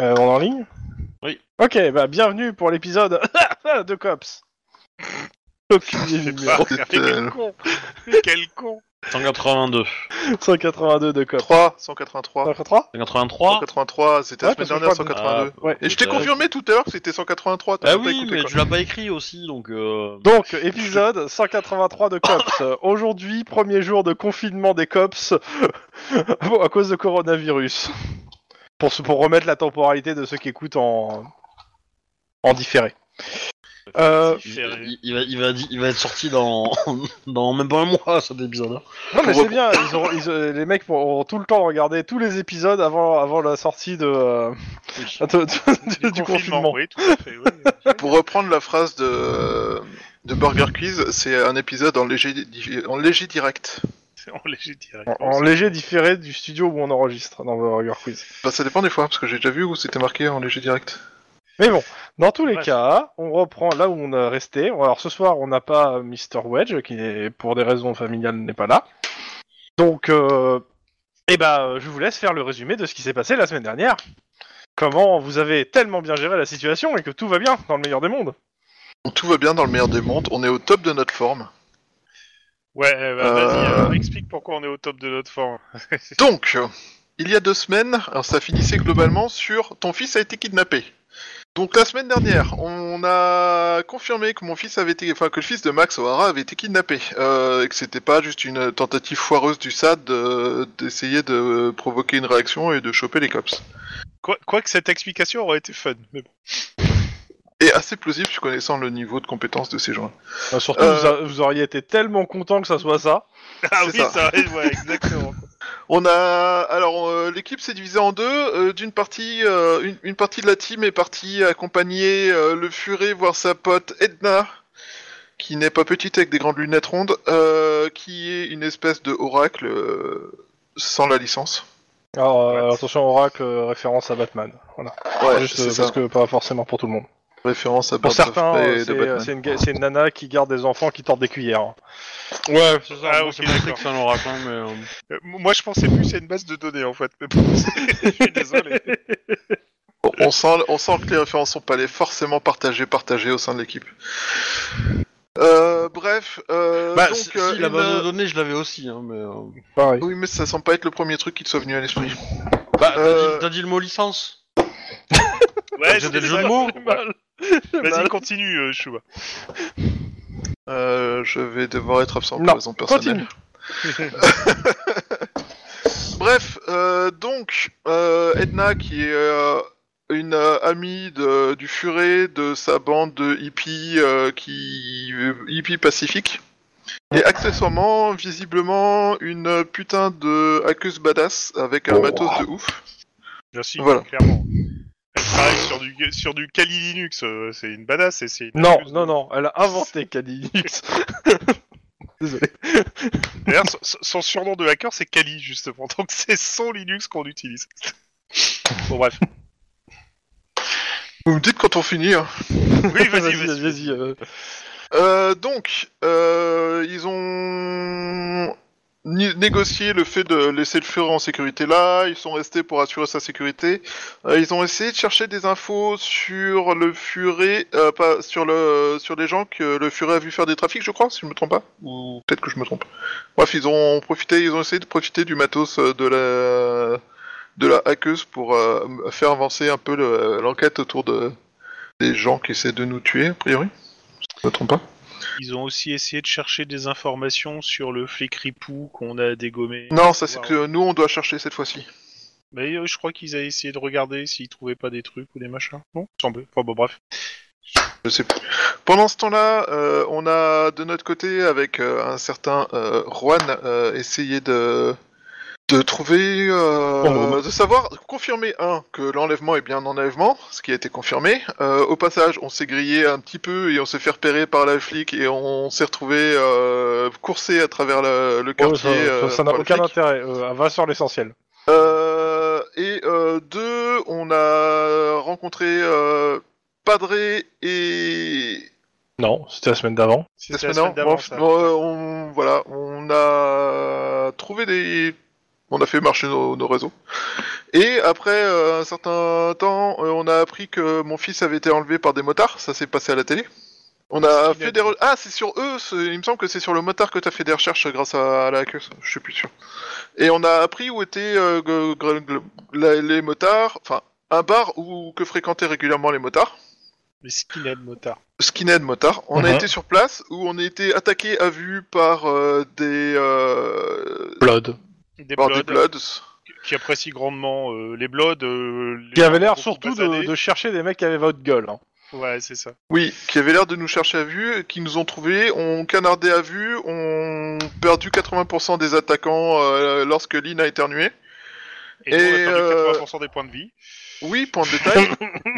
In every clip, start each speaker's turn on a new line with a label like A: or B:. A: Euh, on est en ligne
B: Oui.
A: Ok, bah bienvenue pour l'épisode de Cops. Aucune idée du numéro.
B: pas.
A: Quel con Mais Quel con
B: 182.
A: 182 de Cops.
C: 3, 183.
A: 183
B: 183
C: 183, c'était
A: Ouais,
C: la
A: parce
C: semaine
A: que
C: dernière,
A: je crois que-
C: 182.
B: Ah,
A: Ouais.
C: Et je t'ai
B: peut-être.
C: confirmé tout à l'heure que c'était 183, t'as
B: Ah
C: même pas
B: oui,
C: écouté
B: mais
C: quoi.
B: tu l'as pas écrit aussi, donc... Euh...
A: Donc, épisode 183 de Cops. Euh, Aujourd'hui, premier jour de confinement des Cops Bon, à cause de coronavirus. Pour, se- pour remettre la temporalité de ceux qui écoutent en, en différé. Euh,
B: Il, il- il va, il, va, di- il va être sorti dans, dans même pas un mois cet épisode. hein.
A: Non mais
C: Pour
A: c'est bien, ils auront- ils, euh, les mecs auront tout le temps regardé tous les épisodes avant, avant la sortie de, euh, de- de- du, confinement.
D: oui, tout à fait, oui.
C: Pour reprendre la phrase de, de Burger Quiz, c'est un épisode en léger, di- en léger direct.
D: C'est en léger direct.
A: En, en léger différé du studio où on enregistre dans Burger Quiz.
C: Bah ça dépend des fois, parce que j'ai déjà vu où c'était marqué en léger direct.
A: Mais bon, dans tous les
D: Bref.
A: cas, on reprend là où on est resté. Alors ce soir, on n'a pas euh, Mr. Wedge, qui est, pour des raisons familiales n'est pas là. Donc, euh, eh ben, euh, je vous laisse faire le résumé de ce qui s'est passé la semaine dernière. Comment vous avez tellement bien géré la situation et que tout va bien, dans le meilleur des mondes.
C: Tout va bien dans le meilleur des mondes, on est au top de notre forme.
D: Ouais, euh, bah,
C: Euh,
D: vas-y, alors, explique pourquoi on est au top de notre forme.
C: Donc, euh, il y a deux semaines, alors ça finissait globalement sur ton fils a été kidnappé. Donc la semaine dernière, on a confirmé que mon fils avait été, enfin que le fils de Max O'Hara avait été kidnappé, euh, et que c'était pas juste une tentative foireuse du SAD de- d'essayer de provoquer une réaction et de choper les cops.
D: Quoi, quoique cette explication aurait été fun, mais bon.
C: Et assez plausible, connaissant le niveau de compétence de ces gens.
A: Bah, surtout,
C: Euh,
A: vous, a- vous auriez été tellement content que ça soit ça.
D: Ah
C: C'est
D: oui,
C: ça.
D: ça, aurait- ouais, exactement.
C: On a alors euh, l'équipe s'est divisée en deux. Euh, D'une partie, euh, une, une partie de la team est partie accompagner euh, le furet voir sa pote Edna, qui n'est pas petite avec des grandes lunettes rondes, euh, qui est une espèce de oracle euh, sans la licence.
A: Alors euh,
D: Ouais.
A: attention Oracle, euh, référence à Batman. Voilà.
C: Ouais,
A: Juste
C: c'est
A: euh,
C: ça.
A: parce que pas forcément pour tout le monde.
C: Référence à
A: Pour
C: Birds of
A: certains,
C: Prey
A: euh,
C: de
A: c'est
C: Batman.
A: euh, c'est une, ga- c'est une nana qui garde des enfants qui tordent des cuillères.
B: Ouais, c'est ça.
D: Ah,
B: moi,
D: ok,
B: c'est pas
D: d'accord.
B: que c'est un oracle, hein, mais... euh,
D: Euh, moi, je pensais plus à une base de données, en fait. Mais bon, je suis désolé.
C: Bon, on, sent, on sent que les références sont pas les forcément partagées, partagées au sein de l'équipe. Euh, bref, euh,
B: Bah,
C: donc
B: si,
C: euh,
B: si, la
C: une-
B: base de données, je l'avais aussi, hein, mais... euh,
A: Pareil.
C: oui, mais ça semble pas être le premier truc qui te soit venu à l'esprit.
B: Bah, t'as
C: Euh,
B: dit- t'as dit le mot licence
D: Ouais,
B: J'ai
D: c'est
B: des jeux
D: ça.
B: de mots.
D: Vas-y, continue, euh, Chouba.
C: Euh, je vais devoir être absent
A: Non,
C: pour raison personnelle. Bref, euh, donc, euh, Edna, qui est euh, une euh, amie de- du furet de sa bande de hippies, euh, qui, hippies pacifiques, et accessoirement, visiblement, une putain de accuse badass avec un
A: Oh.
C: matos de ouf.
D: Merci,
C: Voilà.
D: clairement. Elle travaille sur du, sur du Kali Linux, euh, c'est une badass et c'est une
A: Non,
D: excuse.
A: non, non, elle a inventé Kali Linux. Désolé.
D: D'ailleurs, son- son, son surnom de hacker, c'est Kali, justement. Donc, c'est son Linux qu'on utilise. Bon, bref.
C: Vous me dites quand on finit, hein.
D: Oui, vas-y,
A: vas-y,
D: vas-y.
A: vas-y. euh.
C: Euh, donc, euh, ils ont ni- négocié le fait de laisser le furet en sécurité là, ils sont restés pour assurer sa sécurité, Euh, ils ont essayé de chercher des infos sur le furet, euh, pas, sur, le, sur les gens que le furet a vu faire des trafics, je crois, si je me trompe pas, ou peut-être que je me trompe. Bref, ils ont profité, ils ont essayé de profiter du matos euh, de la, de la hackeuse pour euh, faire avancer un peu le- l'enquête autour de, des gens qui essaient de nous tuer, a priori. Si je me trompe pas.
D: Ils ont aussi essayé de chercher des informations sur le flic ripou qu'on a dégommé.
C: Non, ça c'est
D: Wow.
C: que nous on doit chercher cette fois-ci.
D: Mais euh, je crois qu'ils avaient essayé de regarder s'ils trouvaient pas des trucs ou des machins. Non, il semblait. Enfin bon, bref.
C: Je sais plus. Pendant ce temps-là, euh, on a de notre côté avec euh, un certain euh, Juan euh, essayé de de trouver, euh,
A: Oh.
C: de savoir, confirmer un que l'enlèvement est bien un enlèvement, ce qui a été confirmé. Euh, au passage, on s'est grillé un petit peu et on s'est fait repérer par la flic et on s'est retrouvé euh, coursé à travers le, le
A: Oh,
C: quartier.
A: ça-
C: euh,
A: ça- ça n'a
C: par le
A: aucun
C: flic.
A: intérêt. euh, va sur l'essentiel.
C: Euh, et euh, deux, on a rencontré euh, Padre et
A: Non, c'était la semaine d'avant.
D: C'était
C: Tasman, non, bon, bon, euh, on, voilà, on a trouvé des, on a fait marcher nos, nos réseaux Et après euh, un certain temps, euh, on a appris que mon fils avait été enlevé par des motards. Ça s'est passé à la télé. On a
D: qu'il a
C: fait des re- ah c'est sur eux. c'est- Il me semble que c'est sur le motard que t'as fait des recherches grâce à, à la queue. Je suis plus sûr. Et on a appris où étaient euh, gr- gr- gr- la- les motards. Enfin, un bar où que fréquentaient régulièrement les motards.
D: Les skinheads motards.
C: Skinhead motard. On a
B: Mhm.
C: été sur place où on a été attaqué à vue par euh, des euh,
B: Blood.
D: Des
C: par
D: Bloods,
C: des Bloods.
D: qui apprécient grandement euh, les Bloods. euh, les
A: Qui avait l'air
D: beaucoup
A: surtout de,
D: basanés.
A: de chercher des mecs qui avaient votre gueule. hein.
D: Ouais, c'est ça.
C: Oui, qui avaient l'air de nous chercher à vue, qui nous ont trouvés, ont canardé à vue, ont perdu 80% des attaquants euh, lorsque Lynn a éternué.
D: Et, nous, on a
C: Et,
D: perdu
C: euh,
D: 80% des points de vie.
C: Oui, point de détail.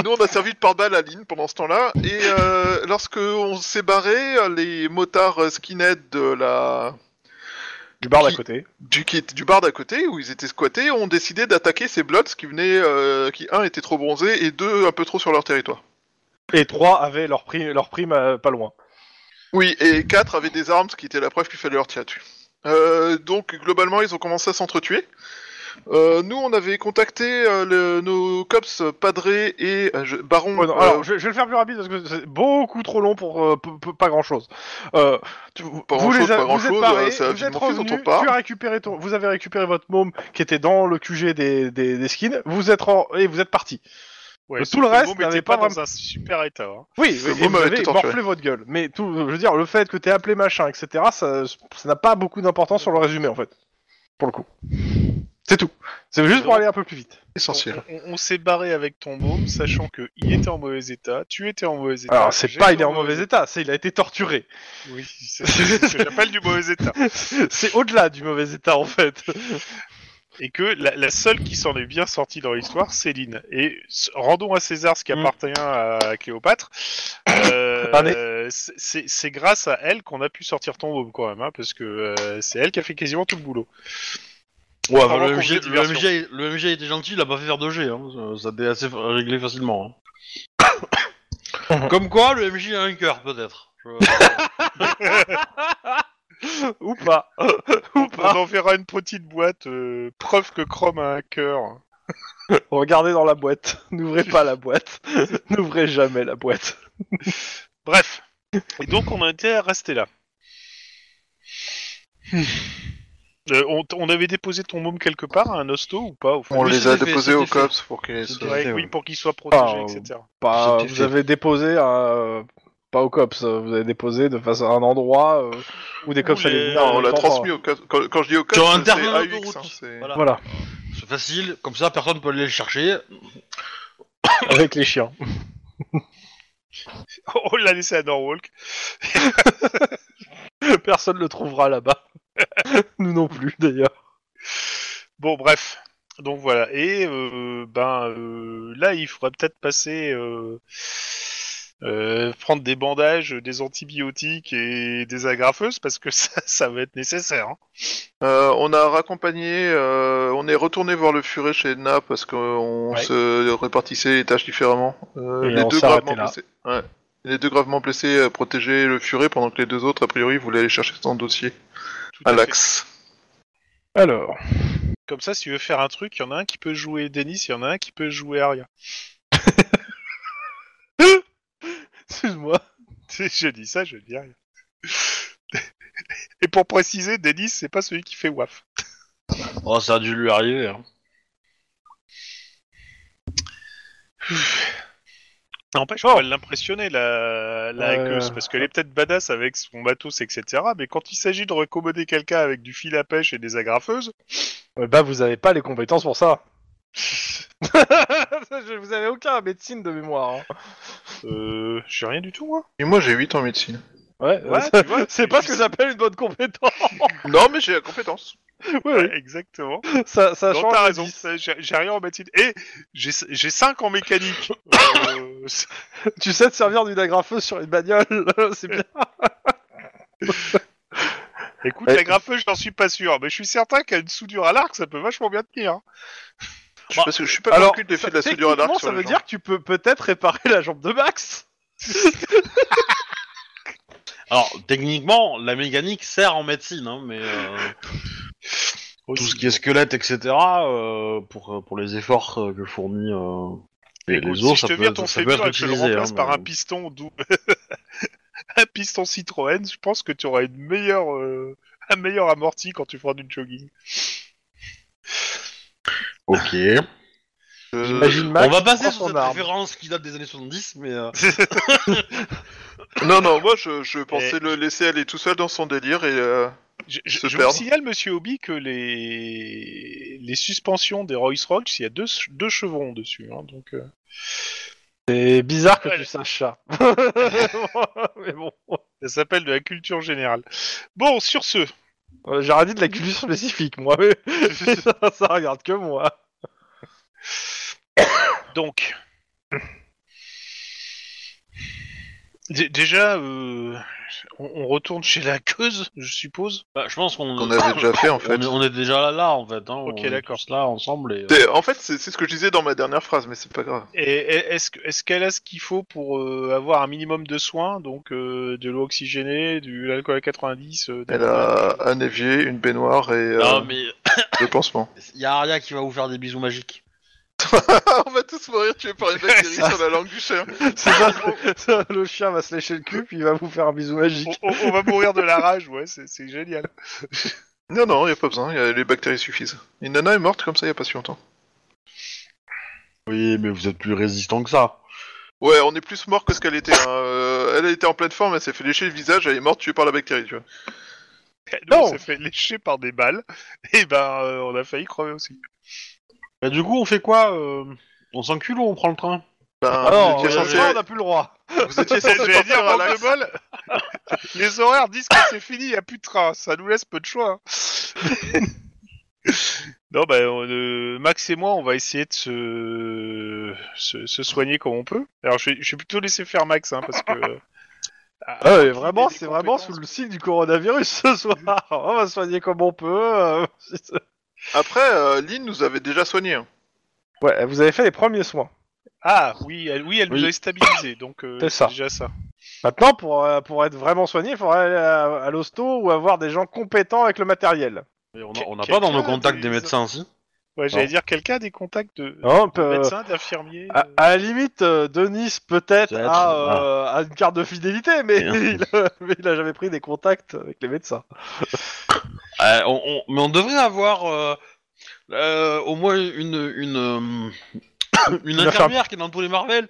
C: nous, on a servi de pare-balles à Lynn pendant ce temps-là. Et euh, lorsque on s'est barré, les motards skinhead de la...
A: Du bar d'à
C: Qui-
A: côté.
C: Du, qui- du bar d'à côté, où ils étaient squattés, ont décidé d'attaquer ces Bloods qui venaient, euh, qui un étaient trop bronzés et deux un peu trop sur leur territoire.
A: Et trois avaient leur prime, leur prime euh, pas loin.
C: Oui, et quatre avaient des armes, ce qui était la preuve qu'il fallait leur tirer dessus. Euh, donc globalement, ils ont commencé à s'entretuer. Euh, nous, on avait contacté euh, le- nos cops euh, Padré et euh, je- Baron.
A: Ouais, non,
C: euh,
A: alors, je, je vais le faire plus rapide parce que c'est beaucoup trop long pour euh, p- p- pas grand chose. vous
C: Pas grand-chose,
A: les a-
C: pas
A: vous
C: grand-chose,
A: êtes parés,
C: euh, c'est la
A: vous
C: vie de
A: êtes
C: mon fils dont on
A: revenus,
C: parle.
A: tu as récupéré ton, vous avez récupéré votre môme qui était dans le QG des, des, des skins, vous êtes en- et vous êtes parti.
D: Ouais,
A: tout
D: sauf
A: le
D: que
A: reste
D: môme
A: n'avait
D: était
A: pas
D: pas,
A: vraiment-
D: dans un super état. hein.
A: Oui,
C: Le
A: et
C: môme
A: vous
C: avait
A: avez
C: été torturé.
A: morflé votre gueule. Mais tout, je veux dire, le fait que t'aies appelé machin, etc., ça ça n'a pas beaucoup d'importance sur le résumé en fait. Pour le coup. C'est tout. C'est juste pour aller un peu plus vite.
C: essentiel.
D: On, on- on s'est barré avec ton môme, sachant que il était en mauvais état, tu étais en mauvais état.
A: Alors, c'est
D: j'étais
A: pas il est en mauvais état, c'est il a été torturé.
D: Oui, c'est c'est ce que j'appelle du mauvais état.
A: C'est au-delà du mauvais état en fait.
D: Et que la, la seule qui s'en est bien sortie dans l'histoire, c'est Lynn. Et s- rendons à César ce qui
A: Mm.
D: appartient à Cléopâtre. Euh,
A: Attendez.
D: c'est- c'est c'est grâce à elle qu'on a pu sortir ton môme quand même, hein, parce que euh, c'est elle qui a fait quasiment tout le boulot.
B: Ouais,
D: Avant
B: bah, le,
D: qu'on
B: MJ,
D: faisait
B: le,
D: diversion.
B: MJ le MJ était gentil, il a pas fait faire de G, hein. ça a assez fa- réglé facilement. hein. Comme quoi, le MJ a un cœur, peut-être. Je-
A: Ou pas. Ou
D: On
A: pas.
D: enverra une petite boîte, euh, preuve que Chrome a un cœur.
A: Regardez dans la boîte. N'ouvrez pas la boîte. N'ouvrez jamais la boîte.
D: Bref. Et donc on a été à rester là. Euh, on, t- on avait déposé ton môme quelque part, à un hosto ou pas au fond
C: On
B: Oui,
C: les
B: c'était
C: a
B: fait,
C: déposés
B: c'était
C: aux
B: fait.
C: cops pour qu'ils
B: C'était
C: soient.
D: Ouais,
B: ouais.
D: Oui, pour qu'il soit protégé,
A: Ah,
D: etc.
A: Pas,
B: C'était
A: vous
B: fait.
A: avez déposé un- euh, pas aux cops. euh, Vous avez déposé de façon à un endroit euh, où des cops
D: Où les-
A: allaient venir.
C: Non,
A: de
C: on l'a
A: temps en
C: transmis
A: temps.
C: aux cops. Quand, quand je dis aux cops,
B: Sur
C: c'est
B: Internet
C: AUX.
B: Autoroute.
C: hein, c'est-
B: Voilà.
A: Voilà,
B: C'est facile, comme ça, personne peut aller le chercher.
A: avec les chiens.
D: On l'a laissé à Norwalk.
A: Personne le trouvera là-bas. Nous non plus d'ailleurs.
D: Bon, bref. Donc voilà. Et euh, ben euh, là, il faudrait peut-être passer euh, euh, prendre des bandages, des antibiotiques et des agrafeuses parce que ça, ça va être nécessaire. hein.
C: Euh, on a raccompagné, euh, on est retourné voir le furet chez Edna parce qu'on
A: Ouais.
C: se répartissait les tâches différemment. Euh,
A: Et
C: les,
A: on
C: deux
A: s'est arrêté
C: gravement
A: là.
C: blessés, ouais. les deux gravement blessés euh, protégeaient le furet pendant que les deux autres, a priori, voulaient aller chercher son dossier
D: Tout
C: à
D: fait.
C: l'axe.
A: Alors,
D: Comme ça, si tu veux faire un truc, il y en a un qui peut jouer Denis, il y en a un qui peut jouer Aria.
A: excuse-moi.
D: je dis ça, je dis rien. Et pour préciser, Denis, c'est pas celui qui fait WAF.
B: Oh, ça a dû lui arriver. hein.
D: N'empêche,
A: Oh.
D: on va l'impressionner, la, la
A: Euh.
D: hackeuse, parce qu'elle est peut-être badass avec son matos, etc. Mais quand il s'agit de recommander quelqu'un avec du fil à pêche et des agrafeuses,
A: Euh, Bah, vous avez pas les compétences pour ça. Je- vous avez aucun médecine de mémoire. hein.
D: euh, je sais rien du tout, moi.
C: Et moi, j'ai 8 en médecine.
A: Ouais, euh,
D: Ouais, tu vois,
A: c'est pas ce que j'appelle une bonne compétence.
C: non, mais j'ai la compétence.
A: oui,
D: Ouais, exactement.
A: ça, ça
D: Non,
A: change.
D: t'as
A: la
D: raison.
A: vie.
D: ça, J'ai j'ai rien en médecine. Et j'ai 5 en mécanique. Euh,
A: Tu sais te servir d'une agrafeuse sur une bagnole, c'est bien.
D: Écoute, la graffeuse, j'en suis pas sûr, mais je suis certain qu'à une soudure à l'arc, ça peut vachement bien tenir. hein.
C: Je suis pas, je suis pas
A: alors,
C: convaincu de l'effet de la soudure à l'arc
A: Techniquement,
C: sur
A: ça
C: les
A: veut
C: gens.
A: dire que tu peux peut-être réparer la jambe de Max.
B: Alors, techniquement, la mécanique sert en médecine, hein, mais... euh, tout
D: Aussi.
B: ce qui est squelette, etc., euh, pour, pour les efforts euh, que fournit euh, les,
D: Écoute,
B: les os,
D: si
B: ça,
D: je te
B: peut,
D: vire
B: être-
D: ton
B: ça peut être
D: fémur et que je le
B: utilisé.
D: remplace
B: hein,
D: par un
B: mais-
D: piston dou- un piston Citroën, je pense que tu auras une meilleure, euh, un meilleur amorti quand tu feras du jogging.
B: Ok.
C: Euh,
A: J'imagine Max
B: On va passer
A: prend
B: sur
A: son
B: cette
A: arme.
B: référence qui date des années 70, mais... euh,
C: Non, non, moi je, je pensais le laisser aller tout seul dans son délire et. euh,
D: Je, je-
C: Se
D: je vous
C: perdre.
D: signale, monsieur Hobby, que les, les suspensions des Rolls-Royce, il y a deux, deux chevrons dessus. hein, donc, euh,
A: C'est bizarre que
D: Ouais.
A: tu saches ça. Mais bon,
D: ça s'appelle de la culture générale. Bon, sur ce,
A: Euh, j'aurais dit de la culture spécifique, moi, mais ça, ça regarde que moi.
D: donc. Dé- déjà, euh, on, on retourne chez la queuse, je suppose.
B: bah, je pense qu'on
C: Qu'on avait déjà fait en fait.
B: on est, on est déjà là, là, en fait. Hein,
D: Ok,
B: on est
D: d'accord.
B: tous là, ensemble, et... euh,
C: C'est- En fait, c'est c'est ce que je disais dans ma dernière phrase, mais c'est pas grave.
D: Et et- est-ce que- est-ce qu'elle a ce qu'il faut pour euh, avoir un minimum de soins, donc euh, de l'eau oxygénée, de l'alcool à 90, euh,
C: Elle a un évier, une baignoire et euh,
B: Non, mais
C: le pansement.
B: il y a Aria qui va vous faire des bisous magiques.
C: Ah, on va tous mourir tués par une bactérie sur la langue du chien.
A: C'est ça, c'est- ça, le chien va se lécher le cul, puis il va vous faire un bisou
D: on,
A: magique.
D: on- on va mourir de la rage, ouais, c'est c'est génial.
C: Non, non, y a pas besoin, y a- les bactéries suffisent. Une nana est morte comme ça y a pas si longtemps.
B: Oui, mais vous êtes plus résistant que ça.
C: Ouais, on est plus mort que ce qu'elle était. hein. Euh, Elle était en pleine forme, elle s'est fait lécher le visage, elle est morte tuée par la bactérie, tu vois.
D: Nous, on
A: Non.
D: s'est fait lécher par des balles, et ben euh, on a failli crever aussi.
B: Et Bah, du coup, on fait quoi euh, On s'encule ou on prend le train
C: Ben,
A: Ah non,
C: vous étiez
A: euh,
C: censé,
A: ça, on n'a plus le droit.
C: vous étiez censé
D: J'allais dire,
C: partir à
D: manque de
C: l'axe.
D: bol Les horaires disent que c'est fini, y a plus de train, ça nous laisse peu de choix. hein. non, bah, on, euh, Max et moi, on va essayer de se, se, se soigner comme on peut. Alors, je, vais- je vais plutôt laisser faire Max, hein, parce que.
A: Ah ouais,
D: Des-
A: vraiment,
D: des
A: c'est vraiment
D: compétences.
A: sous le signe du coronavirus ce soir. On va soigner comme on peut. euh,
C: Après, euh, Lynn nous avait déjà hein. soigné.
A: Ouais, vous avez fait les premiers soins.
D: Ah, oui, elle, oui, elle
B: Oui.
D: nous a stabilisé, donc euh,
A: C'est
D: c'est
A: ça.
D: déjà ça.
A: Maintenant, pour, euh, pour être vraiment soigné, il faudrait aller à, à l'hosto ou avoir des gens compétents avec le matériel.
B: Et On
D: Quel-
B: n'a pas dans nos
D: quelqu'un
B: contacts des
D: des-
B: médecins aussi.
D: Ouais, j'allais
B: Bon.
D: dire, quelqu'un a des contacts de,
A: Hein, on peut-
D: de médecins, d'infirmiers
A: à,
D: de-
A: à la limite, euh, Denis peut-être
B: Peut-être, Ah.
A: a, euh, a une carte de fidélité, mais
B: Bien.
A: il, a, mais il a jamais pris des contacts avec les médecins.
B: Euh, on- on- mais on devrait avoir euh, euh, au moins une une, euh, une
A: Une
B: infirmière qui est dans tous les Marvel.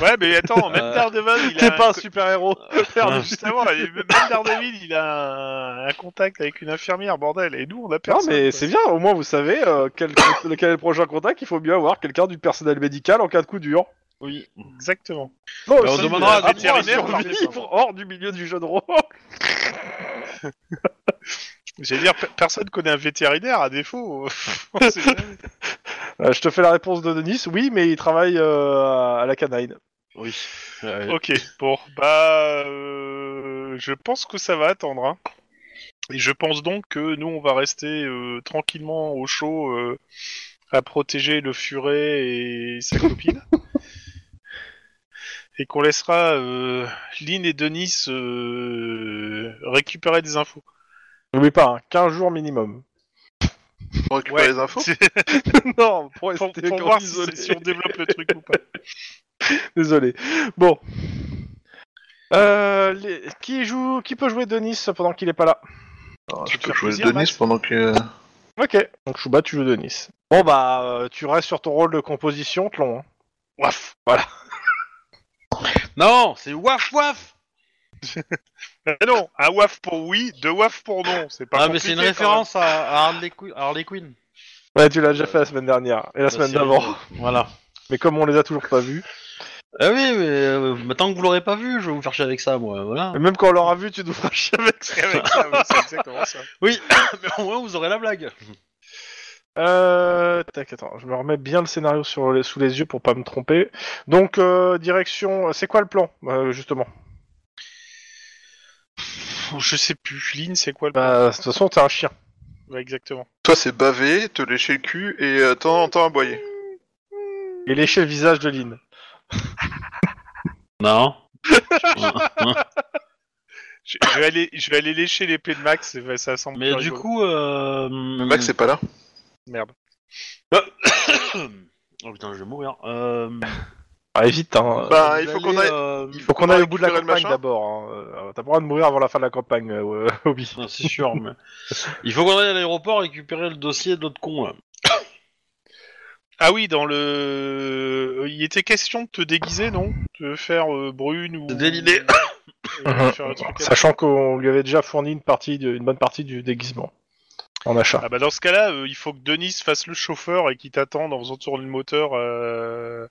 D: Ouais, mais attends,
B: Euh,
D: même Daredevil, il
A: T'es
D: a
A: pas
D: un
A: un Ah, super héros.
D: Merde, justement, et même Daredevil, il a un, un contact avec une infirmière, bordel, et nous, on a
A: Non,
D: personne.
A: mais
D: quoi.
A: c'est bien, au moins vous savez euh, quel, quel est le prochain contact. Il faut bien avoir quelqu'un du personnel médical en cas de coup dur.
B: Oui.
D: Exactement.
A: Non,
B: Bah, on
A: si,
B: demandera à
A: apprends
D: vétérinaire par
A: survivre
D: défaut.
A: hors du milieu du jeu de rôle.
D: J'allais dire, pe- personne connaît un vétérinaire, à défaut. on sait jamais.
A: Euh, je te fais la réponse de Denis. Oui, mais il travaille euh, à la canine.
B: Oui. Euh,
D: ok, bon, bah... euh, je pense que ça va attendre, hein. Et je pense donc que nous, on va rester euh, tranquillement au chaud euh, à protéger le furet et sa copine. et qu'on laissera euh, Lynn et Denis euh, récupérer des infos.
A: N'oublie pas, hein, 15 jours minimum.
C: On récupère
D: Ouais.
C: les infos.
A: non, pour
D: pour,
A: rester
D: pour
A: encore
D: voir si,
A: isolé.
D: si on développe le truc ou pas.
A: Désolé. Bon. Euh, les- qui, joue... qui peut jouer Denis pendant qu'il est pas là
C: Alors,
D: Tu
C: je
D: peux
C: Ah, peux
D: faire
C: jouer
D: plaisir,
C: Denis
D: Max
C: pendant que.
A: Ok. Donc Chouba, tu joues Denis. Bon bah, euh, tu restes sur ton rôle de composition, Tlon. hein.
D: Waf
B: Non, c'est waf waf.
D: Ah Non, un waf pour oui, deux waf pour non. C'est pas
B: Ah mais c'est une
D: compliqué, quand
B: référence à, à Harley, Quinn- Harley Quinn.
A: Ouais, tu l'as déjà fait la semaine dernière et la semaine
B: série,
A: d'avant.
B: euh, Voilà.
A: Mais comme on les a toujours pas vus,
B: Ah oui, mais euh, maintenant que vous l'aurez pas vu, je vais vous faire chier avec ça, moi. Voilà.
A: et même quand on l'aura vu, tu nous feras chier avec ça.
D: même. Avec ça, oui, c'est exactement ça.
B: Oui, mais au moins vous aurez la blague.
A: Euh, tac, attends, je me remets bien le scénario sur les- sous les yeux pour pas me tromper. Donc, euh, direction, c'est quoi le plan, euh, justement
D: Pff, Je sais plus, Lynn, c'est quoi le...
A: Bah, de toute façon, t'es un chien.
D: Ouais, exactement.
C: Toi, c'est baver, te lécher le cul et euh, de temps en temps aboyer.
A: Et lécher le visage de Lynn.
B: Non.
D: Je, je vais aller, je vais aller lécher l'épée de Max. Ça, ça semble.
B: Mais
D: plus
B: du
D: rigolo.
B: coup. Euh...
D: Mm.
C: Le Max c'est pas là.
D: merde.
B: Oh putain, je vais mourir. Euh...
A: Ah, évite, hein.
C: Bah,
B: vous
C: il faut
B: allez,
C: qu'on aille-
B: euh,
C: il
A: Faut qu'on aille au bout de la
C: récupérer
A: campagne
C: le machin.
A: d'abord. hein. Euh, T'as pas le droit de mourir avant la fin de la campagne, euh, euh, Obi.
B: ah, C'est sûr, mais. Il faut qu'on aille à l'aéroport récupérer le dossier de l'autre con, là.
D: Ah oui, dans le. euh, Il était question de te déguiser, non De faire euh, brune ou.
B: C'était l'idée.
A: Mhm.
D: Euh, faire un truc à-
A: Sachant qu'on lui avait déjà fourni une, partie de- une bonne partie du déguisement en achat.
D: Ah bah dans ce cas-là, euh, il faut que Denis fasse le chauffeur et qu'il t'attende en faisant tourner le moteur euh,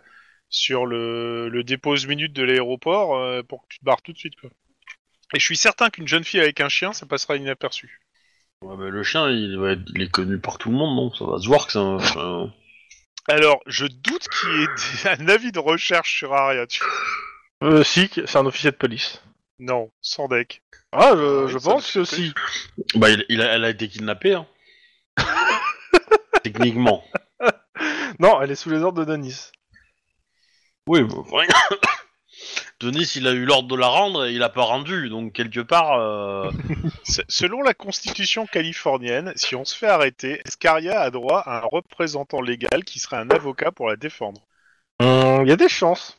D: sur le, le dépose minute de l'aéroport euh, pour que tu te barres tout de suite quoi. Et je suis certain qu'une jeune fille avec un chien, ça passera inaperçu.
B: Ouais, mais le chien, il, va être- il est connu par tout le monde, non Ça va se voir que c'est un. enfin,
D: Alors, je doute qu'il y ait des- un avis de recherche sur Aria. Tu...
A: Euh, si, c'est un officier de police.
D: Non, sans deck.
A: Ah, je, je
C: Oui, ça
A: pense
C: me
A: que
C: fait
A: si.
B: Bah, il, il a- elle a été kidnappée, hein. Techniquement.
A: Non, elle est sous les ordres de Denis.
B: Oui, bah, enfin, Denis, il a eu l'ordre de la rendre et il a pas rendu, donc quelque part. euh,
D: Se- Selon la constitution californienne, si on se fait arrêter, Scaria a droit à un représentant légal qui serait un avocat pour la défendre.
A: Il y a des chances.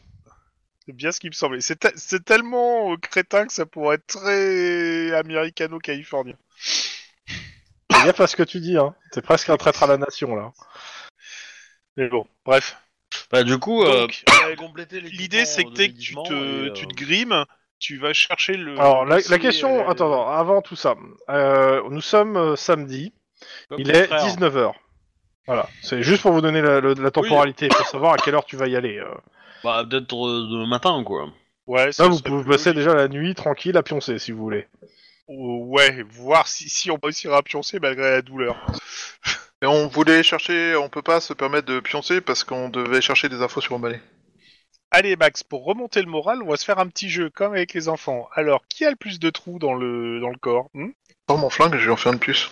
D: C'est bien ce qui me semblait. C'est te- c'est tellement euh, crétin que ça pourrait être très américano-californien.
A: Fais gaffe à ce que tu dis, hein. T'es presque un traître à la nation, là.
D: Mais bon, bref.
B: Bah, du coup, euh,
D: Donc,
B: compléter l'équipement
D: L'idée, c'est que
B: de
D: dès que tu
B: déguisement
D: te,
B: et, euh,
D: tu te grimes, tu vas chercher le.
A: Alors, la, la
D: dossier,
A: question...
D: euh,
A: Attends, attends, avant tout ça. Euh, nous sommes euh, samedi.
B: comme
A: Il
B: ton
A: est
B: frère.
A: 19h. Voilà. C'est juste pour vous donner la, le- la temporalité, pour savoir à quelle heure tu vas y aller. euh.
B: Bah, peut-être euh, demain matin, quoi.
D: Ouais,
A: Ça,
D: ça,
A: vous
D: ça
A: pouvez
D: peut-
A: passer déjà la nuit tranquille à pioncer, si vous voulez.
D: Ouais, voir si, si on réussira à pioncer malgré la douleur.
C: Et on voulait chercher, on peut pas se permettre de pioncer parce qu'on devait chercher des infos sur O'Malley.
D: Allez, Max, pour remonter le moral, on va se faire un petit jeu, comme avec les enfants. Alors, qui a le plus de trous dans le, dans le corps hein
C: Sors mon flingue, je vais en faire une plus.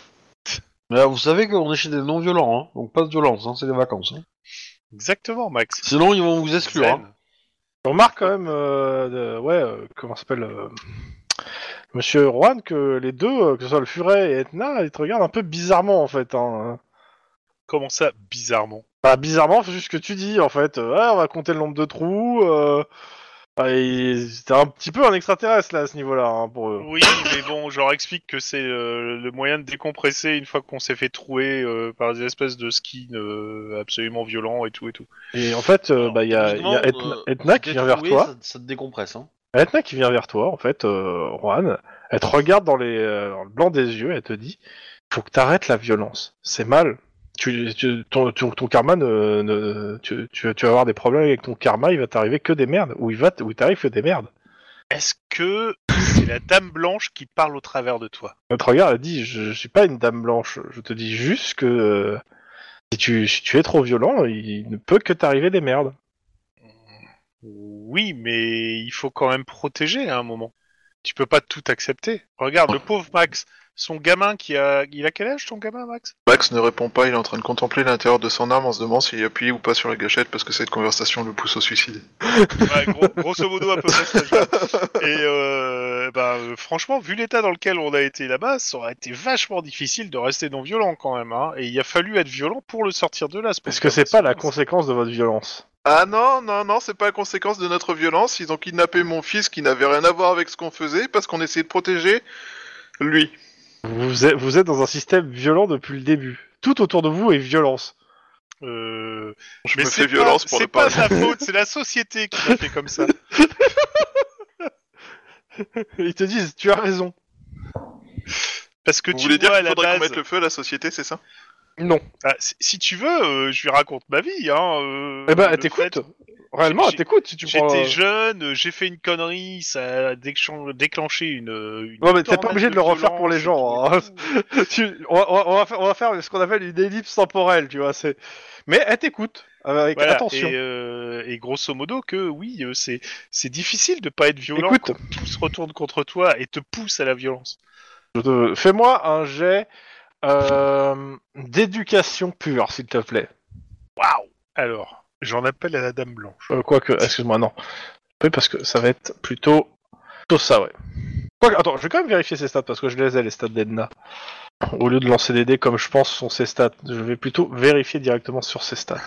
B: Mais, euh, vous savez qu'on est chez des non-violents, hein, donc pas de violence, hein, c'est des vacances. hein.
D: Exactement, Max.
B: Sinon, ils vont vous exclure. hein.
D: Zen.
A: Je remarque quand même, euh, de- ouais, euh, comment s'appelle euh, Monsieur Juan, que les deux, euh, que ce soit le Furet et Etna, ils te regardent un peu bizarrement en fait. Hein.
D: Comment ça, bizarrement
A: Bah, bizarrement, c'est juste ce que tu dis en fait. Euh, Ah, on va compter le nombre de trous. Euh... ah, ils- C'était un petit peu un extraterrestre là à ce niveau-là hein, pour eux.
D: Oui, mais bon, je leur explique que c'est euh, le moyen de décompresser une fois qu'on s'est fait trouer euh, par des espèces de skins euh, absolument violents et tout et tout.
A: Et en fait, euh,
B: Alors,
A: bah, il y a, il y a
B: justement,
A: Etna,
B: euh,
A: Etna qui
B: D'être
A: vient vers
B: troué,
A: toi.
B: Ça, ça te décompresse. Hein.
A: Etna qui vient vers toi, en fait, euh, Juan, elle te regarde dans, les, euh, dans le blanc des yeux, elle te dit Faut que t'arrêtes la violence, c'est mal. Tu, tu- ton, ton- ton karma, ne, ne- tu, tu, tu vas avoir des problèmes avec ton karma, il va t'arriver que des merdes, ou il va t- ou il t'arrive que des merdes.
D: Est-ce que c'est la dame blanche qui parle au travers de toi
A: Elle te regarde, elle dit Je, je suis pas une dame blanche, je te dis juste que euh, si, tu, si tu es trop violent, il ne peut que t'arriver des merdes.
D: Oui, mais il faut quand même protéger à un moment. Tu peux pas tout accepter. Regarde le pauvre Max, son gamin qui a, il a quel âge ton gamin Max
C: Max ne répond pas, il est en train de contempler l'intérieur de son arme en se demandant s'il appuie ou pas sur la gâchette parce que cette conversation le pousse au suicide.
D: Ouais, gros- grosso modo à peu près. cet âge-là. Et euh, bah, euh, franchement, vu l'état dans lequel on a été là-bas, ça aurait été vachement difficile de rester non violent quand même. hein. Et il a fallu être violent pour le sortir de là. ce
A: Parce
D: pauvre
A: que c'est
D: gamin.
A: pas la conséquence de votre violence.
C: Ah non, non, non, c'est pas la conséquence de notre violence. Ils ont kidnappé mon fils qui n'avait rien à voir avec ce qu'on faisait parce qu'on essayait de protéger lui.
A: Vous êtes, vous êtes dans un système violent depuis le début. Tout autour de vous est violence.
D: Euh,
C: Je
D: mais
C: me
D: c'est
C: fais violence
D: pas-
C: pour
D: C'est
C: le
D: pas
C: parler.
D: sa faute, c'est la société qui l'a fait comme ça.
A: Ils te disent, tu as raison.
D: Parce que
C: Vous
D: tu
C: voulez
D: vois
C: dire
D: à
C: qu'il
D: la
C: faudrait qu'on
D: base.
C: mette le feu à la société, c'est ça
A: Non.
D: Ah, si- si tu veux, euh, je lui raconte ma vie. Hein, euh,
A: eh ben,
D: le
A: elle t'écoute.
D: fait-
A: Réellement,
D: j'ai-
A: elle t'écoute si tu
D: J'étais
A: prends.
D: jeune, euh, j'ai fait une connerie, ça a déchan- déclenché une. euh, une
A: Ouais, mais t'es pas
D: tornade
A: obligé de le refaire pour les gens, hein.
D: violence et tout et tout.
A: Tu- on, va, on va- on va faire, on va faire ce qu'on appelle une ellipse temporelle, tu vois. C'est. Mais elle t'écoute avec
D: Voilà,
A: attention.
D: Et, euh, et grosso modo que oui, euh, c'est c'est difficile de pas être violent
A: Écoute,
D: quand tout se retourne contre toi et te pousse à la violence.
A: je te- fais-moi un jet euh, d'éducation pure, s'il te plaît.
D: Waouh Alors, j'en appelle à la dame blanche.
A: Euh, Quoique, excuse-moi, non. Oui, parce que ça va être plutôt plutôt ça, ouais. Quoique, attends, je vais quand même vérifier ses stats parce que je les ai les stats d'Edna. Au lieu de lancer des dés comme je pense sont ses stats, je vais plutôt vérifier directement sur ses stats.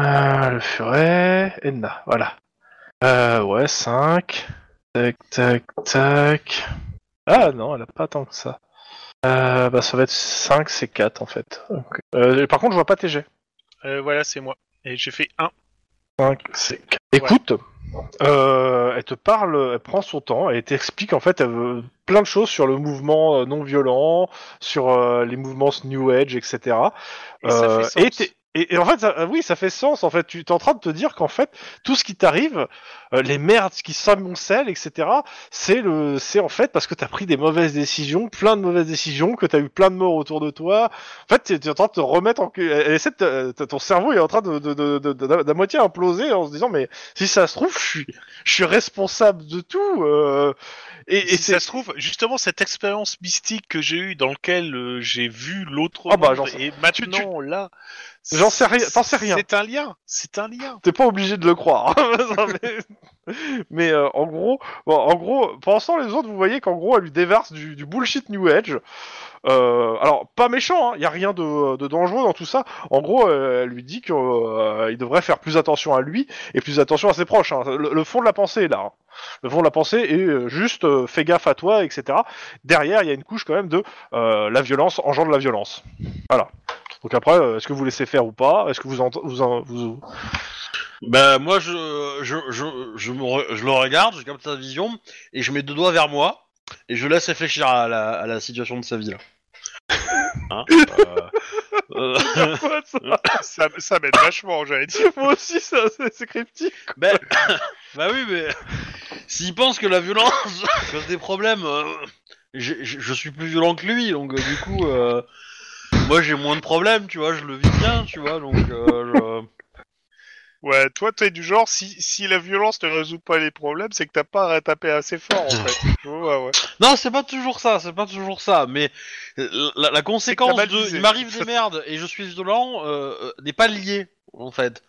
A: Euh, le furet, Edna, voilà. Euh, ouais, 5. Tac, tac, tac. Ah non, elle a pas tant que ça. Euh, bah ça va être 5, c'est 4 en fait. Ok. Euh, par contre, je vois pas TG.
D: Euh, voilà, c'est moi. Et j'ai fait 1.
A: 5, c'est 4. Écoute, euh, elle te parle, elle prend son temps, elle t'explique en fait elle veut plein de choses sur le mouvement euh, non violent, sur euh, les mouvements New Age, etc.
D: Et ça
A: Euh,
D: fait sens.
A: et t'es- et- et en fait, ça- oui, ça fait sens. En fait, tu es en train de te dire qu'en fait, tout ce qui t'arrive, euh, les merdes qui s'amoncellent, etc., c'est le, c'est en fait parce que t'as pris des mauvaises décisions, plein de mauvaises décisions, que t'as eu plein de morts autour de toi. En fait, t'es, t'es en train de te remettre en, que- elle essaie de te- t'as- ton cerveau est en train de, de, de, de- de- d'à- d'à moitié imploser en se disant mais si ça se trouve, je suis, je suis responsable de tout. euh, et, et
D: Et si
A: c'est
D: ça se trouve, justement, cette expérience mystique que j'ai eue dans laquelle euh, j'ai vu l'autre
A: Ah bah,
D: monde
A: j'en sais-
D: et maintenant là,
A: J'en sais rien- t'en sais rien.
D: C'est un lien, c'est un lien.
A: T'es pas obligé de le croire. Non, mais mais, euh, en gros, bon, en gros, pensant les autres, vous voyez qu'en gros, elle lui déverse du, du bullshit New Age. Euh, alors, pas méchant, il y a rien de, de dangereux dans tout ça. En gros, euh, elle lui dit qu'il devrait faire plus attention à lui et plus attention à ses proches. hein. Le, le fond de la pensée est là. hein. Le fond de la pensée est euh, juste euh, fais gaffe à toi, etc. Derrière, il y a une couche quand même de euh, la violence engendre la violence. Voilà. Donc après, euh, est-ce que vous laissez faire ou pas Est-ce que vous, ent- vous, en- vous,
B: Ben moi je je, je, je, me re- je le regarde, je capte sa vision et je mets deux doigts vers moi et je laisse réfléchir à la, à la situation de sa vie là. Hein, euh, euh,
D: ça ça m'aide vachement, j'allais dire.
A: Moi aussi, ça, c'est c'est cryptique.
B: ben, bah oui mais s'il pense que la violence cause des problèmes, euh, j'ai- je je suis plus violent que lui donc euh, du coup euh, moi j'ai moins de problèmes tu vois, je le vis bien tu vois donc euh, je-
D: Ouais, toi, t'es du genre, si, si la violence ne résout pas les problèmes, c'est que t'as pas à taper assez fort, en fait. Je vois, ouais.
B: Non, c'est pas toujours ça, c'est pas toujours ça, mais euh, la, la conséquence
D: mal
B: de
D: visé.
B: il m'arrive des merdes et je suis violent euh, euh, n'est pas liée, en fait.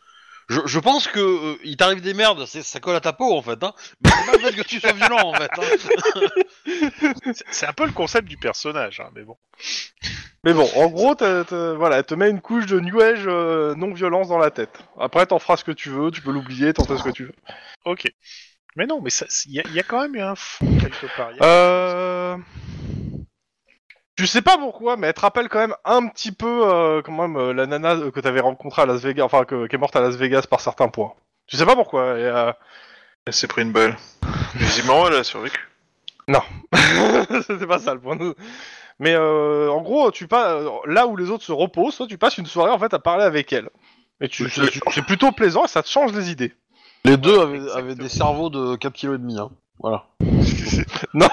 B: Je, je pense que euh, il t'arrive des merdes, c'est- ça colle à ta peau, en fait, hein. Mais c'est pas le fait que tu sois violent, en fait. hein.
D: C'est- C'est un peu le concept du personnage, hein, mais bon.
A: Mais bon, en gros, t'as- t'as- voilà, elle te met une couche de New Age euh, non-violence dans la tête. Après, t'en feras ce que tu veux, tu peux l'oublier, tenter ce que tu veux.
D: Ok. Mais non, mais il y, a- y a quand même eu un fond quelque part. Y a-
A: Euh... Je sais pas pourquoi, mais elle te rappelle quand même un petit peu, euh, quand même, euh, la nana euh, que t'avais rencontrée à Las Vegas, enfin, que, qui est morte à Las Vegas par certains points. Je sais pas pourquoi. et, euh,
C: Elle s'est pris une balle. Visiblement, elle a survécu.
A: C'était pas ça le point. de- Mais euh, en gros, tu pas là où les autres se reposent, toi tu passes une soirée en fait à parler avec elle. Et tu,
B: Oui,
A: c'est
B: c'est-
A: c'est plutôt plaisant et ça te change les idées.
B: Les deux avaient, avaient des cerveaux de 4 kg et demi, hein. Voilà.
A: Non,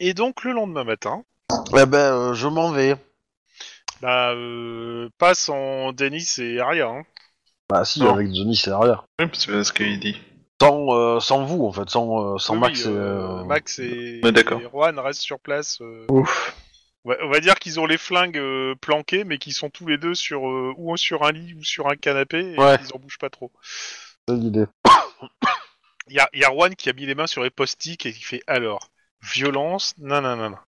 D: Et donc, le lendemain matin,
B: Eh ben, euh, je m'en vais.
D: bah, euh, passe en Denis et Aria. Hein.
B: Bah si,
C: Non.
B: avec Johnny, c'est derrière.
C: Oui, c'est parce qu'il dit.
B: Sans, euh, sans vous, en fait, sans, euh, sans
D: Oui,
B: Max
D: oui,
B: et...
D: euh,
B: euh,
D: Max et,
C: Ouais, d'accord.
D: et Juan restent sur place. euh.
A: Ouf.
D: Ouais, on va dire qu'ils ont les flingues euh, planquées, mais qu'ils sont tous les deux sur euh, ou sur un lit ou sur un canapé, et
B: Ouais.
D: ils en bougent pas trop.
B: c'est l'idée.
D: Il y a, y a Juan qui a mis les mains sur les post-it et qui fait alors violence, nananana.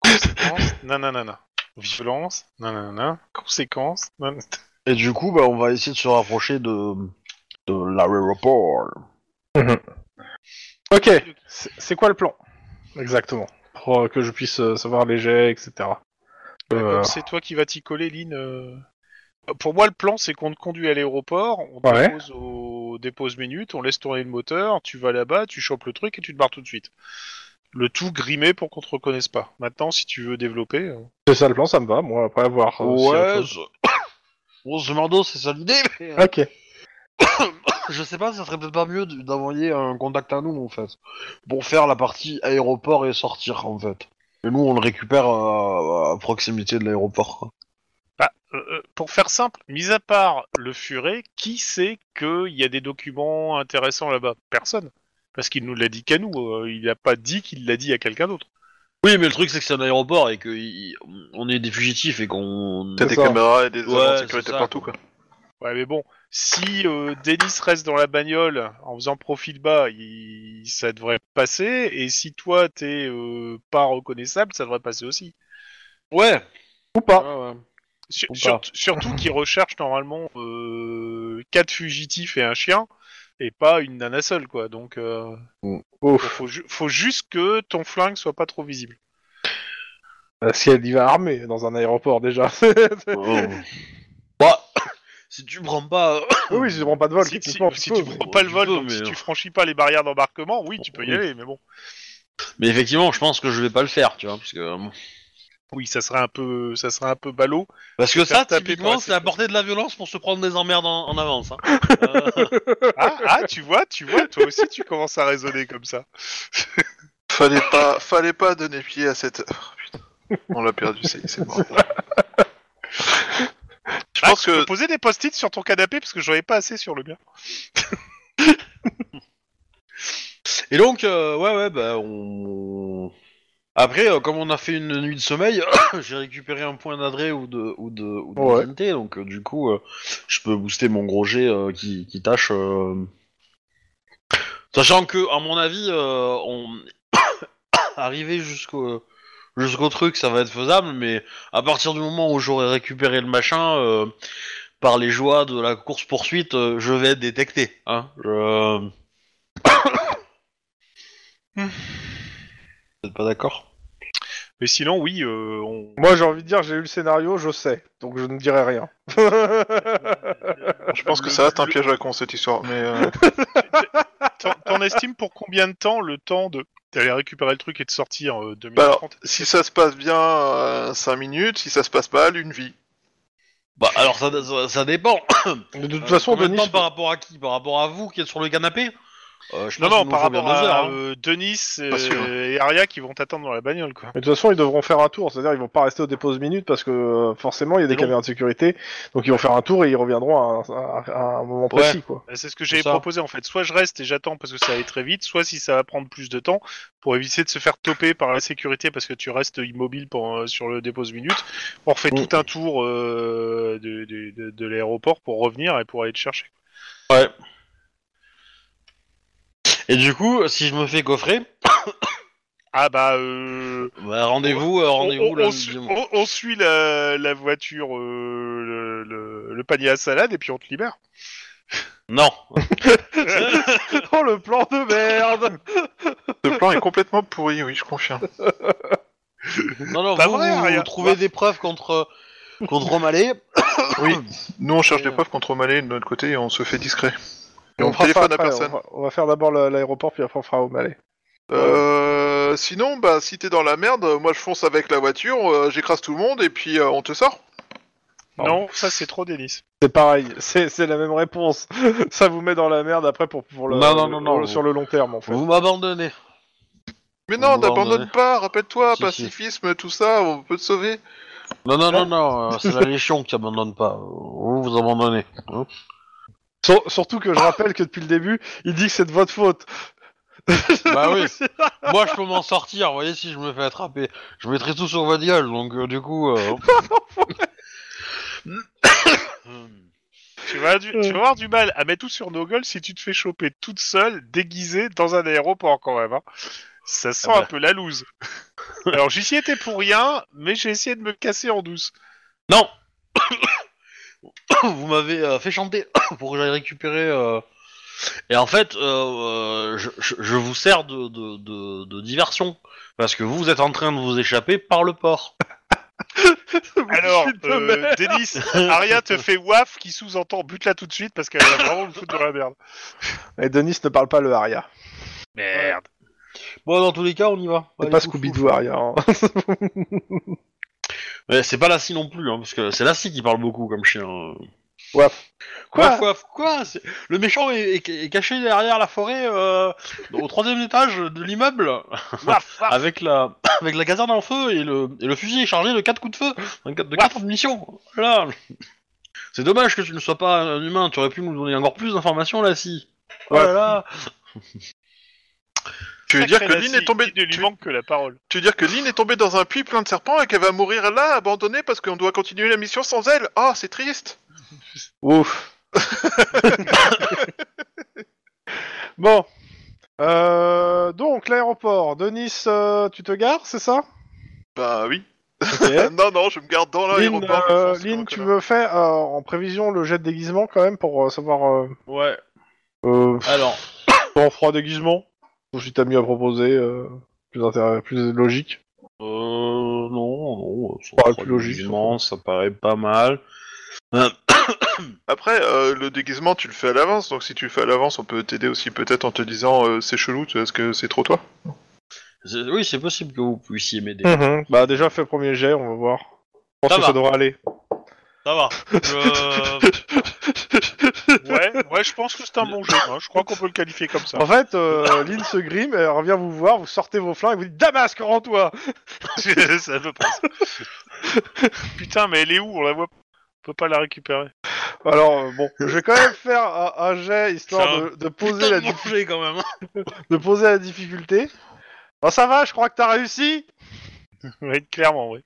D: Conséquence, nananana. Violence, nananana. Conséquence, nanana.
B: Et du coup, bah, on va essayer de se rapprocher de, de Larry Rapport.
A: Ok. C'est c'est quoi le plan Exactement. Pour euh, que je puisse euh, savoir les jets, etc. Euh,
D: Comme c'est toi qui vas t'y coller, Lynn. euh, Pour moi, le plan, c'est qu'on te conduit à l'aéroport, on te
A: Ouais.
D: dépose au dépose minute, on laisse tourner le moteur, tu vas là-bas, tu chopes le truc et tu te barres tout de suite. Le tout grimé pour qu'on te reconnaisse pas. Maintenant, si tu veux développer. euh,
A: c'est ça le plan, ça me va. Moi après voir. euh, s'il y a
B: Ouais,
A: autre chose.
B: grosse mando, c'est ça l'idée, mais euh,
A: Ok.
B: je sais pas, ça serait peut-être pas mieux de- d'envoyer un contact à nous, en fait, pour faire la partie aéroport et sortir, en fait. Et nous, on le récupère euh, à proximité de l'aéroport. quoi.
D: euh, euh, pour faire simple, mis à part le furet, qui sait qu'il y a des documents intéressants là-bas Personne. Parce qu'il nous l'a dit qu'à nous, euh, il n'a pas dit qu'il l'a dit à quelqu'un d'autre.
B: Oui, mais le truc, c'est que c'est un aéroport et qu'on est des fugitifs et qu'on.
C: T'as des
A: ça.
C: caméras et des agents
B: Ouais,
C: de sécurité
B: c'est ça,
C: partout, quoi.
D: Ouais, mais bon, si euh, Dennis reste dans la bagnole en faisant profil bas, il- ça devrait passer. Et si toi, t'es euh, pas reconnaissable, ça devrait passer aussi. Ah.
B: Ouais.
A: Ou pas.
B: Ouais, ouais.
D: Sur-
B: Ou
D: sur-
B: pas.
D: surtout qu'ils recherchent normalement euh, quatre fugitifs et un chien, et pas une nana seule, quoi. Donc, euh,
A: Ouf.
D: faut, ju- faut juste que ton flingue soit pas trop visible.
A: Euh, Si elle y va armée dans un aéroport déjà.
B: Bah, si tu prends pas. euh,
A: oui, si tu prends pas de vol,
D: si, si-
A: techniquement,
D: si
A: peux,
D: tu
A: mais-
D: prends pas le
B: tu
D: vol,
B: peux,
D: donc si
B: mais-
D: tu franchis pas les barrières d'embarquement, oui, tu peux y
B: Oui.
D: aller, mais bon.
B: Mais effectivement, je pense que je vais pas le faire, tu vois. Parce que, euh,
D: Oui, ça serait un peu, ça serait un peu ballot.
B: parce que
D: Faire
B: ça,
D: taper pour
B: typiquement,
D: la
B: c'est apporter de la violence pour se prendre des emmerdes en, en avance. hein. Euh,
D: Ah, ah, tu vois, tu vois, toi aussi tu commences à raisonner comme ça.
C: Fallait pas, fallait pas donner pied à cette heure. Putain. On l'a perdu, c'est c'est mort. Je
D: Ah,
C: pense
D: tu peux
C: que
D: poser des post-it sur ton canapé parce que j'en ai pas assez sur le mien.
B: Et donc, euh, ouais, ouais, bah, on. Après, euh, comme on a fait une nuit de sommeil, j'ai récupéré un point d'adré ou de ou de, ou de
A: Ouais.
B: vitalité, donc euh, du coup, euh, je peux booster mon gros jet euh, qui, qui tâche. euh, Sachant que, à mon avis, euh, on arriver jusqu'au jusqu'au truc, ça va être faisable, mais à partir du moment où j'aurai récupéré le machin, euh, par les joies de la course poursuite, je vais être détecté. Hein. Je... Vous êtes pas d'accord
D: Mais sinon, oui, euh, on...
A: Moi, j'ai envie de dire, j'ai eu le scénario, je sais, donc je ne dirai rien.
C: je pense que ça reste un piège à con cette histoire. Mais euh,
D: T'en- T'en estimes pour combien de temps le temps de d'aller récupérer le truc et de sortir euh, 2 minutes
C: Bah alors,
D: 30
C: si ça se passe bien, 5 minutes. Si ça se passe mal, une vie.
B: Bah alors ça, ça, ça dépend.
A: De toute
B: Euh,
A: façon,
B: combien de
A: Denis,
B: temps par rapport à qui Par rapport à vous qui êtes sur le canapé Euh, je
D: Non,
B: pense
D: non,
B: qu'il
D: par
B: nous faut bien
D: rapport
B: deux
D: à
B: heures, hein.
D: euh, Denis euh,
C: Pas sûr.
D: et Aria qui vont t'attendre dans la bagnole, quoi.
A: Mais de toute façon, ils devront faire un tour, c'est-à-dire ils vont pas rester au dépose minute parce que euh, forcément il y a des
D: Non.
A: caméras de sécurité, donc ils vont faire un tour et ils reviendront à, un- à- à un moment précis quoi.
D: Euh, C'est ce que j'ai
B: ça.
D: proposé en fait. Soit je reste et j'attends parce que ça va aller très vite, soit si ça va prendre plus de temps pour éviter de se faire toper par la sécurité parce que tu restes immobile pendant- sur le dépose minute, on refait
B: Mm.
D: tout un tour euh, de, de- de- de l'aéroport pour revenir et pour aller te chercher.
B: Ouais. Et du coup, si je me fais coffrer,
D: Ah bah euh,
B: bah, rendez-vous, euh,
D: on,
B: rendez-vous
D: on-
B: le
D: on su- on- on suit la, la voiture, euh, le, le- le panier à salade et puis on te libère.
B: Non.
A: oh le plan de merde
C: Le plan est complètement pourri, oui, je confirme.
B: Non, non,
D: Pas
B: vous,
D: vrai,
B: vous- vous
D: Aria.
B: trouvez des preuves contre, contre Malais.
C: Oui, nous on cherche
B: Et,
C: des
B: euh,
C: preuves contre Malé de notre côté et on se fait discret. Et
A: On
C: on,
A: fera ça
C: téléphone à
A: après,
C: personne.
A: On va, on va faire d'abord la- l'aéroport puis après on fera au Malais.
C: Euh, sinon, bah si t'es dans la merde, moi je fonce avec la voiture, euh, j'écrase tout le monde et puis euh, on te sort.
A: Pardon.
D: Non, ça c'est trop Denis.
A: C'est pareil, c'est c'est la même réponse. ça vous met dans la merde après pour, pour le,
B: Non, non, non,
A: le-
B: non.
A: sur le long terme en fait.
B: Vous m'abandonnez.
C: Mais
B: On
C: non,
B: va
C: t'abandonnes
B: emmener.
A: bah,
C: pas, rappelle-toi,
B: Si, si.
C: pacifisme, tout ça, on peut te sauver.
B: Non, non, non, non, euh, c'est la Légion qui abandonne pas. Vous, vous abandonnez. hein.
A: Sur- surtout que je rappelle que depuis le début, il dit que c'est de votre faute.
B: Bah oui. Moi, je peux m'en sortir, vous voyez, si je me fais attraper. Je mettrai tout sur votre gueule, donc euh, du coup... euh,
D: Tu vas, du- tu vas avoir du mal à mettre tout sur nos gueules si tu te fais choper toute seule, déguisée, dans un aéroport quand même. hein. Ça sent
B: Ah bah.
D: un peu la loose. Alors j'y étais pour rien, mais j'ai essayé de me casser en douce.
B: Non Vous m'avez euh, fait chanter pour que j'aille récupérer... euh, Et en fait, euh, euh, je, je- je vous sers de, de- de- de diversion. Parce que vous, vous êtes en train de vous échapper par le port.
D: Alors,
A: Chute de
D: euh,
A: merde.
D: Denis, Aria te fait waf qui sous-entend bute-la tout de suite parce qu'elle va vraiment le foutre dans la merde.
A: Et Denis ne parle pas le Aria.
D: Merde.
B: Bon, dans tous les cas, on y va.
A: C'est
B: Allez,
A: pas
B: fou,
A: Scooby-Doo Aria. hein.
B: Ouais, c'est pas Lassie non plus, hein, parce que c'est Lassie qui parle beaucoup comme chien. euh.
A: Waf.
B: Quoi
A: Quoi
B: Quoi, quoi, C'est- Le méchant est, est- est caché derrière la forêt, euh, au troisième étage de l'immeuble,
C: Ah,
D: Waf, waf.
B: avec la, avec la caserne en feu et le, et le fusil est chargé de quatre coups de feu, de quatre- de quatre munitions. Voilà. C'est dommage que tu ne sois pas un humain, tu aurais pu nous donner encore plus d'informations, Lassie. Oh là là.
C: Tu veux dire que Lynn est tombée...
D: Il ne lui
C: tu-
D: manque que la parole.
C: Tu veux dire que Lynn est tombée dans un puits plein de serpents et qu'elle va mourir là, abandonnée, parce qu'on doit continuer la mission sans elle Oh, c'est triste
A: Ouf. bon. Euh, donc, l'aéroport de Nice, euh, tu te gares, c'est ça
C: Bah oui.
A: Ok.
C: non, non, je me garde dans
A: Eh Lynn,
C: l'aéroport.
A: euh,
C: je pense,
A: Lynn,
C: comme un
A: tu
C: connard.
A: veux faire euh, en prévision le jet de déguisement quand même pour euh, savoir. Euh,
B: Ouais.
A: euh,
B: Alors,
A: ton froid déguisement Ou si t'as mieux à proposer, euh, plus, intérêt- plus logique.
B: euh, non, non, ça
A: Pas
B: paraît
A: plus logique,
B: logiquement, ça paraît pas mal.
C: Après, euh, le déguisement, tu le fais à l'avance, donc si tu le fais à l'avance, on peut t'aider aussi peut-être en te disant euh, c'est chelou, tu- est-ce que c'est trop toi
B: C'est- Oui, c'est possible que vous puissiez m'aider.
A: Mhm. Bah, déjà, fais le premier jet, on va voir. Je pense
B: Ça
A: que
B: va.
A: ça devrait aller.
B: Ça va.
C: Euh.
B: Je-
D: Ouais, ouais, je pense que c'est un bon jeu. hein. Je crois qu'on peut le qualifier comme ça.
A: En fait, euh, Lynn se grime, elle revient vous voir, vous sortez vos flingues, vous dites Damasque, rends-toi
D: ça veut pas. Putain, mais elle est où On la voit. pas. On peut pas la récupérer.
A: Alors euh, bon, je vais quand même faire un, un jet histoire
B: Ça
A: de, de
B: Putain
A: poser
B: de
A: la di-
B: manger quand même. hein.
A: de poser la difficulté. Bon, ça va, je crois que t'as réussi.
D: Ouais, clairement, oui.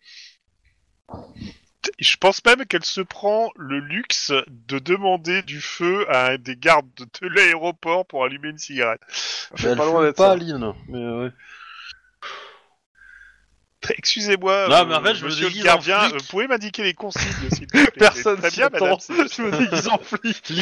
D: Je pense même qu'elle se prend le luxe de demander du feu à un des gardes de- de l'aéroport pour allumer une cigarette.
A: Je suis pas loin d'être ça.
B: Lynn. Mais ouais.
D: Excusez-moi. euh,
B: Non, mais en fait, je me
D: monsieur
B: déguise
D: le gardien,
B: en flic.
D: euh, vous pouvez m'indiquer les consignes, s'il vous plaît
A: Personne
D: Très
A: s'y
D: bien, madame.
A: attend. Je me dis qu'ils en flic.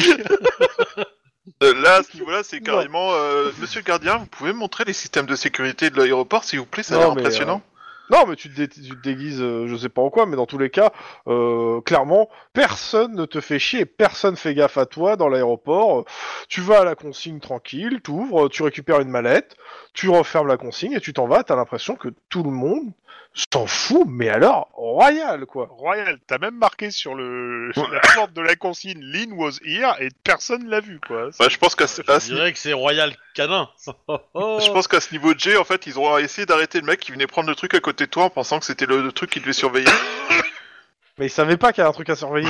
C: Euh, Là, à ce niveau-là, c'est
A: Non.
C: carrément euh, Monsieur le gardien, vous pouvez me montrer les systèmes de sécurité de l'aéroport, s'il vous plaît, ça a
A: Non,
C: l'air
A: mais,
C: impressionnant.
A: Non, mais tu te, dé- tu te déguises, euh, je sais pas en quoi, mais dans tous les cas, euh, clairement, personne ne te fait chier, personne fait gaffe à toi dans l'aéroport. Euh, Tu vas à la consigne tranquille, t'ouvres, euh, tu récupères une mallette, tu refermes la consigne et tu t'en vas. T'as l'impression que tout le monde s'en fout, mais alors royal quoi.
D: Royal, t'as même marqué sur le sur la porte euh, de la consigne Lynn was here et personne l'a vu quoi.
C: Bah, je pense qu'à ce, à
B: Je
C: ce-
B: dirais que c'est Royal Canin.
C: je pense qu'à ce niveau de G, en fait, ils ont essayé d'arrêter le mec qui venait prendre le truc à côté de toi en pensant que c'était le, le truc qu'il devait surveiller.
A: Mais il savait pas qu'il y a un truc à surveiller.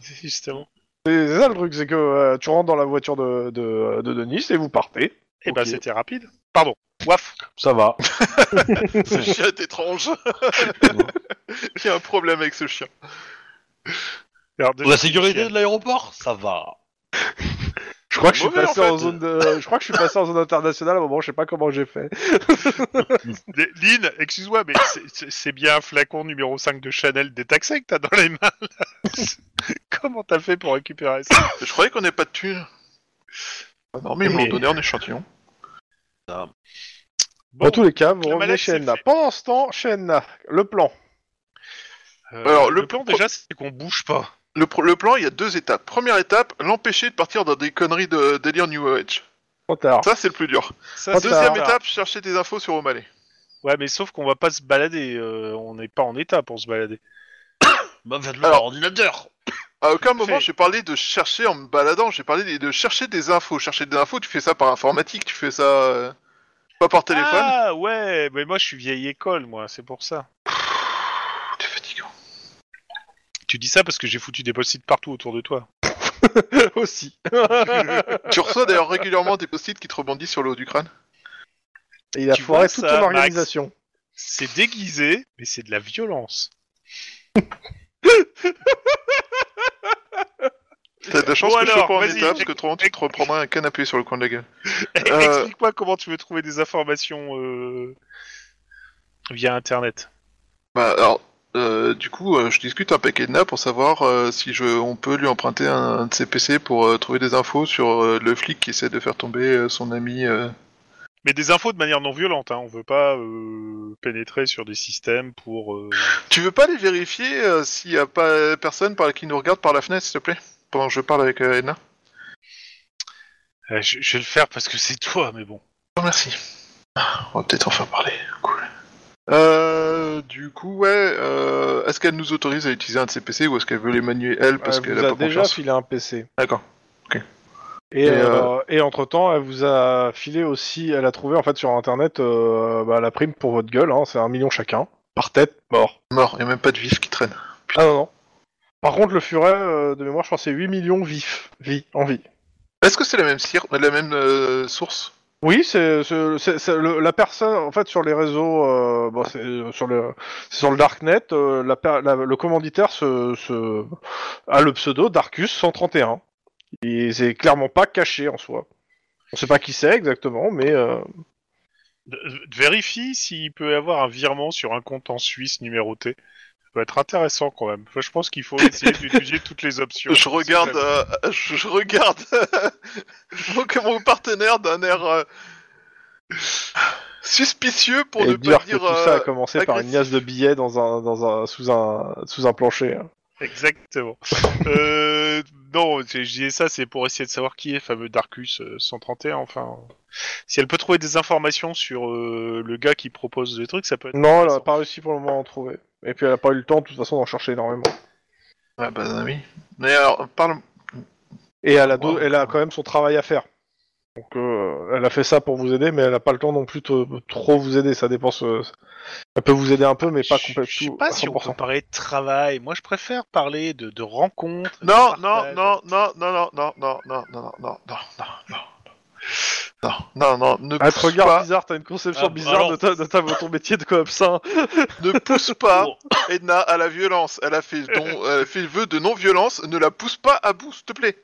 D: Justement.
A: C'est c'est ça le truc, c'est que euh, tu rentres dans la voiture de, de, de Denis et vous partez.
D: Et bah
A: Ok.
D: c'était rapide. Pardon. Waf.
A: Ça va.
C: ce chien est étrange. Il y a un problème avec ce chien.
D: Alors, de-
B: La sécurité de l'aéroport, ça va.
A: Je crois que je suis
C: Mauvais,
A: passé
C: en fait.
A: en, zone de... je crois que je suis passé en zone internationale à un moment, je sais pas comment j'ai fait.
D: Lynn, Lynn, excuse-moi, mais c'est- c'est- c'est bien un flacon numéro 5 de Chanel détaxé que t'as dans les mains là. Comment t'as fait pour récupérer ça
C: Je croyais qu'on n'ait pas de thunes. Ah non, mais ils me l'ont donné en échantillon.
A: Dans tous les cas, vous
D: le
A: revenez
D: malaise,
A: chez
D: c'est
A: Enna.
D: fait.
A: Pendant ce temps, chez Enna, le plan.
D: Euh,
C: Alors, le
D: plan
C: pro-
D: déjà c'est qu'on bouge pas.
C: Le, pro- le plan, il y a deux étapes. Première étape, l'empêcher de partir dans des conneries de délire New Age.
A: Trop tard.
C: Ça, c'est le plus dur.
D: Ça,
A: c'est
C: Deuxième
A: ça.
C: étape, chercher des infos sur O'Malley.
D: Ouais, mais sauf qu'on va pas se balader. euh, on n'est pas en état pour se balader.
B: Bah, faites-le
C: Alors-
B: par ordinateur.
C: À aucun moment
D: Fait.
C: j'ai parlé de chercher en me baladant, j'ai parlé de- de chercher des infos. Chercher des infos, tu fais ça par informatique, tu fais ça euh, pas par téléphone.
D: Ah ouais, mais moi je suis vieille école, moi, c'est pour ça.
C: T'es fatigant.
D: Tu dis ça parce que j'ai foutu des post-it partout autour de toi.
A: Aussi.
C: tu reçois d'ailleurs régulièrement des post-it qui te rebondissent sur le haut du crâne.
A: Et il a
D: Tu
A: foiré
D: vois
A: toute ton
D: ça, Max
A: organisation.
D: C'est déguisé, mais c'est de la violence.
C: T'as de la chance
D: Bon
C: que je sois
D: alors,
C: pas en
D: vas-y,
C: état, parce que trop tu te reprendras un canapé sur le coin de la gueule. Euh.
D: Explique-moi comment tu veux trouver des informations euh, via Internet.
C: Bah alors, euh, du coup, euh, je discute un paquet de nains pour savoir euh, si je, on peut lui emprunter un, un de ses PC pour euh, trouver des infos sur euh, le flic qui essaie de faire tomber euh, son ami. euh.
D: Mais des infos de manière non violente, hein. on veut pas euh, pénétrer sur des systèmes pour... euh,
C: Tu veux pas aller vérifier euh, s'il y a pas personne par qui nous regarde par la fenêtre, s'il te plaît, pendant que je parle avec euh, Edna
D: euh, je, je vais le faire parce que c'est toi, mais bon.
C: Oh, merci. Ah, On va peut-être enfin parler. Cool. Euh, du coup, ouais. euh, est-ce qu'elle nous autorise à utiliser un de ses PC ou est-ce qu'elle veut les manuer elle parce
A: elle
C: qu'elle
A: Euh, vous
C: a
A: a
C: pas
A: déjà
C: confiance
A: filé un PC.
C: D'accord. Ok.
A: Et,
C: Et,
A: euh, et entre-temps, elle vous a filé aussi, elle a trouvé en fait sur Internet euh, bah, la prime pour votre gueule, hein, c'est un million chacun. Par tête, mort.
C: Mort, il a même pas de vif qui traîne.
A: Ah non, non. Par contre, le furet, euh, de mémoire, je crois que c'est 8 millions vifs. Vie, en vie.
C: Est-ce que c'est la même cire, la même euh, source
A: Oui, c'est c'est- c'est- c'est le- la personne, en fait, sur les réseaux, euh, bon, c'est, euh, sur, le, c'est sur le Darknet, euh, la per- la- le commanditaire se, se- a le pseudo Darkus 131. Et c'est clairement pas caché en soi. On sait pas qui c'est exactement, mais euh,
D: D- d- Vérifie s'il peut y avoir un virement sur un compte en Suisse numéroté. Ça peut être intéressant quand même. Enfin, je pense qu'il faut essayer d'étudier toutes les options.
C: Je regarde, euh, je, je regarde mon, que mon partenaire d'un air euh, suspicieux pour
A: et
C: ne
A: dire
C: pas
A: que
C: dire.
A: tout ça a
C: euh,
A: commencé par une
C: agressif.
A: liasse de billets dans un, dans un, sous, un, sous un plancher. hein.
D: Exactement. euh, non, j'ai- je disais ça, c'est pour essayer de savoir qui est le fameux Darkus euh, 131. Enfin, si elle peut trouver des informations sur euh, le gars qui propose des trucs, ça peut être.
A: Non, elle a
D: intéressant.
A: pas réussi pour le moment à en trouver. Et puis elle a pas eu le temps, de toute façon, d'en chercher énormément.
C: Ah bah oui. Mais alors, parle.
A: Et elle a, d'au-
C: Wow.
A: elle a quand même son travail à faire. Donc euh, elle a fait ça pour vous aider, mais elle a pas le temps non plus de de trop vous aider. Ça dépense. euh, elle peut vous aider un peu, mais pas
D: Je- Je sais
A: complètement.
D: pas si on peut parler de travail. Moi, je préfère parler de, de rencontres. de
C: Non, non,
D: partage.
C: non, non, non, non, non, non, non, non, non, non, non, non. Non, non, non, ne
A: Ah, Elle te
C: pousse
A: regarde
C: pas,
A: bizarre, t'as une conception
B: Ah,
A: bizarre
B: alors-
A: de, ta, de ta- de ton métier de hein. coopsin.
C: ne pousse pas Edna à la violence. Elle a fait, don, elle a fait vœu de non-violence. Ne la pousse pas à bout, s'il te plaît.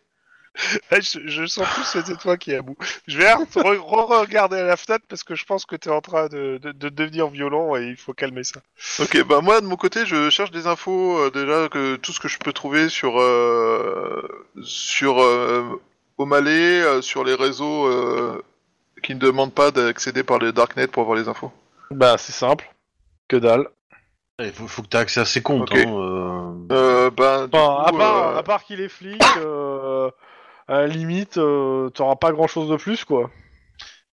D: Ah, Je, je sens plus que c'est toi qui est à bout. Je vais re- re- regarder à la fenêtre parce que je pense que t'es en train de, de- de devenir violent et il faut calmer ça.
C: Ok, bah moi de mon côté, je cherche des infos euh, déjà que tout ce que je peux trouver sur euh, sur euh, O'Malley, euh, sur les réseaux euh, qui ne demandent pas d'accéder par le darknet pour avoir les infos.
A: Bah c'est simple, que dalle.
B: Il faut, faut que t'aies accès à ses comptes.
C: Ok.
B: hein, euh.
C: Euh, ben, du
A: Enfin, à
C: coup,
A: part,
C: euh,
A: à part qu'il est flic, euh, à la limite, euh, t'auras pas grand chose de plus quoi.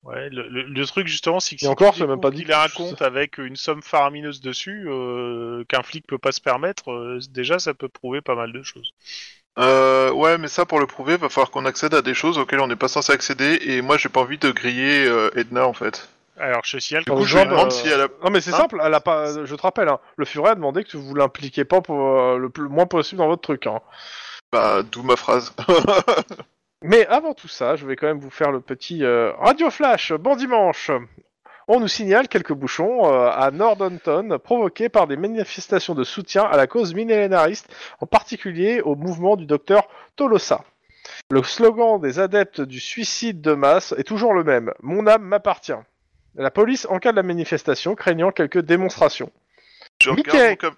D: Ouais, le, le- le truc justement, c'est que
A: Et encore,
D: tu
A: c'est même pas
D: découvres
A: dit
D: qu'il a
A: que
D: un
A: je-
D: compte avec une somme faramineuse dessus euh, qu'un flic peut pas se permettre. euh, déjà, ça peut prouver pas mal de choses.
C: euh, ouais, mais ça pour le prouver, va falloir qu'on accède à des choses auxquelles on n'est pas censé accéder. Et moi, j'ai pas envie de griller euh, Edna en fait.
D: Alors, je te signale
C: Du
D: que
C: coup,
A: Par
C: je lui
A: exemple,
C: demande
A: euh,
C: si elle a.
A: Non mais c'est
C: Hein
A: simple, elle a pas. Je te rappelle, hein, le furet a demandé que vous l'impliquiez pas pour, euh, le plus- le moins possible dans votre truc. Hein.
C: Bah, d'où ma phrase.
A: Mais avant tout ça, je vais quand même vous faire le petit euh, Radio Flash, bon dimanche On nous signale quelques bouchons euh, à Northampton provoqués par des manifestations de soutien à la cause millénariste, en particulier au mouvement du docteur Tolosa. Le slogan des adeptes du suicide de masse est toujours le même, Mon âme m'appartient. La police encadre la manifestation, craignant quelques démonstrations.
C: je regarde
A: Mickey.
C: mon com-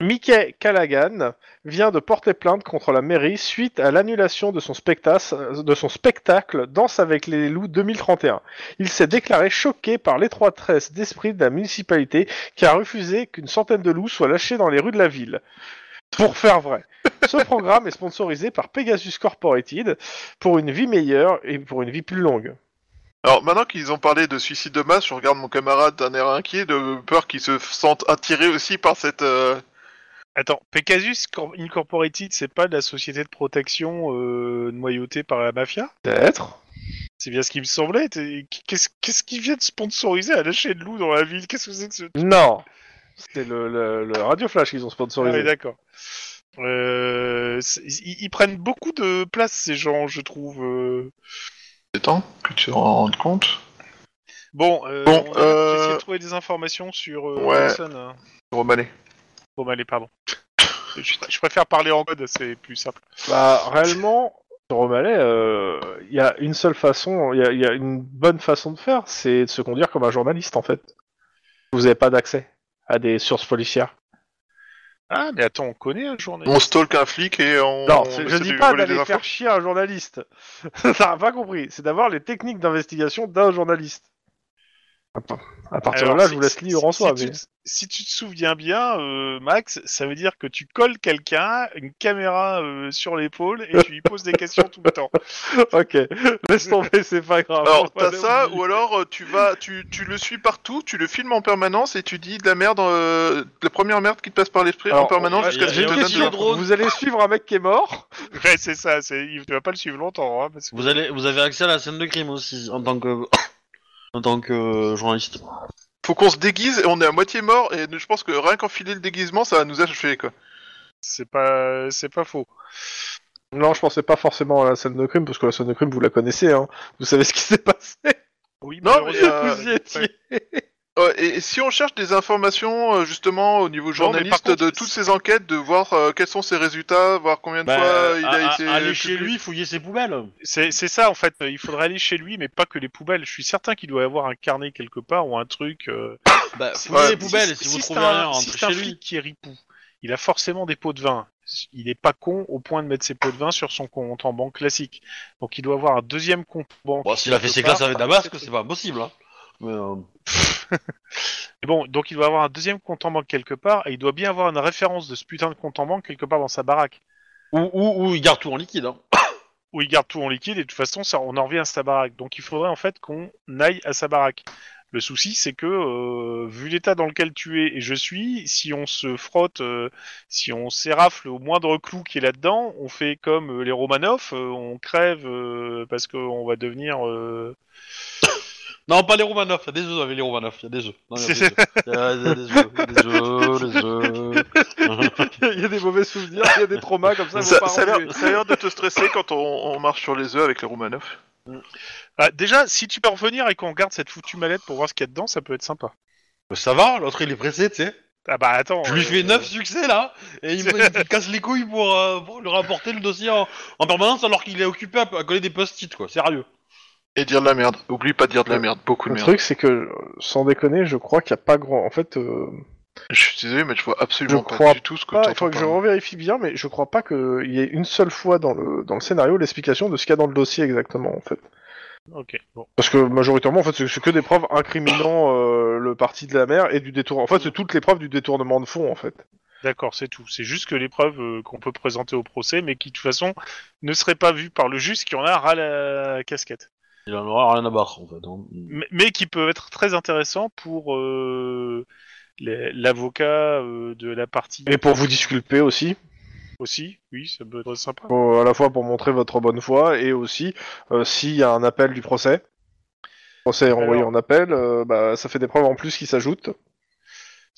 A: Mickey Callaghan vient de porter plainte contre la mairie suite à l'annulation de son, spectac- de son spectacle Danse avec les loups 2031. Il s'est déclaré choqué par l'étroitesse d'esprit de la municipalité qui a refusé qu'une centaine de loups soient lâchés dans les rues de la ville. Pour faire vrai. Ce programme est sponsorisé par Pegasus Corporated pour une vie meilleure et pour une vie plus longue.
C: Alors maintenant qu'ils ont parlé de suicide de masse, je regarde mon camarade d'un air inquiet, de peur qu'il se sente attiré aussi par cette... euh,
D: Attends, Pegasus Cor- Incorporated, c'est pas de la société de protection euh, noyautée par la mafia
A: Peut-être.
D: C'est bien ce qui me semblait. T'es- Qu'est-ce qu'est-ce qui vient de sponsoriser à lâcher de loup dans la ville Qu'est-ce que c'est que ce
A: Non. C'est le, le- le Radio Flash qu'ils ont
D: Ah oui,
A: sponsorisé.
D: d'accord. Euh, c'est- ils, ils prennent beaucoup de place, ces gens, je trouve. euh.
C: des temps que tu en rendes compte.
D: Bon, euh,
C: Bon,
D: on a- j'ai essayé
C: euh,
D: de trouver des informations sur euh,
C: Ouais.
D: Wilson, hein.
C: Romané.
D: Bon, bah, allez, pardon. je, je préfère parler en code, c'est plus simple.
A: Bah, réellement, sur O'Malley, euh, il y a une seule façon, il y a- il y, a une bonne façon de faire, c'est de se conduire comme un journaliste, en fait. Vous n'avez pas d'accès à des sources policières.
D: Ah, mais attends, on connaît un journaliste.
C: On stalk un flic et on...
A: non,
C: on
A: c'est- je
C: essaie
A: dis
C: de
A: pas
C: voler des
A: d'aller
C: infos.
A: faire chier un journaliste. T'as pas compris. C'est d'avoir les techniques d'investigation d'un journaliste. Attends, À partir
D: Alors,
A: de là,
D: si-
A: je vous laisse
D: si-
A: libre
D: si-
A: en soi.
D: Si,
A: mais-
D: tu, te- si tu te souviens bien, euh, Max, ça veut dire que tu colles quelqu'un, une caméra euh, sur l'épaule, et tu lui poses des questions tout le temps.
A: ok, laisse tomber, c'est pas grave.
C: Alors
A: On va
C: t'as ça,
A: l'oublier.
C: ou alors euh, tu vas, tu, tu le suis partout, tu le filmes en permanence et tu dis de la merde, euh, de la première merde qui te passe par l'esprit en
A: Alors,
C: permanence
B: ouais,
C: jusqu'à ce
B: y a-
C: qu'il
A: J'ai
C: te
A: une
B: y a
C: donne
B: aussi
C: des
A: question.
B: le drone.
A: Vous allez suivre un mec qui est mort
D: Ouais, c'est ça, c'est- il- tu vas pas le suivre longtemps. Hein, parce que...
B: Vous, allez, vous avez accès à la scène de crime aussi en tant que, en tant que euh, journaliste.
C: Faut qu'on se déguise et on est à moitié mort et je pense que rien qu'enfiler le déguisement, ça va nous achever quoi.
D: C'est pas, c'est pas faux.
A: Non, je pensais pas forcément à la scène de crime, parce que la scène de crime, vous la connaissez, hein. Vous savez ce qui s'est passé.
D: Oui,
C: Non, mais,
D: malheureusement,
C: euh,
A: vous y étiez.
C: Ouais, Euh, et, et si on cherche des informations euh, justement au niveau journaliste
D: contre,
C: de toutes ces enquêtes, de voir euh, quels sont ses résultats, voir combien de
B: Bah,
C: fois il
B: à-
C: a
B: à-
C: été.
B: aller chez
C: publié.
B: lui, fouiller ses poubelles.
D: C'est c'est ça en fait, il faudrait aller chez lui, mais pas que les poubelles. Je suis certain qu'il doit y avoir un carnet quelque part ou un truc. euh,
B: Bah,
D: si-
B: fouiller
C: ouais.
B: les poubelles, et si, vous
D: c'est
B: trouvez
D: un-
B: rien,
D: si
B: rentrez
D: c'est un
B: chez lui.
D: flic qui est ripou, il a forcément des pots de vin. Il n'est pas con au point de mettre ses pots de vin sur son compte en banque classique. Donc il doit avoir un deuxième compte en banque.
B: Bon, s'il a fait
D: quelque
B: ses
D: part.
B: classes avec Damasque, c'est pas impossible, hein. Mais, euh,
D: Et bon, donc il doit avoir un deuxième compte en banque quelque part et il doit bien avoir une référence de ce putain de compte en banque quelque part dans sa baraque.
B: ou, ou, ou il garde tout en liquide, hein.
D: Où il garde tout en liquide et de toute façon ça, on en revient à sa baraque. Donc il faudrait en fait qu'on aille à sa baraque. Le souci c'est que euh, vu l'état dans lequel tu es et je suis, si on se frotte, euh, si on s'érafle au moindre clou qui est là-dedans, on fait comme euh, les Romanov, euh, on crève euh, parce qu'on va devenir... euh,
B: Non, pas les Romanov, il y a des œufs avec les Romanov, il y a des œufs. Non, il y a des
D: C'est-
B: œufs. Il y a il y a des œufs, il y a des œufs, des œufs.
A: Il y a des mauvais souvenirs, il y a des traumas comme ça. vos
C: Ça,
A: parents
C: ça a
A: lui-
C: l'air- ça a l'air de te stresser quand on, on marche sur les œufs avec les Romanov.
D: Ah, déjà, si tu peux revenir et qu'on regarde cette foutue mallette pour voir ce qu'il y a dedans, ça peut être sympa.
B: Ça va, l'autre il est pressé, tu sais.
D: Ah bah attends...
B: Je lui fais
D: euh,
B: 9 succès là, et il me, il me casse les couilles pour, euh, pour lui rapporter le dossier en, en permanence alors qu'il est occupé à, à coller des post-it, quoi, sérieux.
C: Et dire de la merde. Oublie pas de dire de la merde. Beaucoup
A: Le
C: de merde.
B: hein.
A: truc, c'est que, sans déconner, je crois qu'il n'y a pas grand. En fait, euh,
C: Je suis désolé, mais je vois absolument
A: Je
C: pas
A: crois
C: du tout ce que
A: pas- Ah, il
C: t'entends
A: faut que je
C: par-
A: revérifie bien, mais je crois pas qu'il y ait une seule fois dans le, dans le scénario l'explication de ce qu'il y a dans le dossier exactement, en fait.
D: Ok, bon.
A: Parce que majoritairement, en fait, c'est- c'est que des preuves incriminant euh, le parti de la mer et du détour. En fait,
C: Mm.
A: c'est toutes les preuves du détournement de fonds, en fait.
D: D'accord, c'est tout. C'est juste que les preuves euh, qu'on peut présenter au procès, mais qui de toute façon ne seraient pas vues par le juge qui en a ras la casquette.
B: Il en aura rien à battre en fait. hein.
D: Mais, mais qui peut être très intéressant pour euh, les- l'avocat euh, de la partie
A: Et pour vous disculper aussi,
D: aussi. Oui, ça peut être sympa.
A: pour- à la fois pour montrer votre bonne foi et aussi euh, s'il y a un appel du procès. Le procès est renvoyé
D: Alors.
A: en appel, euh, bah, ça fait des preuves en plus qui s'ajoutent.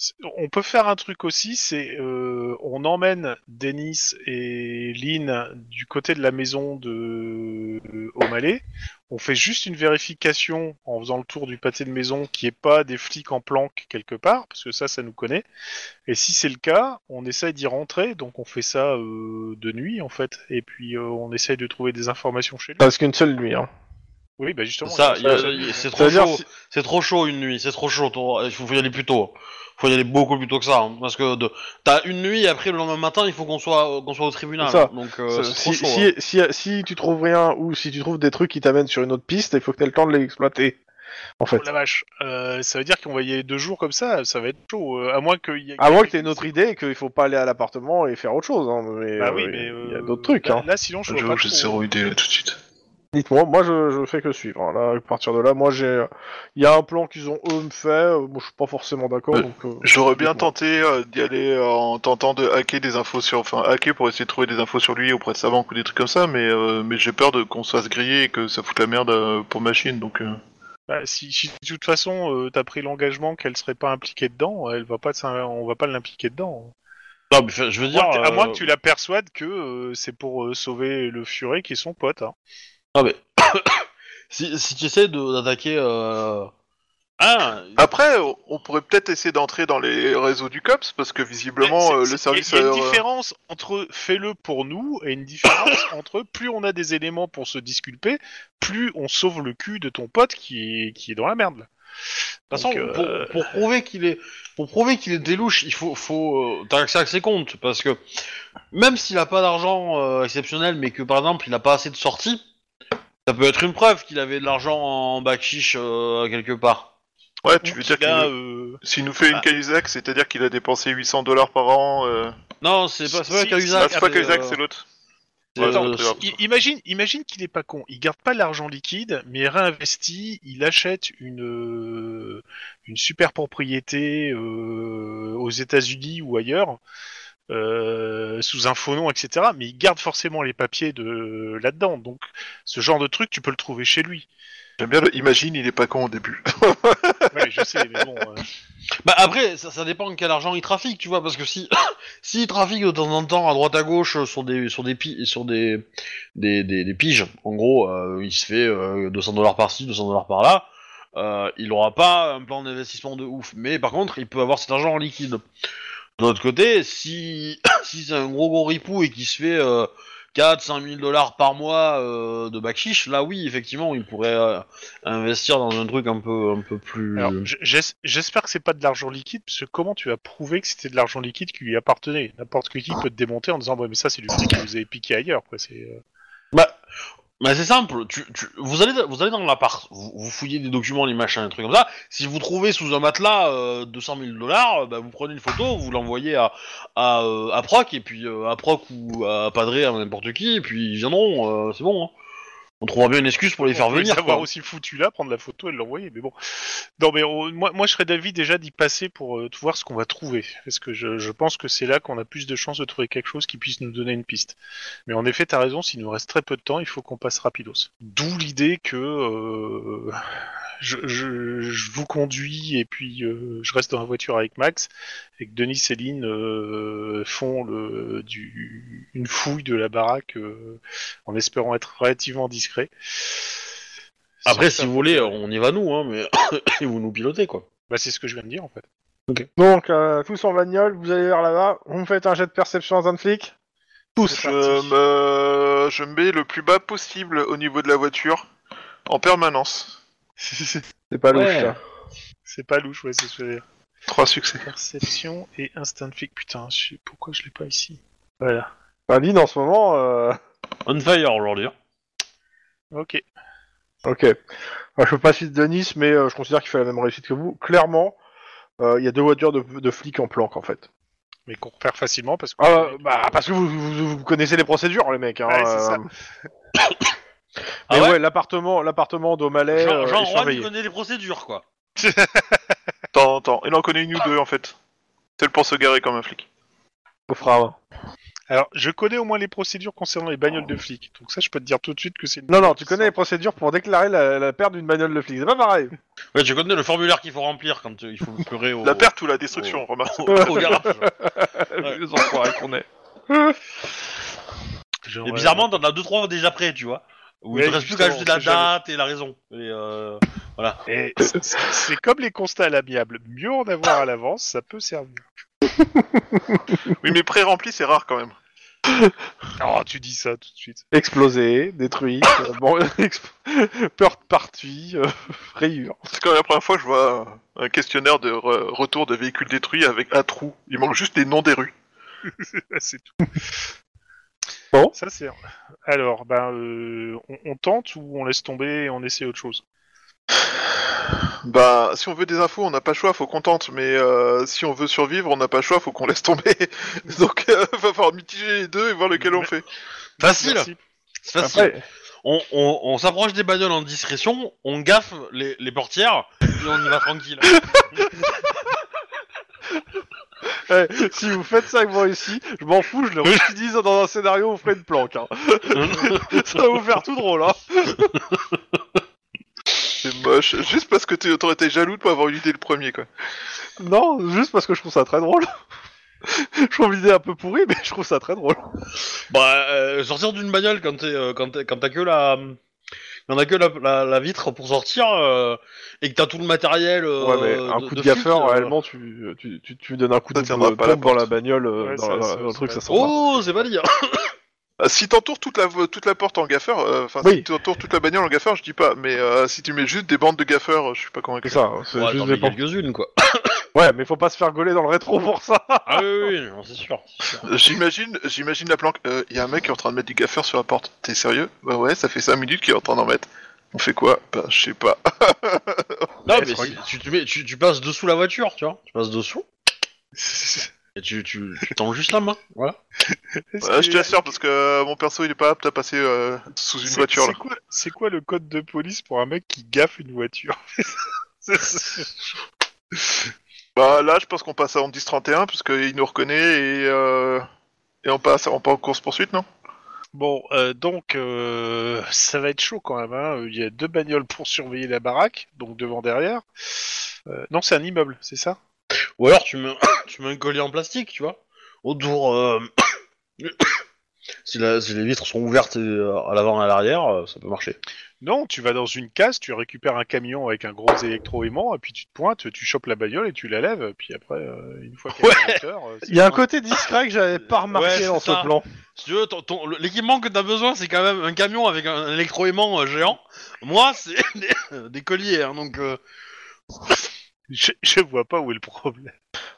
D: C'est- On peut faire un truc aussi, c'est euh, on emmène Denis et Lynn du côté de la maison de euh, O'Malley. On fait juste une vérification en faisant le tour du pâté de maison qui est pas des flics en planque quelque part, parce que ça, ça nous connaît. Et si c'est le cas, on essaye d'y rentrer, donc on fait ça euh, de nuit en fait, et puis euh, on essaye de trouver des informations chez lui.
A: Parce qu'une seule nuit. Hein.
D: Oui, bah justement.
B: Ça,
D: il
B: il
D: y
B: y
D: a-
B: a- il- c'est trop
A: C'est-à-dire
B: chaud.
A: si-
B: C'est trop chaud une nuit, c'est trop chaud. ton- Il faut, faut y aller plus tôt. Faut y aller beaucoup plus tôt que ça, hein, parce que de... t'as une nuit et après le lendemain matin il faut qu'on soit qu'on soit au tribunal.
A: C'est ça.
B: hein, Donc
A: Ça,
B: euh, c'est
A: si,
B: trop chaud.
A: si,
B: hein.
A: si, si tu trouves rien ou si tu trouves des trucs qui t'amènent sur une autre piste, il faut que tu aies le temps de les exploiter. En fait.
D: Oh la vache, Euh, ça veut dire qu'on va y aller deux jours comme ça, ça va être chaud. euh, à moins qu'il y ait.
A: Avant que tu aies une autre idée et qu'il faut pas aller à l'appartement et faire autre chose. Hein, mais
D: Bah
A: euh,
D: oui,
A: il-
D: mais
A: il y a
D: euh,
A: d'autres trucs.
D: Là,
B: bah,
A: Hein.
D: là, sinon, je vois
C: J'avoue
D: pas
C: que j'ai
D: trop.
C: zéro idée là, tout de suite.
A: Dites-moi, moi je, je fais que suivre. hein. Là, à partir de là, moi j'ai. Il y a un plan qu'ils ont eux me fait, euh, bon, je suis pas forcément d'accord.
C: Euh,
A: donc, euh,
C: J'aurais bien
A: dites-moi.
C: tenté euh, d'y aller euh, en tentant de hacker des infos sur, enfin hacker pour essayer de trouver des infos sur lui auprès de sa banque ou des trucs comme ça, mais euh, mais j'ai peur de qu'on se fasse griller et que ça foute la merde euh, pour machine, donc. euh.
D: Bah, si, si de toute façon, euh, t'as pris l'engagement qu'elle serait pas impliquée dedans, elle va pas, s'in- on va pas l'impliquer dedans.
B: Non, mais je veux
D: À
B: dire.
D: moins que- à
B: euh,
D: moins que tu l'aperçoives que euh, c'est pour euh, sauver le furet qui est son pote. hein.
B: non, mais si, si tu essaies de- d'attaquer. Euh... Ah,
C: Après, on- on pourrait peut-être essayer d'entrer dans les réseaux du cops parce que visiblement
D: C'est-
C: euh,
D: c'est-
C: le service.
D: Il y a une
C: euh,
D: différence entre fais-le pour nous et une différence entre plus on a des éléments pour se disculper, plus on sauve le cul de ton pote qui est, qui est dans la merde.
B: De toute façon,
D: Donc,
B: pour,
D: euh,
B: pour prouver qu'il est, pour prouver qu'il est délouche, il faut, faut, euh, t'as accès à ses comptes, parce que même s'il a pas d'argent euh, exceptionnel, mais que par exemple il a pas assez de sorties, ça peut être une preuve qu'il avait de l'argent en bac chiche euh, quelque part.
C: Ouais, tu veux dire
D: qu'il a,
C: que
D: euh,
C: s'il nous fait une
B: Ah.
C: Cahuzac, c'est-à-dire qu'il a dépensé 800 dollars par an. euh,
B: Non, c'est pas, c'est pas
C: Ah,
D: Si,
B: Cahuzac,
C: c'est pas
B: mais,
C: Cahuzac,
B: euh,
C: c'est l'autre.
B: c'est,
C: Attends,
B: euh,
C: regarde.
D: I- imagine, imagine qu'il est pas con. Il garde pas l'argent liquide, mais il réinvestit. Il achète une euh, une super propriété euh, aux États-Unis ou ailleurs. euh, sous un faux nom, etc. Mais il garde forcément les papiers de là-dedans. Donc ce genre de truc, tu peux le trouver chez lui.
C: J'aime bien le imagine, il est pas con au début.
D: Ouais, je sais, mais bon. euh,
B: Bah après, ça, ça dépend de quel argent il trafique, tu vois, parce que si s'il trafique de temps en temps à droite à gauche euh, sur des sur des pi- sur des des, des, des piges, en gros, euh, il se fait euh, 200 dollars par ci, 200 dollars par là, euh, il aura pas un plan d'investissement de ouf. Mais par contre, il peut avoir cet argent en liquide. D'un autre côté, si si c'est un gros gros ripou et qu'il se fait euh, 4 5 000 dollars par mois euh, de bakshish, là oui, effectivement, il pourrait euh, investir dans un truc un peu un peu plus
D: alors, j- j'es- j'espère que c'est pas de l'argent liquide, parce que comment tu as prouvé que c'était de l'argent liquide qui lui appartenait N'importe qui peut te démonter en disant ouais, mais ça c'est du fric que vous avez piqué ailleurs, quoi. C'est euh,
B: Bah c'est simple, tu, tu, vous, allez, vous allez dans l'appart, vous, vous fouillez des documents, les machins, des trucs comme ça, si vous trouvez sous un matelas euh, 200 000 dollars, bah, vous prenez une photo, vous l'envoyez à, à, euh, à Proc, et puis euh, à Proc ou à Padré, à n'importe qui, et puis ils viendront, euh, c'est bon. hein. On trouvera bien une excuse pour les faire
D: on peut
B: venir.
D: les avoir
B: quoi.
D: aussi foutu là, prendre la photo et l'envoyer. Mais bon, non, mais on- moi, moi je serais d'avis déjà d'y passer pour euh, voir ce qu'on va trouver, parce que je, je pense que c'est là qu'on a plus de chances de trouver quelque chose qui puisse nous donner une piste. Mais en effet, t'as raison, s'il nous reste très peu de temps, il faut qu'on passe rapidos. D'où l'idée que euh, je, je- je vous conduis et puis euh, je reste dans la voiture avec Max et que Denis et Lynn euh, font le, du, une fouille de la baraque euh, en espérant être relativement discret.
B: Après,
D: Ça,
B: si
D: ça-
B: vous voulez, euh, on y va nous, hein, mais et vous nous pilotez, quoi.
D: bah, c'est ce que je viens de dire en fait.
A: Donc, euh, tous en bagnole, vous allez vers là-bas, vous me faites un jet de perception dans un flic.
D: C'est
C: Tous,
D: parti.
C: je me... je me mets le plus bas possible au niveau de la voiture, en permanence.
A: C'est pas
B: Ouais.
A: louche, ça.
D: C'est pas louche, ouais, c'est ce que je veux dire.
C: Trois succès.
D: Perception et instinct flic. Putain, je sais pourquoi je l'ai pas ici. Voilà.
A: Bah, Lynn, en ce moment, euh,
B: On fire aujourd'hui. hein.
D: Ok.
A: Ok. Enfin, je veux pas citer Denis, mais euh, je considère qu'il fait la même réussite que vous. Clairement, euh, il y a deux voitures de, de flics en planque, en fait.
D: Mais qu'on repère facilement parce que.
A: Ah, euh, bah, parce que vous, vous- vous connaissez les procédures, les mecs. Hein,
D: Ouais, c'est
A: euh.
D: ça.
B: Ah
A: Mais
B: ouais
A: ouais, l'appartement, l'appartement d'Omalais
B: Jean,
A: euh,
B: Jean
A: est
B: Roy, il
A: surveillé.
B: connaît les procédures, quoi.
C: Attends, attends, il en connaît une ou deux en fait. C'est pour se garer comme un flic.
A: Au frein.
D: Alors, je connais au moins les procédures concernant les bagnoles de flics. Donc ça, je peux te dire tout de suite que c'est. une-
A: Non, non, tu connais les procédures pour déclarer la, la perte d'une bagnole de flic. C'est pas pareil.
B: Ouais, tu connais le formulaire qu'il faut remplir quand euh, il faut pleurer au...
C: La perte ou la destruction, remarque.
B: au- au garage.
A: Les enfoirés qu'on est.
D: Genre,
B: Et
D: euh,
B: bizarrement, t'en as deux trois déjà prêts, tu vois. Où il
D: Ouais,
B: te reste plus
D: justement,
B: qu'à ajouter la
D: on sait jamais.
B: date et la raison. Et euh,
D: et c'est- c'est c'est comme les constats à l'amiable. Mieux en avoir à l'avance, ça peut servir.
C: Oui, mais pré-rempli, c'est rare quand même.
D: Oh, tu dis ça tout de suite.
A: Explosé, détruit, euh, bon, exp- porte partie, euh, rayure.
C: C'est quand même la première fois que je vois un questionnaire de re- retour de véhicules détruits avec un trou. Il manque juste les noms des rues.
D: c'est tout.
A: Bon.
D: Ça c'est. Alors, ben, euh, on, on tente ou on laisse tomber et on essaie autre chose.
C: Bah, si on veut des infos, on n'a pas le choix, faut qu'on tente. Mais euh, si on veut survivre, on n'a pas le choix, faut qu'on laisse tomber. Donc, euh, va falloir mitiger les deux et voir lequel on fait.
B: Facile
D: Merci.
B: C'est facile.
A: Après,
B: On, on- on s'approche des bagnoles en discrétion, on gaffe les, les portières, et on y va tranquille.
A: eh, si vous faites ça avec moi ici, je m'en fous, je le réutilise dans un scénario au frais de planque. hein. ça va vous faire tout drôle. Hein.
C: C'est moche. Juste parce que t'es- t'aurais été jaloux de pas avoir eu l'idée le premier, quoi.
A: Non, juste parce que je trouve ça très drôle. je trouve l'idée un peu pourrie, mais je trouve ça très drôle.
B: bah, euh, sortir d'une bagnole quand t'es, euh, quand t'es- quand t'as que la... Quand t'as que la, la- la vitre pour sortir, euh, et que t'as tout le matériel... euh,
A: ouais, mais un
B: de-
A: coup de,
B: de
A: gaffeur,
B: flic, euh,
A: réellement, tu, tu, tu, tu donnes un coup
C: Ça
A: de
C: tiendra
A: euh,
C: pas la
A: pompe dans
C: porte.
A: la bagnole, euh,
D: Ouais,
A: dans,
D: ça-
A: la-
D: ça-
A: dans le
D: ça
A: truc,
D: va.
A: ça sent pas.
B: Oh, c'est pas dire
C: Ah, Si t'entoures toute la, vo- toute la porte en gaffeur, euh, enfin,
A: Oui.
C: si t'entoures toute la bagnole en gaffeur, je dis pas. Mais euh, si tu mets juste des bandes de gaffeurs, euh, je suis pas
A: C'est
C: convaincu.
A: ça, c'est
B: Ouais,
A: juste
B: t'en
A: des
B: mets
A: pompes.
B: quelques-unes, quoi.
A: Ouais, mais faut pas se faire gauler dans le rétro pour ça.
B: Ah oui, oui, oui, non, c'est sûr. c'est sûr.
C: Euh, J'imagine, j'imagine la planque. Il y a un mec qui est en train de mettre du gaffeur sur la porte. T'es sérieux Bah ouais, ça fait 5 minutes qu'il est en train d'en mettre. On fait quoi Bah je sais pas.
B: Non,
A: Eh,
D: Ouais,
B: mais
D: c'est vrai.
B: si- tu, tu, mets- tu, tu passes dessous la voiture, tu vois. Tu passes dessous. Et tu, tu, tu tends juste la main. Voilà.
C: Ouais, je t'assure parce que euh, mon perso il est pas apte à passer euh, sous une
D: C'est-
C: voiture
D: c'est
C: là.
D: quoi- C'est quoi le code de police pour un mec qui gaffe une voiture C'est- c'est-
C: Bah là, je pense qu'on passe en 10-31 parce qu'il nous reconnaît et, euh, et on passe on part en course poursuite, non
D: Bon, euh, donc euh, ça va être chaud quand même. hein. Il y a deux bagnoles pour surveiller la baraque, donc devant derrière. Euh, non, c'est un immeuble, c'est ça
B: Ou alors tu mets, tu mets un collier en plastique, tu vois, autour. euh, si, la- si les vitres sont ouvertes et, euh, à l'avant et à l'arrière, euh, ça peut marcher.
D: Non, tu vas dans une case, tu récupères un camion avec un gros électroaimant, et puis tu te pointes, tu chopes la bagnole et tu la lèves. et Puis après, euh, une fois qu'elle est à
B: Ouais.
D: hauteur, euh, c'est
A: Il y a un
D: bon.
A: côté discret que j'avais pas
B: Ouais,
A: remarqué
B: c'est
A: dans ce
B: ça.
A: plan.
B: Si tu veux, ton- ton- le- l'équipement que t'as besoin, c'est quand même un camion avec un, un électroaimant euh, géant. Moi, c'est des, des colliers, hein, donc. euh,
D: Je, je vois pas où est le problème.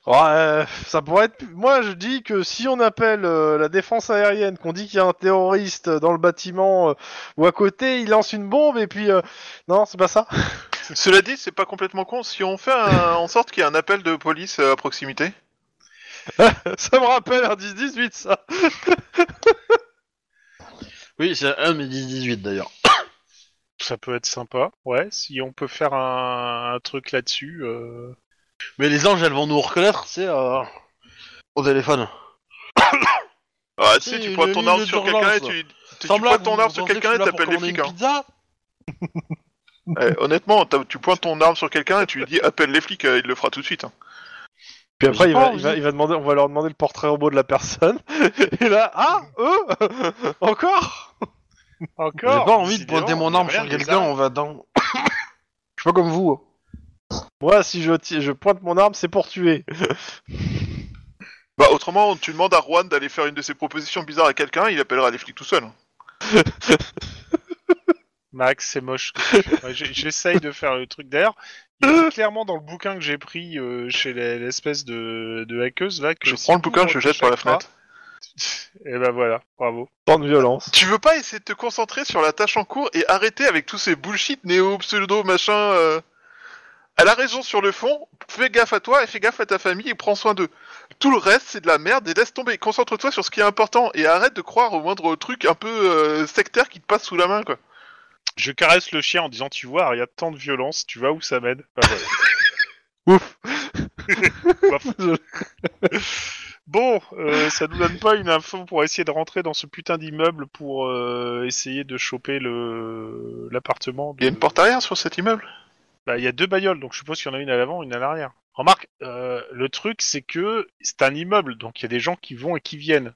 A: Ouais, euh, ça pourrait être. Moi, je dis que si on appelle euh, la défense aérienne, qu'on dit qu'il y a un terroriste euh, dans le bâtiment euh, ou à côté, il lance une bombe et puis. euh, Non, c'est pas ça.
C: Cela dit, c'est pas complètement con si on fait un- en sorte qu'il y ait un appel de police euh, à proximité.
A: ça me rappelle un 10-18, ça.
B: Oui, c'est un mais 10-18 d'ailleurs.
D: Ça peut être sympa, ouais. Si on peut faire un, un truc là-dessus. euh.
B: Mais les anges, elles vont nous reconnaître, c'est euh, au téléphone.
C: Ah
B: Si,
C: si, tu
B: une
C: prends ton
B: ligne
C: arme sur
B: d'urgence.
C: quelqu'un et tu, tu, tu
B: Semblable,
C: pointes ton arme
B: vous
C: sur
B: pensez que
C: quelqu'un
B: je
C: et
B: suis là pour
C: t'appelles les
B: commander
C: flics.
B: une
C: hein.
B: pizza
C: Eh, honnêtement, t'as- tu pointes ton arme sur quelqu'un et tu lui dis appelle les flics, euh, il le fera tout de suite. hein.
A: Puis après,
B: J'ai
A: il
B: pas
A: va,
B: envie.
A: il va- il va demander, on va leur demander le portrait robot de la personne. Et là, ah, eux, encore.
B: J'ai
D: Encore
B: pas envie de
D: décidément,
B: pointer mon
D: y a
B: arme
D: rien
B: sur
D: de
B: quelqu'un,
D: bizarre.
B: on va dans. Je suis pas comme vous. hein.
A: Moi, si je, ti- je pointe mon arme, c'est pour tuer.
C: Bah autrement, tu demandes à Juan d'aller faire une de ses propositions bizarres à quelqu'un, il appellera les flics tout seul. hein.
D: Max, c'est moche. Ouais, j'ai- J'essaye de faire le truc d'air. Il est clairement dans le bouquin que j'ai pris euh, chez la- l'espèce de, de hackeuse là. Que
C: Je
D: si
C: prends le
D: tout
C: bouquin,
D: ouvre
C: je
D: à
C: jette par la
D: chaque fois-
C: fenêtre.
D: Et ben voilà, bravo.
A: Tant de violence.
C: Tu veux pas essayer de te concentrer sur la tâche en cours et arrêter avec tous ces bullshit néo, pseudo, machin euh, Elle a raison sur le fond, fais gaffe à toi et fais gaffe à ta famille et prends soin d'eux. Tout le reste, c'est de la merde et laisse tomber. Concentre-toi sur ce qui est important et arrête de croire au moindre truc un peu euh, sectaire qui te passe sous la main, quoi.
D: Je caresse le chien en disant Tu vois, il y a tant de violence, tu vois où ça mène Enfin, voilà.
A: Ouf.
D: Bon, euh, ça nous donne pas une info pour essayer de rentrer dans ce putain d'immeuble pour euh, essayer de choper le l'appartement.
C: Il y a une porte arrière sur cet immeuble
D: Bah, il y a deux bagnoles, donc je suppose qu'il y en a une à l'avant, une à l'arrière. Remarque, euh, le truc c'est que c'est un immeuble, donc il y a des gens qui vont et qui viennent.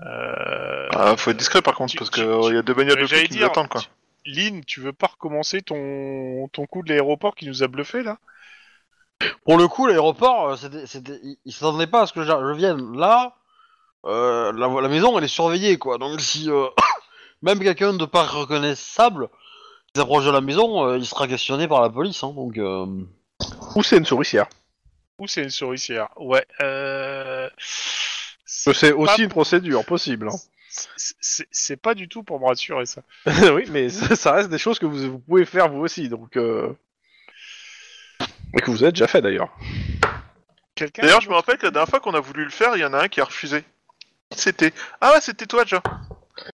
D: Euh,
C: ah, Faut être discret par contre,
D: tu-
C: parce
D: tu-
C: qu'il y a deux bagnoles de
D: J'allais
C: flics qui nous
D: dire,
C: attendent, quoi.
D: Lynn, tu veux pas recommencer ton, ton coup de l'aéroport qui nous a bluffé là
B: Pour le coup, l'aéroport, euh, c'était, c'était- il, il s'attendait pas à ce que j'a- je vienne. Là, euh, la, la maison, elle est surveillée, quoi. Donc si euh, même quelqu'un de pas reconnaissable qui s'approche de la maison, euh, il sera questionné par la police. Hein, donc euh,
A: Ou c'est une souricière.
D: Ou c'est une souricière Ouais. Euh... C'est
A: C'est aussi
D: pas-
A: une procédure possible. hein.
D: c'est- c'est- c'est pas du tout pour me rassurer ça.
A: oui, mais ça ça reste des choses que vous, vous pouvez faire vous aussi, donc. euh, Et que vous avez déjà fait d'ailleurs.
D: Quelqu'un
C: D'ailleurs, je me rappelle que la dernière fois qu'on a voulu le faire, il y en a un qui a refusé. C'était. Ah ouais, c'était toi déjà.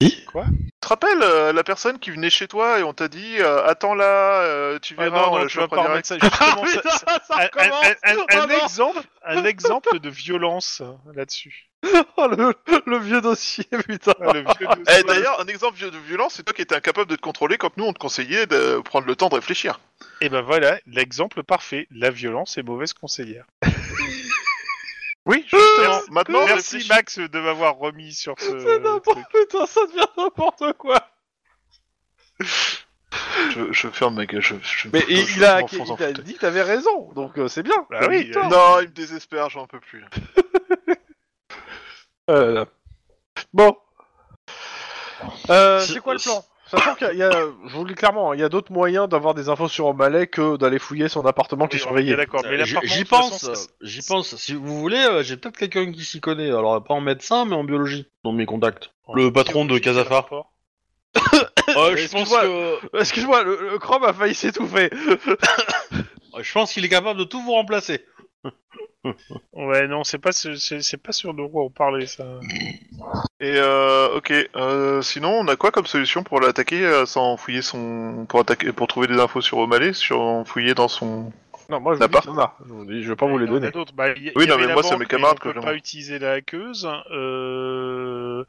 A: Qui
D: Quoi
C: Tu te rappelles euh, la personne qui venait chez toi et on t'a dit euh, Attends là, euh, tu
D: Ah
C: verras,
D: non,
C: on
D: non,
C: la
D: tu vas
C: chopera
D: pas
C: direct.
D: remettre ça. Justement, Ah, ça- ça-
A: ça
D: un, un- un- un exemple, un exemple de violence euh, là-dessus.
A: Oh, le, le vieux dossier, putain
D: Ah, le vieux
C: Eh,
D: dossier.
C: D'ailleurs, un exemple de violence, c'est toi qui étais incapable de te contrôler quand nous on te conseillait de prendre le temps de réfléchir.
D: Eh ben voilà, l'exemple parfait. La violence est mauvaise conseillère.
C: Oui,
A: euh,
C: justement.
D: Merci.
C: Maintenant,
D: Merci
C: réfléchis.
D: Max de m'avoir remis sur
A: C'est
D: ce.
A: n'importe
D: truc.
A: Putain, ça devient n'importe quoi
C: Je, je ferme ma gueule. Je, je-
A: Mais
C: je-
A: il,
C: je
A: il a,
C: m'en fous,
A: il
C: en
A: t'a
C: fait.
A: dit que t'avais raison, donc euh, c'est bien.
D: Bah
A: T'as
D: oui,
A: eu tort.
C: Non, il me désespère, j'en peux plus.
A: Euh, Bon. Euh, c'est
B: C'est-
A: quoi le plan Sachant qu'il y a, je vous le dis clairement, hein, il y a d'autres moyens d'avoir des infos sur O'Malley que d'aller fouiller son appartement qui est
D: Oui, on est
A: surveillé.
D: D'accord, mais
B: Euh,
D: là,
B: j-
D: par contre,
B: j'y
D: de toute
B: pense,
D: façon,
B: euh,
D: ça-
B: j'y pense. Si vous voulez, euh, j'ai peut-être quelqu'un qui s'y connaît. Alors pas en médecin, mais en biologie, dans mes contacts. Le patron de Casafa. Euh, je pense
A: Excuse-moi.
B: que
A: Excuse-moi, le, le Chrome a failli s'étouffer.
B: je pense qu'il est capable de tout vous remplacer.
D: Ouais, non, c'est pas ce- c'est c'est pas sur de quoi on parlait ça.
C: Et euh, ok, euh, sinon on a quoi comme solution pour l'attaquer euh, sans fouiller son, pour attaquer, pour trouver des infos sur O'Malley, sur en fouiller dans son.
A: Non, moi je
C: T'as
A: vous dis
C: pas
A: qu'il y en a. Je vous dis, je vais pas vous les
D: Il y en a
A: donner.
D: d'autres. Bah, il y-
C: Oui,
D: il y
C: non,
D: avait
C: mais
D: la
C: moi, c'est
D: banque,
C: mes camarades
D: on
C: que
D: peut
C: je
D: pas utiliser la hackeuse. Euh...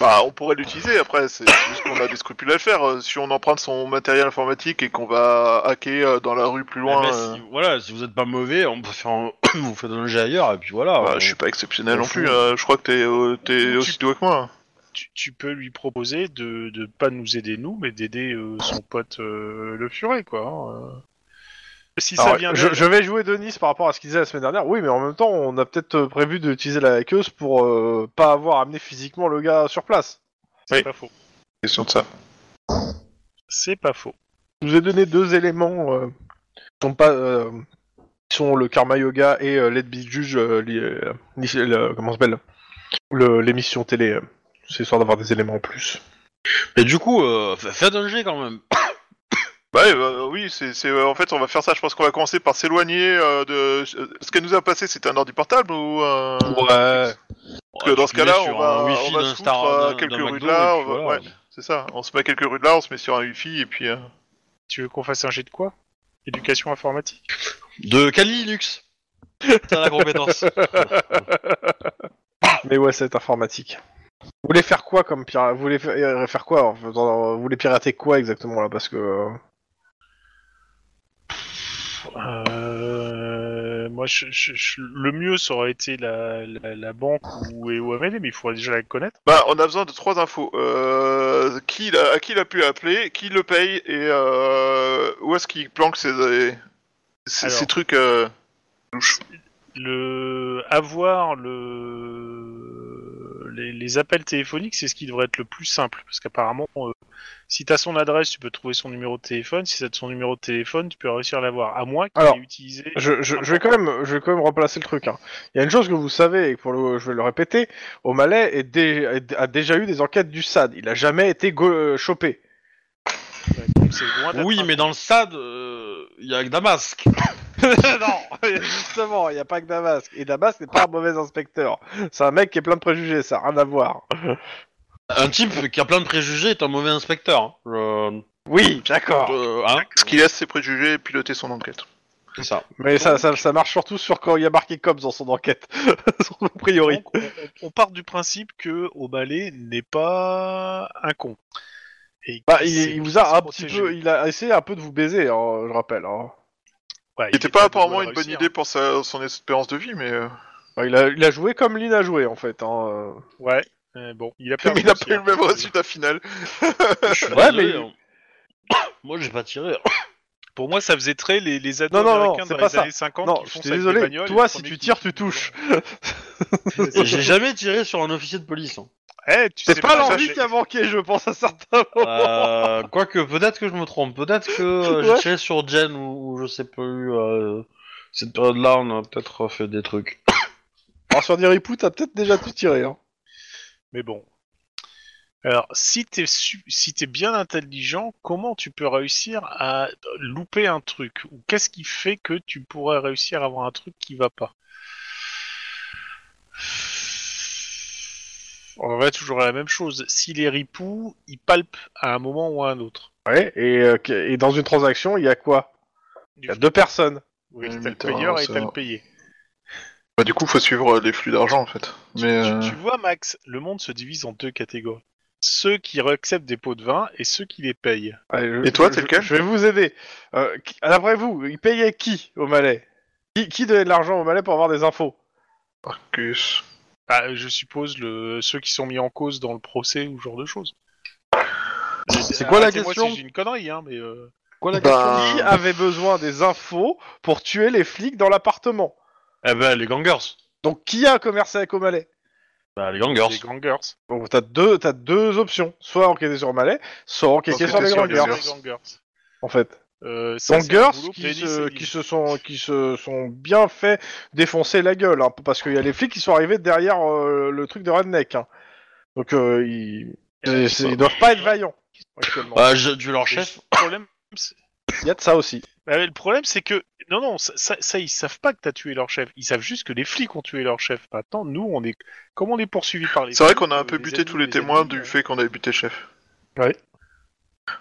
C: Bah, on pourrait l'utiliser après, c'est juste qu'on a des scrupules à le faire. Euh, Si on emprunte son matériel informatique et qu'on va hacker euh, dans la rue plus
B: Eh
C: loin.
B: ben,
C: euh,
B: si- Voilà, si vous êtes pas mauvais, on peut faire un- vous faites un jet ailleurs, et puis voilà.
C: bah,
B: on-
C: je suis pas exceptionnel
B: on
C: non
B: fout.
C: plus, euh, je crois que t'es euh, t'es
D: Tu-
C: aussi doué que moi. hein.
D: tu, tu peux lui proposer de de pas nous aider nous, mais d'aider euh, son pote euh, le furet, quoi. hein, euh. Si ça
A: Alors,
D: vient
A: je,
D: d'elle,
A: je vais jouer Denis par rapport à ce qu'il disait la semaine dernière. Oui, mais en même temps, on a peut-être euh, prévu d'utiliser la hackeuse pour euh, pas avoir amené physiquement le gars sur place.
D: c'est
C: oui.
D: pas faux.
C: Question de ça.
D: C'est pas faux.
A: Je vous ai donné deux éléments euh, qui sont pas, euh, qui sont le karma yoga et euh, l'aide juge. euh, li- euh, li- le- comment ça s'appelle Le- L'émission télé. euh. c'est histoire d'avoir des éléments en plus.
B: Mais du coup, euh, fa- faites un jet quand même.
C: Bah, ouais, bah, oui, c'est c'est, euh, en fait, on va faire ça. Je pense qu'on va commencer par s'éloigner euh, de. Ce qu'elle nous a passé, c'était un ordi portable ou. euh,
A: Ouais.
C: Parce que dans ce
B: Tu te mets
C: cas-là,
B: sur
C: on va-
B: un wifi
C: on va
B: d'un
C: se
B: Star-
C: foutre à
B: d'un- d'un
C: quelques
B: McDo,
C: rues de là,
B: et puis
C: on va-
B: voilà.
C: C'est ça, on se met à quelques rues de là, on se met sur un wifi et puis. euh,
D: Tu veux qu'on fasse un jet de quoi Éducation informatique.
B: De Kali Linux. T'as la compétence.
A: Mais ouais, c'est informatique. Vous voulez faire quoi comme pirate Vous voulez fa- euh, faire quoi en faisant- Vous voulez pirater quoi exactement là Parce que. euh,
D: Euh, Moi, je- je- je- le mieux, ça aurait été la, la, la banque ou EOMD, mais il faudrait déjà la connaître.
C: Bah, on a besoin de trois infos. Euh, qui l'a- à qui il a pu appeler, qui le paye et euh, où est-ce qu'il planque ces, euh, ces,
D: Alors.
C: ces trucs. euh,
D: le avoir le les, les appels téléphoniques, c'est ce qui devrait être le plus simple parce qu'apparemment euh, si t'as son adresse, tu peux trouver son numéro de téléphone, si c'est son numéro de téléphone, tu peux réussir à l'avoir à moins qu'il
A: Alors,
D: ait utilisé
A: je, je, je vais quand même, je vais quand même replacer le truc. hein. Il y a une chose que vous savez et que pour le, je vais le répéter. O'Malley est dé- est- a déjà eu des enquêtes du SAD. Il a jamais été go- euh, chopé.
D: Donc, c'est loin d'être
B: oui,
D: un-
B: mais dans le stade, il y a que Damasque.
A: non, justement, il n'y a pas que Damasque. Et Damasque n'est pas un mauvais inspecteur. C'est un mec qui est plein de préjugés. Ça n'a rien à voir.
B: Un type qui a plein de préjugés est un mauvais inspecteur. hein. Je-
A: Oui, d'accord.
B: euh, hein,
C: ce qui laisse ses préjugés piloter son enquête.
B: c'est ça.
A: Mais ça, ça, ça marche surtout sur quand il y a marqué cops dans son enquête, sur a priori.
D: Donc, on, on- on part du principe que O'Malley n'est pas un con. Et
A: Bah, il,
D: c'est-
A: il vous a un
D: c'est
A: petit
D: protégé.
A: peu, il a essayé un peu de vous baiser, hein, je rappelle. hein.
D: Ouais,
C: Il était
D: est
C: pas
D: de
C: apparemment
D: bonne
C: une bonne
D: réussite,
C: idée pour sa- son espérance de vie, mais euh,
A: Enfin, il, a, il a joué comme Lynn a joué en fait. Hein.
D: hein. Ouais. Euh, bon, il a perdu.
C: il n'a
D: aussi,
C: pas eu
D: hein.
C: le même résultat final.
B: Je suis
A: Ouais,
B: désolé,
A: mais-
B: hein. Moi, j'ai pas tiré.
D: Pour moi, ça faisait très les, les ados
A: Non, non, non,
D: américains
A: c'est
D: dans
A: pas
D: les
A: ça.
D: années 50
A: Non,
D: qui
A: je
D: font
A: suis
D: ça avec
A: désolé,
D: des bagnoles,
A: toi,
D: le
A: si
D: premier
A: tu
D: qui-
A: tires, tu touches.
B: Et J'ai jamais tiré sur un officier de police. hein.
D: Eh, tu sais
A: C'est pas
D: ça,
A: l'envie
D: j'ai-
A: qui a manqué, je pense à certains moments.
B: Euh, Quoique, peut-être que je me trompe. Peut-être que euh, j'ai
A: Ouais.
B: tiré sur Jen ou, ou je sais pas. euh, cette période-là, on a peut-être fait des trucs.
A: Alors sur des ripoux, t'as peut-être déjà tout tiré. Hein.
D: Mais bon. Alors, si t'es su... si t'es bien intelligent, comment tu peux réussir à louper un truc Ou qu'est-ce qui fait que tu pourrais réussir à avoir un truc qui va pas On va toujours à la même chose. S'il est ripou, il palpe à un moment ou à un autre.
A: Ouais, et, euh, qu- et dans une transaction, il y a quoi Il y a deux personnes.
C: Oui,
D: Oui, t'as le
C: mais t'as-
D: payeur et
C: ça
D: t'as le
C: va.
D: payé.
C: Bah, du coup, faut suivre euh, les flux d'argent en fait. Mais
D: Tu-
C: euh,
D: Tu, vois, Max, le monde se divise en deux catégories. Ceux qui acceptent des pots de vin et ceux qui les payent.
A: Allez, je-
C: Et toi,
A: je-
C: t'es lequel
A: Je vais vous aider. Euh, qui- D'après vous, il payait qui au Malais qui, qui donnait de l'argent au Malais pour avoir des infos
C: Marcus.
D: Ah, je suppose le, ceux qui sont mis en cause dans le procès ou ce genre de choses.
B: C'est
C: Ah,
B: quoi la
D: Arrêtez-moi
B: question
D: si j'ai une connerie, hein, mais... euh,
B: Quoi la
C: Bah,
A: Qui avait besoin des infos pour tuer les flics dans l'appartement
B: Eh ben, les gangers.
A: Donc qui a commercé avec au Malais
B: Bah, les gangers.
D: les gangers.
A: Bon, t'as deux, t'as deux options. Soit enquêter sur Malais, soit enquêter
C: Enquêter
A: sur les
C: sur
A: grands
C: les
A: gardes,
C: gangers.
A: en fait.
D: Euh, ça, c'est un
A: Gangers
D: boulot
A: qui
D: pénible,
A: se,
D: c'est-
A: qui se sont qui se sont bien fait défoncer la gueule hein, parce qu'il y a les flics qui sont arrivés derrière euh, le truc de Redneck. hein. Donc euh, ils, ils- c'est- ils doivent pas
D: hein.
A: être vaillants actuellement.
B: Bah, je- tu es leur
D: Le
B: chef.
D: problème,
A: Il y a de ça aussi.
D: Bah, mais le problème, c'est que... Non, non, ça, ça, ça, ils savent pas que t'as tué leur chef. Ils savent juste que les flics ont tué leur chef. Maintenant, nous, on est... Comme on est poursuivis par les
C: C'est vrai
D: flics,
C: qu'on a un
D: euh,
C: peu buté
D: amis,
C: tous les témoins
D: ennemis,
C: du
D: euh,
C: fait qu'on avait buté le chef.
A: Ouais.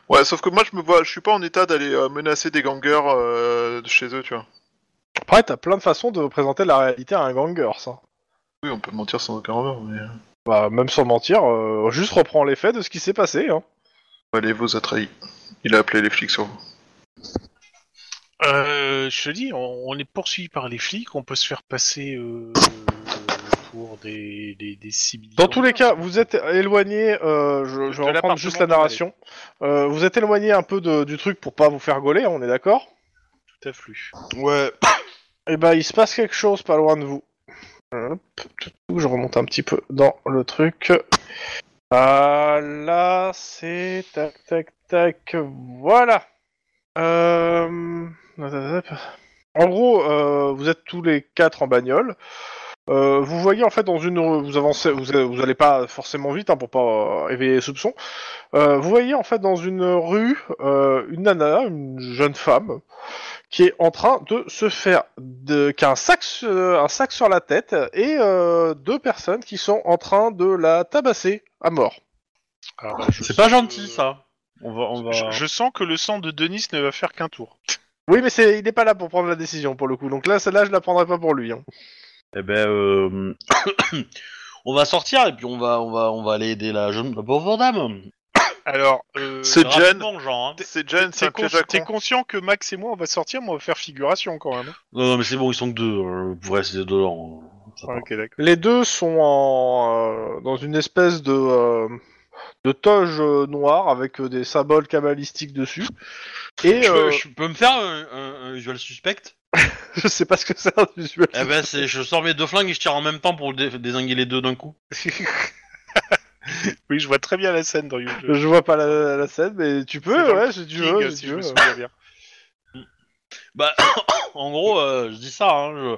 C: Ouais, sauf que moi, je me vois, je suis pas en état d'aller euh, menacer des gangers euh, de chez eux, tu vois.
A: Après, t'as plein de façons de présenter la réalité à un ganger, ça.
C: Oui, on peut mentir sans aucun remords, mais... euh,
A: Bah, même sans mentir, euh, juste reprends les faits de ce qui s'est passé. Hein.
C: Valé vous a trahi. Il a appelé les flics sur vous.
D: Euh, je te dis, on, on est poursuivi par les flics, on peut se faire passer euh, pour des, des, des civils.
A: Dans tous les cas, vous êtes éloigné, euh, je, je
D: De
A: vais reprendre juste la
D: l'appartement
A: narration, Euh, vous êtes éloigné un peu de- du truc pour pas vous faire gauler, hein, on est d'accord
D: Tout à flux.
B: Ouais.
A: Eh ben, il se passe quelque chose pas loin de vous. Hop, tout, tout, je remonte un petit peu dans le truc. Ah là, c'est tac tac tac. Voilà. Euh... En gros, euh, vous êtes tous les quatre en bagnole. Euh, vous voyez en fait dans une rue- vous avancez, vous, vous allez pas forcément vite hein, pour pas euh, éveiller les soupçons. Euh, vous voyez en fait dans une rue euh, une nana, une jeune femme, qui est en train de se faire de, qui a un sac, su- un sac sur la tête et euh, deux personnes qui sont en train de la tabasser à mort.
D: Alors, bah, je
B: C'est
D: sens
B: pas
D: que-
B: gentil ça. On va, on va.
D: Je, je sens que le sang de Denis ne va faire qu'un tour.
A: Oui, mais c'est, il n'est pas là pour prendre la décision pour le coup. Donc là, celle-là, je la prendrai pas pour lui. hein.
B: Eh ben, euh, on va sortir et puis on va, on va, on va aller aider la jeune, la pauvre dame.
D: Alors, euh,
C: C'est Jen.
B: Rapidement, genre. hein.
C: C'est Jen, c'est
D: t'es
C: un
D: con-
C: piège à
D: t'es
C: con.
D: conscient que Max et moi, on va sortir, mais on va faire figuration quand même.
B: Non, non, mais c'est bon, ils sont que deux. euh, Vous pouvez rester dedans. euh, ça va.
D: ok, d'accord.
A: Les deux sont en, euh, dans une espèce de, euh, de toge euh, noire avec euh, des symboles cabalistiques dessus. Et
B: Je, peux-
A: euh,
B: je peux me faire un, un, un visual suspect
A: je sais pas ce que c'est un visuel.
B: Eh ben, c'est, je sors mes deux flingues et je tire en même temps pour dé- désinguer les deux d'un coup.
D: Oui, je vois très bien la scène dans YouTube.
A: Je vois pas la, la scène, mais tu
D: Euh, C'est
A: peux,
D: dans
A: ouais, si tu veux. si
D: si
A: tu
D: je
A: veux.
D: me souviens bien.
B: Bah, en gros, euh, je dis ça. Hein, je,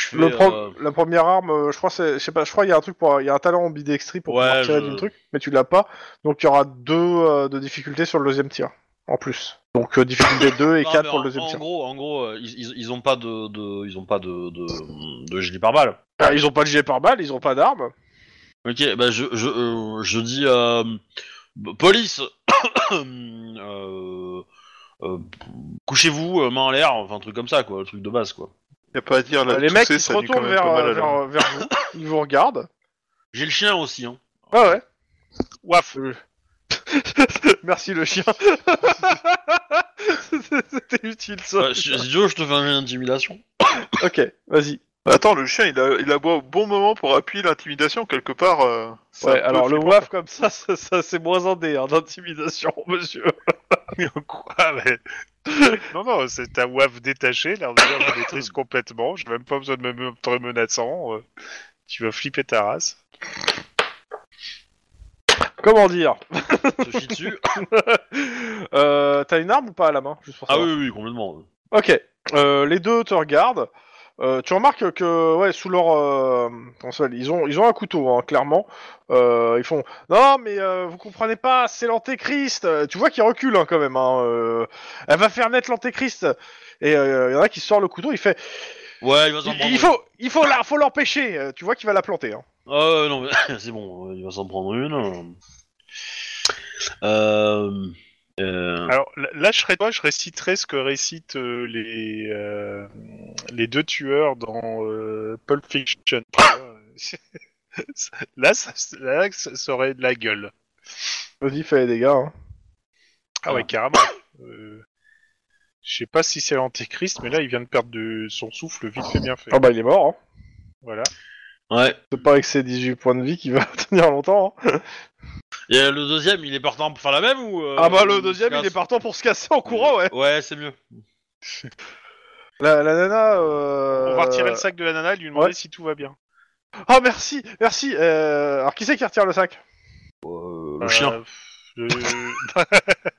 B: je fais,
A: Le pro-
B: euh,
A: La première arme, euh, je crois, c'est, je sais pas, je crois il y a un truc pour, il y a un talent en bidextrie pour
B: Ouais,
A: pouvoir tirer
B: je-
A: du truc, mais tu l'as pas, donc il y aura deux euh, de difficultés sur le deuxième tir en plus. Donc euh, difficulté 2 et
B: non,
A: 4
B: mais
A: pour
B: en-
A: le deuxième
B: en,
A: tir.
B: gros, en gros, euh, ils, ils, ils ont pas de, de- ils ont pas de, de, de gilet pare-balles.
A: Ah, ils ont pas de gilet par balle, ils ont pas d'arme.
B: Ok, bah je, je, euh, je dis euh, b- police, euh, euh, couchez-vous, euh, main en l'air, enfin un truc comme ça quoi, le truc de base quoi.
C: Y a pas à dire, là,
A: Ah, les
C: tousser,
A: mecs ils se
C: ça nuit quand
A: retournent
C: même pas
A: vers,
C: mal hein. à
A: euh,
C: la-
A: vers, vers vous, ils vous regardent. Ah
B: J'ai le chien aussi hein.
A: Ouais ouais. Waf. Merci le chien. C'était utile ça.
B: Euh, si, si tu veux, je te fais un jeu d'intimidation.
A: Ok, vas-y.
C: Attends, le chien, il a, il aboie au bon moment pour appuyer l'intimidation, quelque part. euh, c'est
A: Ouais,
C: un peu
A: alors le
C: flippant.
A: waf comme ça, ça, ça, c'est moins un dé hein, d'intimidation, monsieur.
D: Mais en quoi mais... Non, non, c'est un WAF détaché, l'air de dire je maîtrise complètement, j'ai même pas besoin de me mettre menaçant, euh, tu vas flipper ta race.
A: Comment dire
B: Je te chie dessus.
A: Euh, T'as une arme ou pas à la main juste pour
B: Ah
A: savoir
B: oui, oui, oui, complètement.
A: Ok. Euh, les deux te regardent. Euh, tu remarques que ouais sous leur euh, comment ça s'appelle, ils ont ils ont un couteau hein, clairement. Euh, ils font non mais euh, vous comprenez pas c'est l'antéchrist. Euh, Tu vois qu'ils reculent hein, quand même. hein, euh, Elle va faire naître l'antéchrist. Et euh, il y en a qui sort le couteau. Il fait
B: Ouais, il va s'en
A: il,
B: prendre.
A: il faut il faut la- faut l'empêcher. Euh, Tu vois qu'il va la planter. hein.
B: Ah ouais, non, mais c'est bon, euh, il va s'en prendre une. Euh,
A: Mm.
B: euh,
D: Alors là- là, je, serais toi, je réciterai ce que récitent euh, les, euh, les deux tueurs dans euh, Pulp Fiction. euh, là, ça, là, ça aurait de la gueule.
A: Vas-y fais les dégâts. hein.
D: Ah ouais, carrément. Euh, Je sais pas si c'est l'antéchrist, mais là, il vient de perdre de son souffle vite fait bien fait.
A: Ah bah il est mort. hein.
D: Voilà.
B: ouais.
A: C'est pas avec ses 18 points de vie qu'il va tenir longtemps. hein.
B: Et euh, le deuxième, il est partant pour faire la même ou euh,
A: ah bah le
B: ou
A: deuxième
B: se
A: il est
B: casse
A: partant pour se casser en courant ouais.
B: Ouais, c'est mieux.
A: La, la nana. Euh...
D: On va retirer le sac de la nana et lui demander
A: ouais.
D: si tout va bien.
A: Ah merci, merci. Euh... Alors qui c'est qui retire le sac
B: Euh, le
D: Euh,
B: chien.
D: pff, je-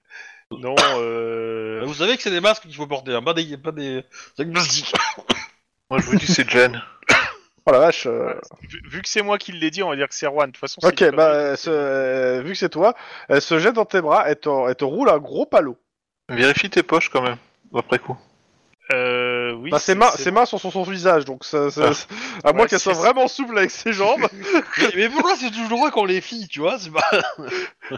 D: non, euh...
B: Vous savez que c'est des masques qu'il faut porter, hein, pas des, pas des sacs plastiques.
C: Moi, je vous dis, c'est Jen.
A: Oh la vache. euh,
D: vu, vu que c'est moi qui l'ai dit, on va dire que c'est Juan. De toute façon, c'est
A: Ok,
D: une
A: bah
D: connerie.
A: elle se- euh, vu que c'est toi, elle se jette dans tes bras, euh, elle te, elle te roule un gros palo.
C: Vérifie tes poches quand même, après coup.
D: Euh, oui. Ah.
A: Bah, ses, mains, ses mains sont sur son visage, donc ça, ça- à moins
D: Ouais,
A: qu'elle soit
D: c'est-
A: vraiment souple avec ses jambes.
B: mais, mais pourquoi c'est toujours eux quand les filles, tu vois C'est pas.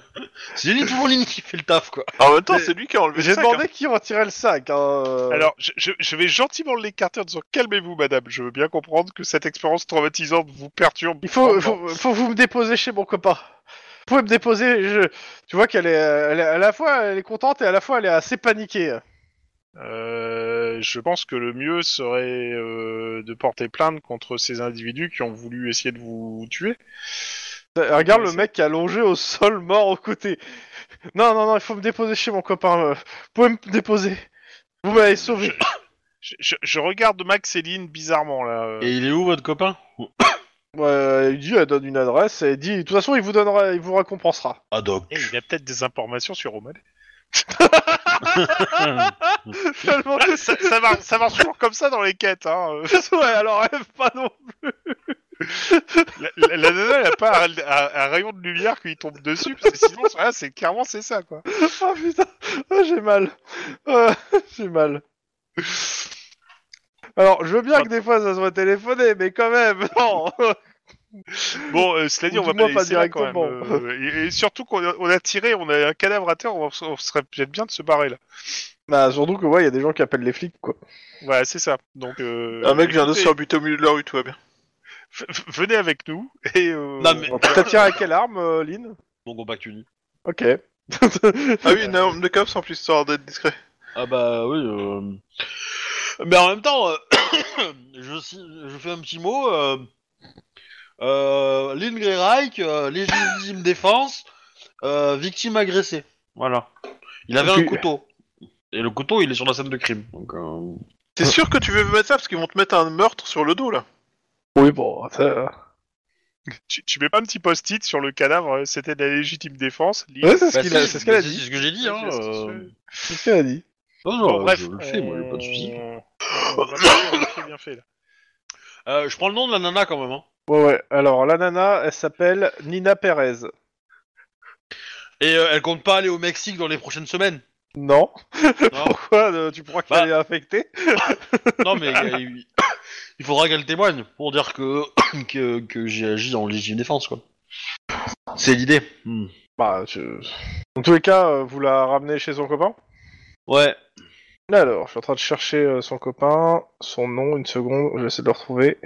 B: c'est lui, toujours l'une qui fait le taf, quoi.
C: En même temps,
A: Mais-
C: c'est lui qui a enlevé
A: J'ai
C: le sac.
A: demandé qui retirait le sac. hein.
D: hein. Alors, je, je- je vais gentiment l'écarter en disant calmez-vous, madame. Je veux bien comprendre que cette expérience traumatisante vous perturbe.
A: il faut,
D: grandement.
A: faut, faut vous me déposer chez mon copain. Vous pouvez me déposer. Je... Tu vois qu'elle est, euh, elle est- à la fois elle est contente et à la fois elle est assez paniquée.
D: Euh, je pense que le mieux serait euh, de porter plainte contre ces individus qui ont voulu essayer de vous tuer.
A: Euh, Regarde
D: Mais
A: le
D: c'est-
A: mec qui est allongé au sol, mort aux côtés. Non, non, non, il faut me déposer chez mon copain. euh. Vous pouvez me déposer. Vous m'avez sauvé.
D: Je, je- je regarde Max et Lynn bizarrement là.
B: Et il est où, votre copain
A: Ouais, il dit, elle donne une adresse et il dit, de toute façon, il vous donnera, il vous récompensera.
B: Ah, donc.
D: Eh, il a peut-être des informations sur O'Malley.
A: Tellement que-
D: ça, ça marche, ça marche toujours comme ça dans les quêtes. Hein. euh.
A: ouais, alors rêve pas non.
D: La, la- la nana, elle a pas un, un- un rayon de lumière qui lui tombe dessus, parce que sinon, voilà, c'est clairement c'est ça, quoi.
A: Ah putain, Ah, j'ai mal. Ah, j'ai mal. Alors, je veux bien que des fois ça soit téléphoné, mais quand même, non.
D: Bon, euh, cela dit,
A: Ou
D: on
A: du
D: va
A: moins
D: pas
A: pas
D: laisser là, quand même.
A: directement.
D: euh, et, et surtout qu'on a, on a tiré, on a un cadavre à terre, on, va- on serait peut-être bien de se barrer là.
A: bah surtout que ouais, il y a des gens qui appellent les flics quoi.
D: Voilà, c'est ça. Donc, euh,
C: Un mec vient de se
D: écoutez,
C: faire buter au milieu de la rue, tout va bien.
D: v- v- venez avec nous et. euh,
B: Non, mais-
A: Donc, T'as tiré à quelle arme, euh, Lynn
B: Mon compact uni.
A: Ok.
C: Ah oui, une arme de cops en plus, histoire d'être discret.
B: Ah, bah oui. euh. Mais en même temps, euh, je, si- je fais un petit mot. Euh... Euh, Lynn Greyreich, euh, légitime défense, euh, victime agressée. Voilà. Il avait
A: Ok.
B: un couteau. Et le couteau, il est sur la scène de crime. Donc, euh,
C: T'es sûr que tu veux mettre ça parce qu'ils vont te mettre un meurtre sur le dos là
A: oui bon. ça-
D: tu, tu mets pas un petit post-it sur le cadavre, euh, c'était de la légitime défense. Lynn.
A: Ouais, c'est ce
B: bah,
A: qu'il a-
B: si,
A: c'est ce qu'elle a
B: bah,
A: dit.
B: C'est ce que j'ai dit. Hein,
D: C'est ce que
B: euh.
D: je-
A: C'est ce qu'elle a dit.
B: Non, non,
D: Bon, bref.
B: je le fais, moi, j'ai pas de soucis.
D: on- Euh, on va faire un truc bien fait, là.
B: Euh, je prends le nom de la nana quand même. Hein.
A: Ouais ouais. Alors la nana, elle s'appelle Nina Perez.
B: Et euh, elle compte pas aller au Mexique dans les prochaines semaines.
A: Non.
B: Non,
A: Pourquoi euh, Tu crois
C: Bah.
A: qu'elle est infectée
B: non mais euh, il- il faudra qu'elle témoigne pour dire que, que, que j'ai agi en légitime défense, quoi. C'est l'idée. Hmm.
A: Bah, je... en tous les cas, euh, vous la ramenez chez son copain.
B: Ouais.
A: Alors, je suis en train de chercher euh, son copain, son nom, une seconde, je vais essayer de le retrouver.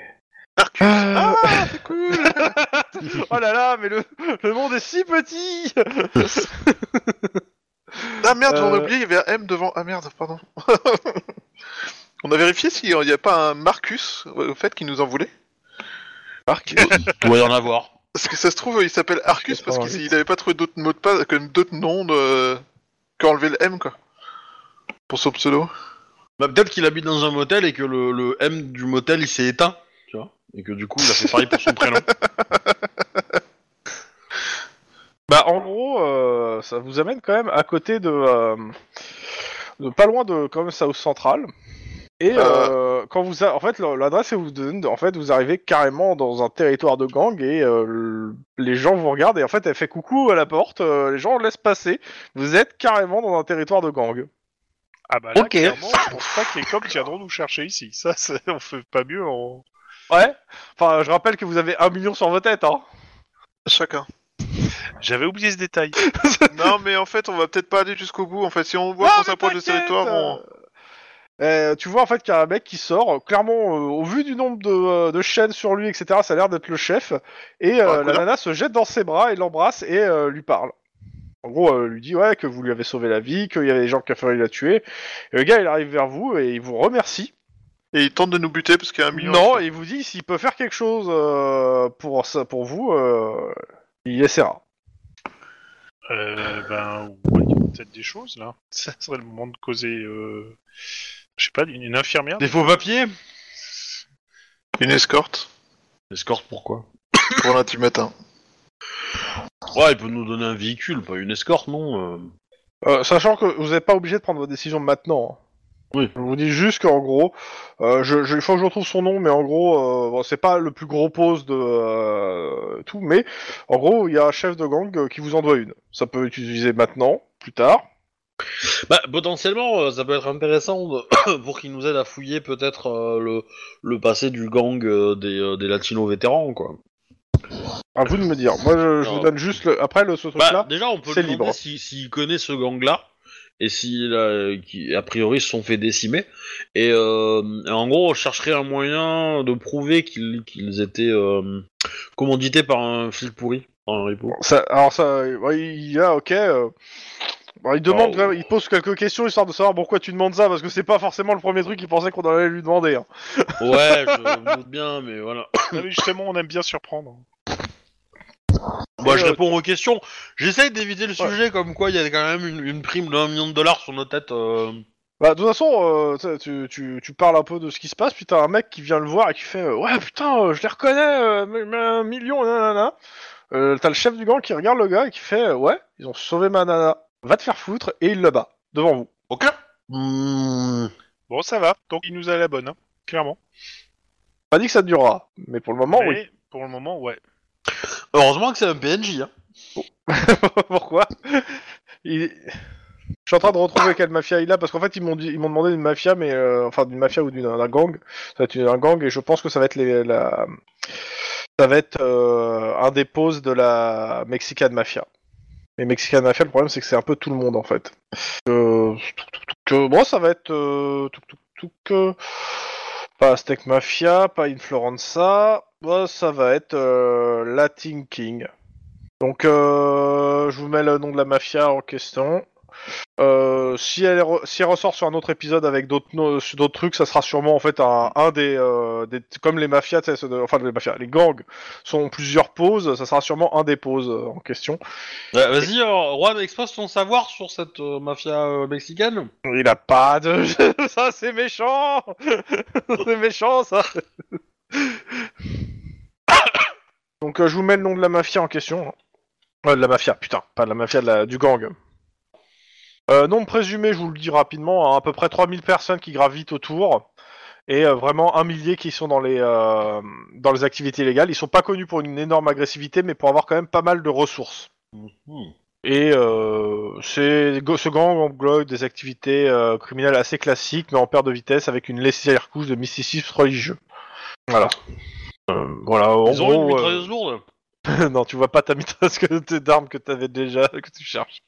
A: Ah, c'est cool Oh là là, mais le, le monde est si petit
C: Ah merde, j'en ai
A: Euh.
C: oublié, il y avait un M devant. Ah merde, pardon. On a vérifié s'il n'y a pas un Marcus, euh, au fait, qui nous en voulait.
B: Doit y en avoir.
C: Parce que ça se trouve, il s'appelle Arcus parce
A: 88.
C: qu'il n'avait pas trouvé d'autres mots de passe, que d'autres noms de... qu'enlever le M, quoi. Pour son pseudo.
B: Bah, peut-être qu'il habite dans un motel et que le, le M du motel il s'est éteint, tu vois. Et que du coup il a fait pareil pour son prénom.
A: Bah, en gros, euh, ça vous amène quand même à côté de... euh, de pas loin de quand même South Central. Et euh, quand vous... a- en fait, le- l'adresse que vous donne, en fait, vous arrivez carrément dans un territoire de gang et euh, le- les gens vous regardent et en fait, elle fait coucou à la porte, euh, les gens laissent passer. Vous êtes carrément dans un territoire de gang.
D: Ah bah là,
B: Ok.
D: clairement, je pense pas que les cops viendront nous chercher ici. Ça, c'est- on fait pas mieux en.
A: Ouais. Enfin, je rappelle que vous avez un million sur vos têtes, hein.
C: Chacun.
D: J'avais oublié ce détail.
C: non, mais en fait, on va peut-être pas aller jusqu'au bout. En fait, si on voit
A: Non,
C: qu'on
A: mais
C: s'approche de ce
A: t'inquiète,
C: territoire, on-
A: Euh, tu vois en fait qu'il y a un mec qui sort, euh, clairement, euh, au vu du nombre de, euh, de chaînes sur lui, etc., ça a l'air d'être le chef, et euh,
C: Ah, cool,
A: la
C: hein.
A: nana se jette dans ses bras et l'embrasse et euh, lui parle. En gros, euh, lui dit ouais que vous lui avez sauvé la vie, qu'il y avait des gens qui a failli la tuer. Et le gars, il arrive vers vous et il vous remercie.
C: Et ils tentent de nous buter parce qu'il y a un million.
A: non, et il vous dit s'il peut faire quelque chose euh, pour ça, pour vous, euh, il essaiera.
D: Euh, ben, ouais, il y a peut-être des choses là. Ça serait le moment de causer, euh, je sais pas, une, une infirmière.
B: Des faux papiers
C: Une escorte
B: Escorte pourquoi
C: pour lundi matin.
B: Ouais, il peut nous donner un véhicule, pas une escorte, non. euh.
A: Euh, sachant que vous n'êtes pas obligé de prendre vos décisions maintenant. hein.
B: Oui.
A: Je vous dis juste qu'en gros, euh, je, je, il faut que je retrouve son nom, mais en gros, euh, bon, c'est pas le plus gros pose de euh, tout, mais en gros, il y a un chef de gang euh, qui vous en doit une. Ça peut être utilisé maintenant, plus tard.
B: Bah, potentiellement, euh, ça peut être intéressant de- pour qu'ils nous aident à fouiller peut-être euh, le, le passé du gang euh, des, euh, des latinos vétérans, quoi.
A: À vous de me dire. Moi, je, je
B: Non.
A: vous donne juste le... après le ce
B: Bah,
A: truc-là.
B: déjà, on peut
A: c'est
B: lui demander
A: libre.
B: si- s'il connaît ce gang-là, et s'il a, qui, a priori se sont fait décimer. Et, euh, et en gros, on chercherait un moyen de prouver qu'ils qu'ils étaient euh, commandités par un fil pourri. Un ripo.
A: Ça- alors ça, euh, ouais, il a ok. euh, bon, il demande,
B: Oh.
A: quand même- il pose quelques questions histoire de savoir pourquoi tu demandes ça parce que c'est pas forcément le premier truc qu'il pensait qu'on allait lui demander. hein.
B: Ouais, je me doute bien, mais voilà.
D: Non, mais Ah justement, on aime bien surprendre.
B: Moi, je
A: euh,
B: réponds aux questions. J'essaye d'éviter le sujet, comme quoi il y a quand même une, une prime de 1 million de dollars sur nos têtes. euh.
A: Bah, de toute façon, euh, tu- tu, tu, tu parles un peu de ce qui se passe, puis t'as un mec qui vient le voir et qui fait euh, Ouais, putain, euh, je les reconnais, euh, mais- mais un million, nanana. Euh, t'as le chef du gang qui regarde le gars et qui fait euh, Ouais, ils ont sauvé ma nana, va te faire foutre, et il le bat, devant vous.
B: Ok Hmm.
D: Bon, ça va. Donc, il nous a la bonne, hein, clairement.
A: Pas dit que ça durera, mais pour le moment, oui.
D: Mais Pour le moment, ouais.
B: Heureusement que c'est un PNJ. Hein.
A: Pourquoi Il- Je suis en train de retrouver quelle mafia il a parce qu'en fait ils m'ont dit- ils m'ont demandé une mafia mais euh, enfin d'une mafia ou d'une d'un gang. Ça va être une- un gang et je pense que ça va être les, la ça va être euh, un des poses de la Mexican mafia. Mais Mexican mafia le problème c'est que c'est un peu tout le monde en fait. Euh, touc, touc, touc, euh, bon ça va être euh, touc, touc, touc, euh, pas Aztec mafia, pas Inflorenza, Bon, ça va être euh, Latin King. Donc, euh, je vous mets le nom de la mafia en question. Euh, si, elle est re- si elle ressort sur un autre épisode avec d'autres no- sur d'autres trucs, ça sera sûrement en fait un, un des, euh, des- comme les mafias, tu sais, ceux de- enfin les mafias, les gangs sont plusieurs pauses, ça sera sûrement un des pauses euh, en question.
B: Ouais, Vas-y, euh, Juan, expose ton savoir sur cette euh, mafia euh, mexicaine.
A: Il a pas de, ça c'est méchant, c'est méchant ça. Donc euh, je vous mets le nom de la mafia en question. Euh, de la mafia, putain, pas de la mafia, de la- du gang. Euh, nombre présumé, je vous le dis rapidement, hein, à peu près 3000 personnes qui gravitent autour, et euh, vraiment un millier qui sont dans les, euh, dans les activités légales. Ils sont pas connus pour une énorme agressivité, mais pour avoir quand même pas mal de ressources.
B: Mhm.
A: Et euh, c'est- go- ce gang englobe des activités euh, criminelles assez classiques, mais en perte de vitesse, avec une laissière couche de mysticisme religieux. Voilà. Euh, voilà, en
B: Ils ont une
A: gros, euh,
B: mitrailleuse lourde.
A: non, tu vois pas ta mitrasse que tes d'armes que t'avais déjà, que tu cherches.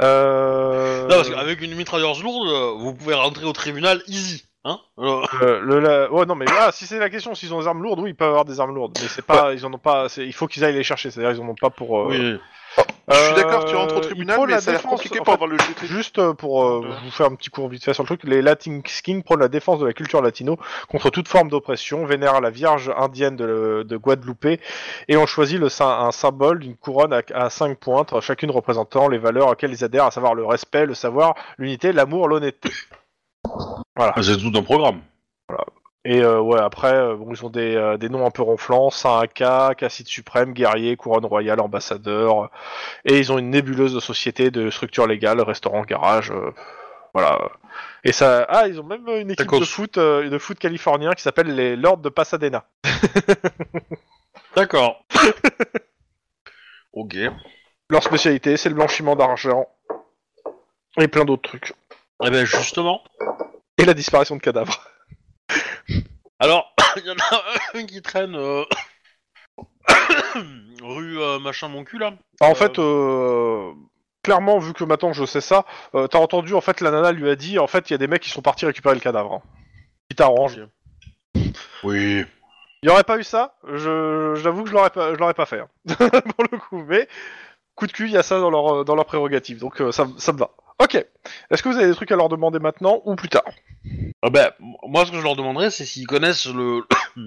A: Euh,
B: Non, parce
C: ah,
B: qu'avec une mitrailleuse lourde, euh, vous pouvez rentrer au tribunal easy. Hein Euh,
A: euh, le, la- ouais, non, mais ah, si c'est la question, s'ils ont des armes lourdes, oui, ils peuvent avoir des armes lourdes, mais c'est pas, ils en ont pas, c'est- il faut qu'ils aillent les chercher, c'est-à-dire ils en ont pas pour. euh,
B: oui.
C: Je suis d'accord,
A: euh,
C: tu rentres au
A: il
C: tribunal,
A: prône
C: mais
A: la
C: ça a l'air
A: défense,
C: compliqué
A: en
C: pour
A: fait,
C: avoir le GT.
A: Juste euh, pour euh,
C: Ouais.
A: vous faire un petit cours vite fait sur le truc, les Latin Kings prônent la défense de la culture latino contre toute forme d'oppression, vénèrent la Vierge indienne de, de Guadeloupe et ont choisi le, sy- un symbole d'une couronne à, à cinq pointes, chacune représentant les valeurs auxquelles ils adhèrent, à savoir le respect, le savoir, l'unité, l'amour, l'honnêteté. ah,
B: C'est tout un programme.
A: Et euh, ouais, après, euh, bon, ils ont des, euh, des noms un peu ronflants, Saint-Aka, Cassite Suprême, Guerrier, Couronne Royale, Ambassadeur, euh, et ils ont une nébuleuse de sociétés, de structures légales, restaurants, garages, euh, voilà. Et ça... Ah, ils ont même euh, une équipe
B: Tacos.
A: de foot, euh, de foot californien qui s'appelle les Lords de Pasadena.
B: D'accord. ok. Eh
A: Leur spécialité, c'est le blanchiment d'argent, et plein d'autres trucs.
B: Eh ben justement.
A: Et la disparition de cadavres.
B: Alors, il y en a un qui traîne euh, rue euh, machin mon cul là.
A: Bah, En fait, euh, clairement, vu que maintenant je sais ça, euh, t'as entendu, en fait, la nana lui a dit, en fait, il y a des mecs qui sont partis récupérer le cadavre. hein. Qui t'arrange.
B: Oui.
A: Il n'y aurait pas eu ça, je- j'avoue que je l'aurais pas, je l'aurais pas fait, hein. pour le coup, mais coup de cul, il y a ça dans leur, euh, dans leur prérogative, donc euh, ça, me- ça me va. Ok, est-ce que vous avez des trucs à leur demander maintenant ou plus tard
B: Ah ben, m- moi ce que je leur demanderais c'est s'ils connaissent le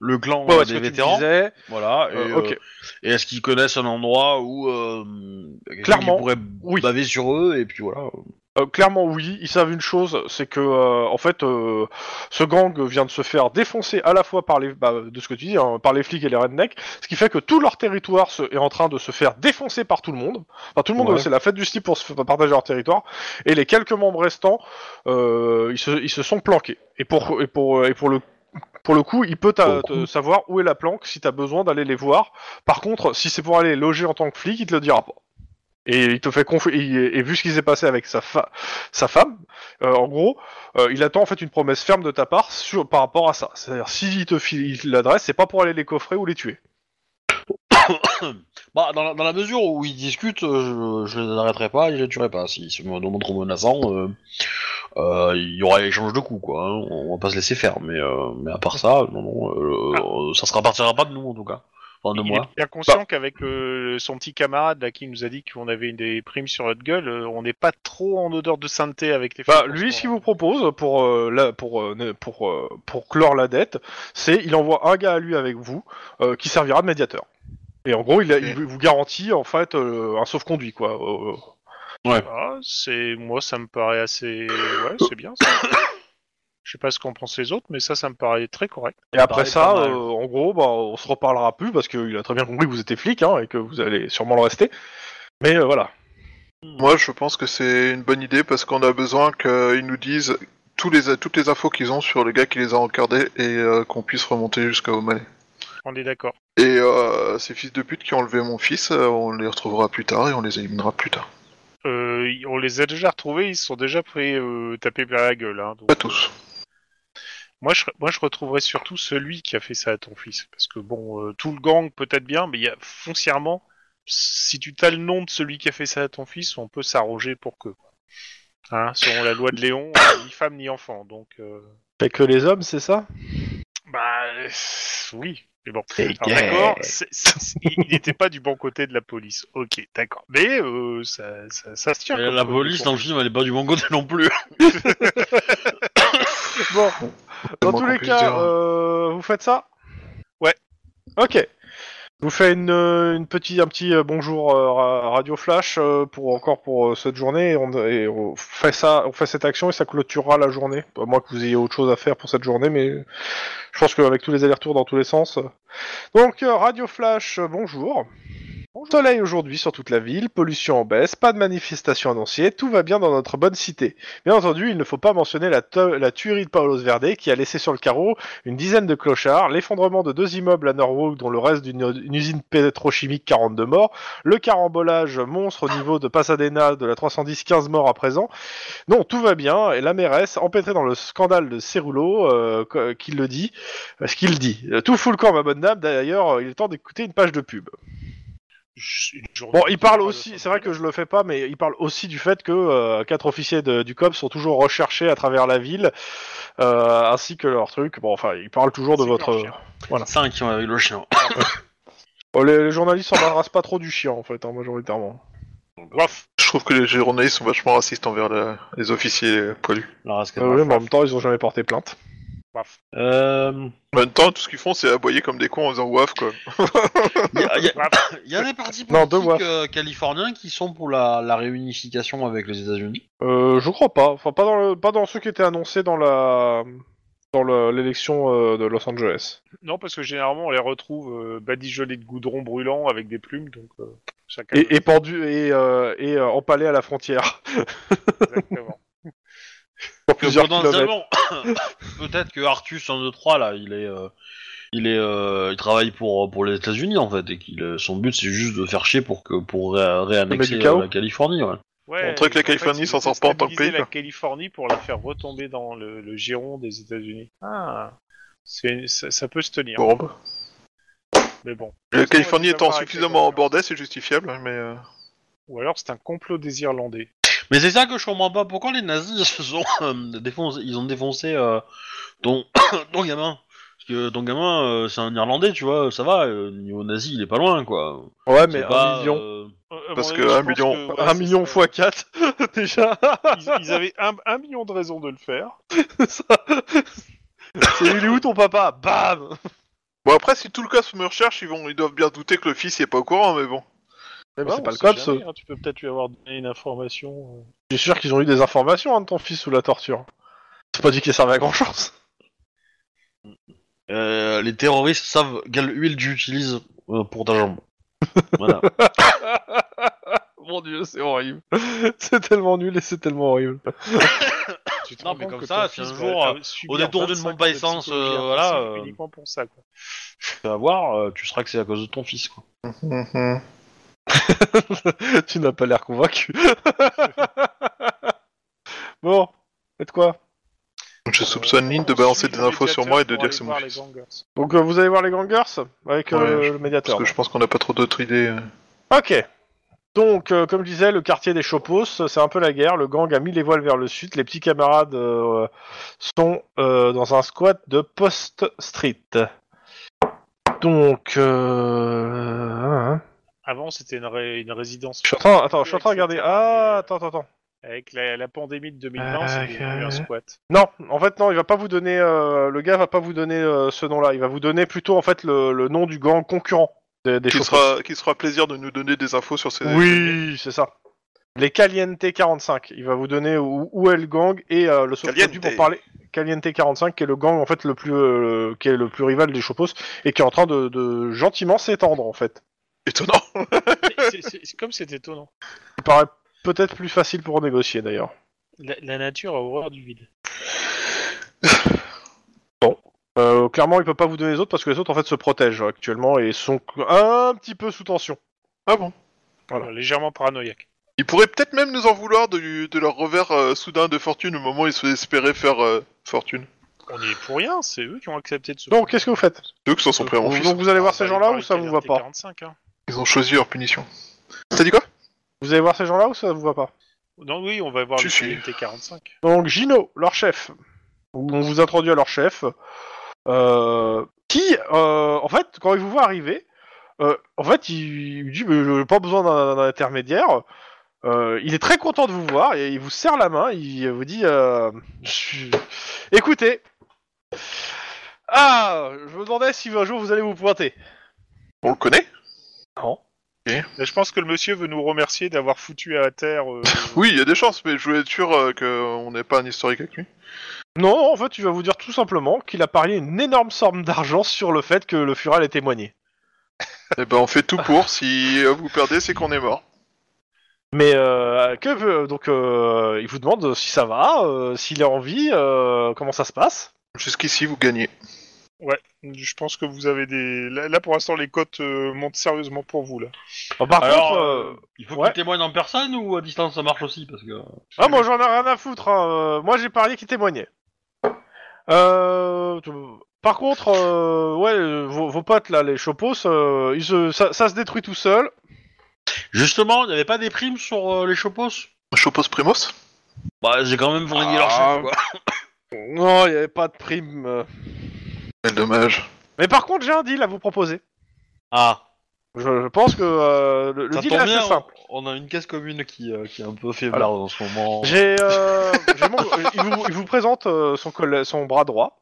B: le clan euh,
A: ce
B: des
A: que tu
B: vétérans.
A: disais,
B: Voilà. Et,
A: euh, ok.
B: euh, et est-ce qu'ils connaissent un endroit où euh, quelqu'un
A: Clairement,
B: qui pourrait
A: oui.
B: baver sur eux et puis voilà.
A: Euh, clairement oui, ils savent une chose, c'est que euh, en fait euh, ce gang vient de se faire défoncer à la fois par les bah, de ce que tu dis hein, par les flics et les rednecks, ce qui fait que tout leur territoire se- est en train de se faire défoncer par tout le monde. Enfin tout le monde
B: Ouais.
A: c'est la fête du style pour se faire partager leur territoire et les quelques membres restants euh, ils, se, ils se sont planqués. Et pour et pour et pour le pour le coup, il peut t'a-
B: Pour le
A: te savoir où est la planque si t'as besoin d'aller les voir. Par contre, si c'est pour aller les loger en tant que flic, il te le dira pas. Et il te fait conf- il- et vu ce qui s'est passé avec sa, fa- sa femme, euh, en gros, euh, il attend en fait une promesse ferme de ta part sur par rapport à ça. C'est-à-dire s'il te file il- l'adresse, c'est pas pour aller les coffrer ou les tuer.
B: Bah, dans, la, dans la mesure où ils discutent, euh, je, je les arrêterai pas et je les tuerai pas. S'ils se me demandent trop menaçants, euh, euh, il y aura échange de coups, quoi. hein. On, on va pas se laisser faire, mais, euh, mais à part ça, non, non, euh, euh, ça se rappartira pas de nous en tout cas. Enfin, de
D: Il
B: moi.
D: est bien conscient qu'avec euh, son petit camarade là qui nous a dit qu'on avait une des primes sur notre gueule, euh, on n'est pas trop en odeur de sainteté avec les.
A: Bah,
D: flics en
A: lui, ce
D: ce
A: qu'il
D: moment.
A: vous propose pour, euh, la- pour, euh, ne- pour, euh, pour clore la dette, c'est il envoie un gars à lui avec vous euh, qui servira de médiateur. Et en gros, il, a-
C: Ok.
A: il vous garantit en fait euh, un sauf-conduit quoi. Euh,
D: Ah, c'est moi, ça me paraît assez. Ouais, c'est bien. ça. Je sais pas ce qu'en pensent les autres, mais ça, ça me paraît très correct.
A: et après
B: paraît
A: ça,
B: pas mal.
A: euh, en gros, bah, on se reparlera plus parce qu'il a très bien compris que vous étiez flic hein, et que vous allez sûrement le rester. Mais euh, voilà.
C: Moi, je pense que c'est une bonne idée parce qu'on a besoin qu'ils nous disent tous les, toutes les infos qu'ils ont sur le gars qui les a encardés et euh, qu'on puisse remonter jusqu'à O'Malley.
D: On est d'accord.
C: Et euh, ces fils de pute qui ont enlevé mon fils, euh, on les retrouvera plus tard et on les éliminera plus tard.
D: Euh, on les a déjà retrouvés, ils se sont déjà pris euh, taper par la gueule. Hein, donc,
C: Pas tous.
D: Moi je, moi, je retrouverais surtout celui qui a fait ça à ton fils. Parce que, bon, euh, tout le gang, peut-être bien, mais il y a foncièrement, si tu as le nom de celui qui a fait ça à ton fils, on peut s'arroger pour que. quoi. Hein, selon la loi de Léon, euh, ni femme ni enfant. Donc, euh,
A: Fait que les hommes, c'est ça
D: bah, euh, oui. Mais bon,
A: Ah,
D: Alors, d'accord, c'est- c'est- c'est- il n'était pas du bon côté de la police. Ok, d'accord. Mais euh, ça, ça, ça se tient.
B: Et
D: comme
B: Euh, la
D: comme
B: police dans le film, elle est pas du bon côté non plus.
A: Bon, dans tous
C: moins qu'on
A: les
C: puisse
A: cas,
C: dire.
A: euh, vous faites ça
D: Ouais.
A: Ok. Je vous fais une, euh, une petit, un petit euh, bonjour euh, ra- Radio Flash euh, pour encore pour euh, cette journée et on, et on fait ça, on fait cette action et ça clôturera la journée. À moins que vous ayez autre chose à faire pour cette journée, mais je pense qu'avec tous les allers-retours dans tous les sens. euh. Donc euh, Radio Flash, euh, bonjour. Soleil aujourd'hui sur toute la ville, pollution en baisse, pas de manifestation annoncée, tout va bien dans notre bonne cité. Bien entendu, il ne faut pas mentionner la, tu- la tuerie de Paulos Verde qui a laissé sur le carreau une dizaine de clochards, l'effondrement de deux immeubles à Norwalk dont le reste d'une une usine pétrochimique 42 morts, le carambolage monstre au niveau de Pasadena de la 310 15 morts à présent. Non, tout va bien et la mairesse, empêtrée dans le scandale de Cerulo, euh, qu- qui le dit, euh, ce qu'il dit. Euh, Tout fout le camp ma bonne dame, d'ailleurs euh, il est temps d'écouter une page de pub.
D: Une journée
A: Bon, il parle
D: de-
A: aussi, c'est vrai que je le fais pas, mais il parle aussi du fait que euh, quatre officiers de- du COP sont toujours recherchés à travers la ville, euh, ainsi que leur truc. Bon, enfin, il parle toujours de
D: C'est
A: votre.
D: leur chien.
A: Voilà.
B: 5 avec le chien.
A: Oh, les, les journalistes s'en embarrassent pas trop du chien, en fait, hein, majoritairement.
D: Ouaf.
C: Je trouve que les journalistes sont vachement racistes envers la- les officiers euh, poilus.
B: La rascale.
A: Euh, oui, mais en même temps, ils ont jamais porté plainte.
B: Euh,
C: En même temps, tout ce qu'ils font, c'est aboyer comme des cons en faisant ouaf, quoi.
B: Il y, a- il y a- il y a des partis
A: Non, deux
B: politiques euh, californiens qui sont pour la, la réunification avec les États-Unis.
A: Euh, je crois pas. Enfin, pas dans, le, pas dans ceux qui étaient annoncés dans la dans le- l'élection euh, de Los Angeles.
D: Non, parce que généralement, on les retrouve euh, badigeonnés de goudron brûlant avec des plumes, donc euh, chacun.
A: Et, et pendu et, euh, et euh, empalé à la frontière.
D: Exactement.
A: Pour
B: Que
A: plusieurs kilomètres.
B: potentiellement, peut-être que Artus 1, 2, 3, là, il est. euh, il, est, euh, il travaille pour, pour les États-Unis en fait, et qu'il, euh, son but c'est juste de faire chier pour, que, pour ré- réannexer
A: du chaos.
B: euh, la Californie. ouais.
D: Ouais,
C: Montrer que la
D: en fait,
C: Californie
D: ils
C: s'en
D: veulent
C: sort pas en tant que pays,
D: stabiliser la
C: quoi.
D: Californie pour la faire retomber dans le, le giron des États-Unis. Ah, c'est- ça, ça peut se tenir.
C: Bon, bah.
D: Mais bon.
C: La
D: Est-ce qu'on va
C: Californie
D: les
C: étant
D: avoir avec les
C: suffisamment
D: Américains
C: bordée, c'est justifiable, mais... euh,
D: Ou alors c'est un complot des Irlandais.
B: Mais c'est ça que je comprends pas. Pourquoi les nazis ils se sont euh, défoncés, ils ont défoncé euh, ton ton gamin Parce que ton gamin euh, c'est un Irlandais, tu vois, ça va. euh, niveau nazi, il est pas loin quoi.
A: Ouais,
B: C'est
A: mais
B: pas,
A: un million,
B: euh,
D: Euh, à mon
C: Parce
D: avis,
C: que
D: je
C: un
D: pense
C: million-
D: que, ouais,
A: un
D: c'est
A: million
D: ça.
A: fois 4 déjà.
D: Ils, ils avaient un, un million de raisons de le faire.
A: Ça- C'est il est où ton papa Bam
C: Bon, après, si tout le COPS me recherche, ils, vont... ils doivent bien douter que le fils il est pas au courant, mais bon.
A: Mais
D: Ouais,
A: c'est
D: on
A: pas le
D: sait
A: COPS. euh.
D: jamais, hein, tu peux peut-être lui avoir donné une information. euh.
A: Je suis sûr qu'ils ont eu des informations hein, de ton fils sous la torture. C'est pas dit qu'il servait à grand chose.
B: euh, les terroristes savent quelle huile tu utilises euh, pour ta jambe. voilà.
A: Mon dieu, c'est horrible. C'est tellement nul et c'est tellement horrible.
D: Tu te
B: Non,
D: rends
B: mais
D: compte
B: comme
D: que
B: ça,
D: ton
B: si un
D: fils
B: jour,
D: va- va subir
B: au détour d'une
D: 25
B: bombe à
D: ans de
B: essence, euh,
D: psychologie
B: voilà,
D: intensive
B: euh,
D: Uniquement pour ça, quoi.
B: Tu vas voir, euh, tu seras que c'est à cause de ton fils quoi.
C: Mhm.
A: tu n'as pas l'air convaincu. bon, faites quoi
C: Je soupçonne Lynn de balancer des infos sur moi et de dire que c'est mon
D: moi.
C: fils.
A: Donc euh, vous allez voir les gangers avec euh,
C: Ouais, je-
A: le
C: Parce
A: médiateur.
C: que je pense qu'on n'a pas trop d'autres idées. euh.
A: Ok. Donc, euh, comme je disais, le quartier des Chopos, c'est un peu la guerre. Le gang a mis les voiles vers le sud. Les petits camarades euh, sont euh, dans un squat de Post Street. Donc, euh... hein, hein.
D: Avant, c'était une, ré- une résidence.
A: je suis en train, attends, je suis en train de regarder. Ah, attends, attends, attends.
D: Avec la, la pandémie de 2020,
C: Ah,
A: Euh,
D: c'est devenu
A: euh,
D: un squat.
A: Non, en fait non, il va pas vous donner. euh, le gars va pas vous donner euh, ce nom-là. Il va vous donner plutôt en fait le, le nom du gang concurrent des, des
C: Qui
A: Chopos.
C: sera, qui sera plaisir de nous donner des infos sur ces.
A: Oui, c'est ça. Les Caliente 45. Il va vous donner où, où est le gang et euh, le seul
C: Caliente.
A: produit pour parler. Caliente 45, qui est le gang en fait le plus, euh, qui est le plus rival des Chopos et qui est en train de, de gentiment s'étendre en fait.
C: Étonnant.
D: C'est- c'est- c'est- Comme c'est étonnant.
A: Il paraît peut-être plus facile pour négocier d'ailleurs.
D: La, la nature a horreur du vide.
A: Euh, clairement, il peut pas vous donner les autres parce que les autres en fait se protègent actuellement et sont un petit peu sous tension.
C: Ah bon
A: Voilà.
D: Alors, Euh, légèrement paranoïaque.
C: Ils pourraient peut-être même nous en vouloir de, de leur revers euh, soudain de fortune au moment où ils se espéraient faire euh, fortune.
D: On y est pour rien, c'est eux qui ont accepté de se
A: Donc, qu'est-ce que vous faites
C: C'est eux qui s'en sont pris à mon
A: Vous-
C: fils.
A: Donc, vous allez voir ces
D: Bah,
A: gens-là
D: aller
A: ou ça
D: voir
A: vous
D: les
A: va
D: TRT
A: pas
D: 45, hein.
C: Ils ont choisi leur punition. T'as dit quoi
A: Vous allez voir ces gens-là ou ça vous va pas
D: Non, oui, on va voir
C: Si,
D: le
C: si.
D: T45.
A: Donc Gino, leur chef. On vous introduit à leur chef. euh, qui, euh, en fait, quand il vous voit arriver, euh, en fait, il, il dit Mais j'ai pas besoin d'un d'un intermédiaire. Euh, il est très content de vous voir et il vous serre la main. Il vous dit euh, Je suis- Écoutez. Ah, je me demandais si un jour vous allez vous pointer.
C: On le connaît
D: Mais je pense que le monsieur veut nous remercier d'avoir foutu à terre. euh,
C: Oui, il y a des chances, mais je voulais être sûr euh, qu'on n'ait pas un historique avec lui.
A: Non, non, en fait, il va vous dire tout simplement qu'il a parié une énorme somme d'argent sur le fait que le Fural ait témoigné.
C: Eh ben, on fait tout pour. Si euh, vous perdez, c'est qu'on est mort.
A: Mais euh, que veut- donc euh, il vous demande si ça va, euh, s'il est en vie, euh, comment ça se passe.
C: Jusqu'ici, vous gagnez.
D: Je pense que vous avez des. Là, là, pour l'instant, les cotes euh, montent sérieusement pour vous. Là.
A: Bon, par
B: Alors,
A: contre,
B: euh,
A: euh,
B: il faut
A: ouais.
B: qu'il témoigne en personne ou à distance ça marche aussi parce que. euh,
A: ah, moi j'en ai rien à foutre. hein, euh, Moi j'ai parié qu'il témoignait. Euh, tu- par contre, euh, ouais, euh, vos, vos potes là, les chopos, euh, ils se- ça, ça se détruit tout seul.
B: Justement, il n'y avait pas des primes sur euh, les chopos
C: Chopos Primos
B: Bah, j'ai quand même vendredi leur
A: Ah.
B: chef quoi.
A: Non, il n'y avait pas de prime. euh.
C: Quel dommage.
A: Mais par contre, j'ai un deal à vous proposer.
B: Ah,
A: Je, je pense que euh, le, le
B: ça
A: deal est
B: tombe
A: assez
B: bien,
A: simple.
B: on, on a une caisse commune qui, euh, qui est un peu faible
A: Voilà.
B: en ce moment.
A: J'ai, euh, j'ai mon- il, vous, il vous présente euh, son, coll- son bras droit,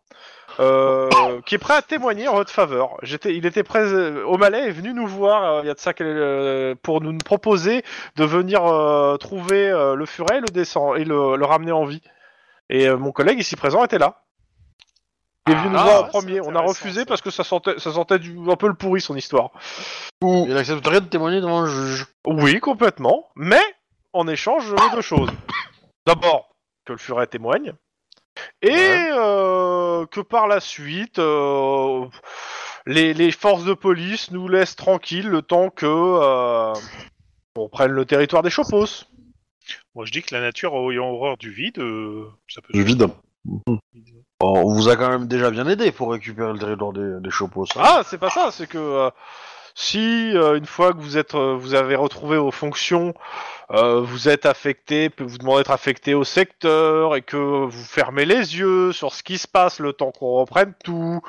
A: euh, qui est prêt à témoigner en votre faveur. J'étais, il était prêt, au Malais est venu nous voir euh, il y a de ça quel- euh, pour nous proposer de venir euh, trouver euh, le furet, le descend et le, le ramener en vie. Et euh, mon collègue ici présent était là. Il est venu nous
D: Ah,
A: voir en
D: ouais,
A: premier.
D: c'est
A: On a
D: intéressant,
A: refusé
D: ça.
A: parce que ça sentait, ça sentait du, un peu le pourri son histoire.
B: Il accepterait de témoigner devant le juge.
A: Oui, complètement. Mais en échange, je veux deux choses. D'abord, que le furet témoigne. Et
B: Ouais.
A: euh, que par la suite, euh, les, les forces de police nous laissent tranquilles le temps que euh, on prenne le territoire des Chopos.
D: Moi, je dis que la nature ayant horreur du vide, euh, ça peut.
B: Du vide. Hmm. on vous a quand même déjà bien aidé pour récupérer le territoire des, des chopos. hein.
A: Ah, c'est pas ça, c'est que euh, si euh, une fois que vous êtes, euh, vous avez retrouvé vos fonctions, euh, vous êtes affecté, que vous demandez d'être affecté au secteur et que vous fermez les yeux sur ce qui se passe le temps qu'on reprenne tout,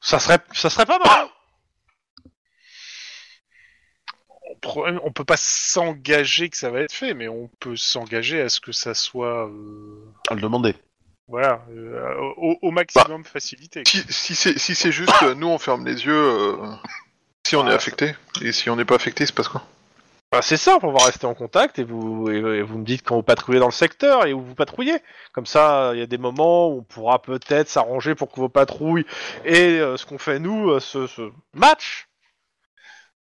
A: ça serait, ça serait pas mal.
D: On, pro- euh, on peut pas s'engager que ça va être fait, mais on peut s'engager à ce que ça soit. euh,
B: à le demander.
D: Voilà, euh, au, au maximum
C: Bah.
D: facilité.
C: Si, si c'est si c'est juste, euh, nous, on ferme les yeux euh, si on est affecté. Et si on n'est pas affecté, il se passe quoi
A: Bah, c'est simple, on va rester en contact et vous, et, et vous me dites quand vous patrouillez dans le secteur et où vous patrouillez. Comme ça, il y a des moments où on pourra peut-être s'arranger pour que vos patrouilles et euh, ce qu'on fait nous euh, se, se match.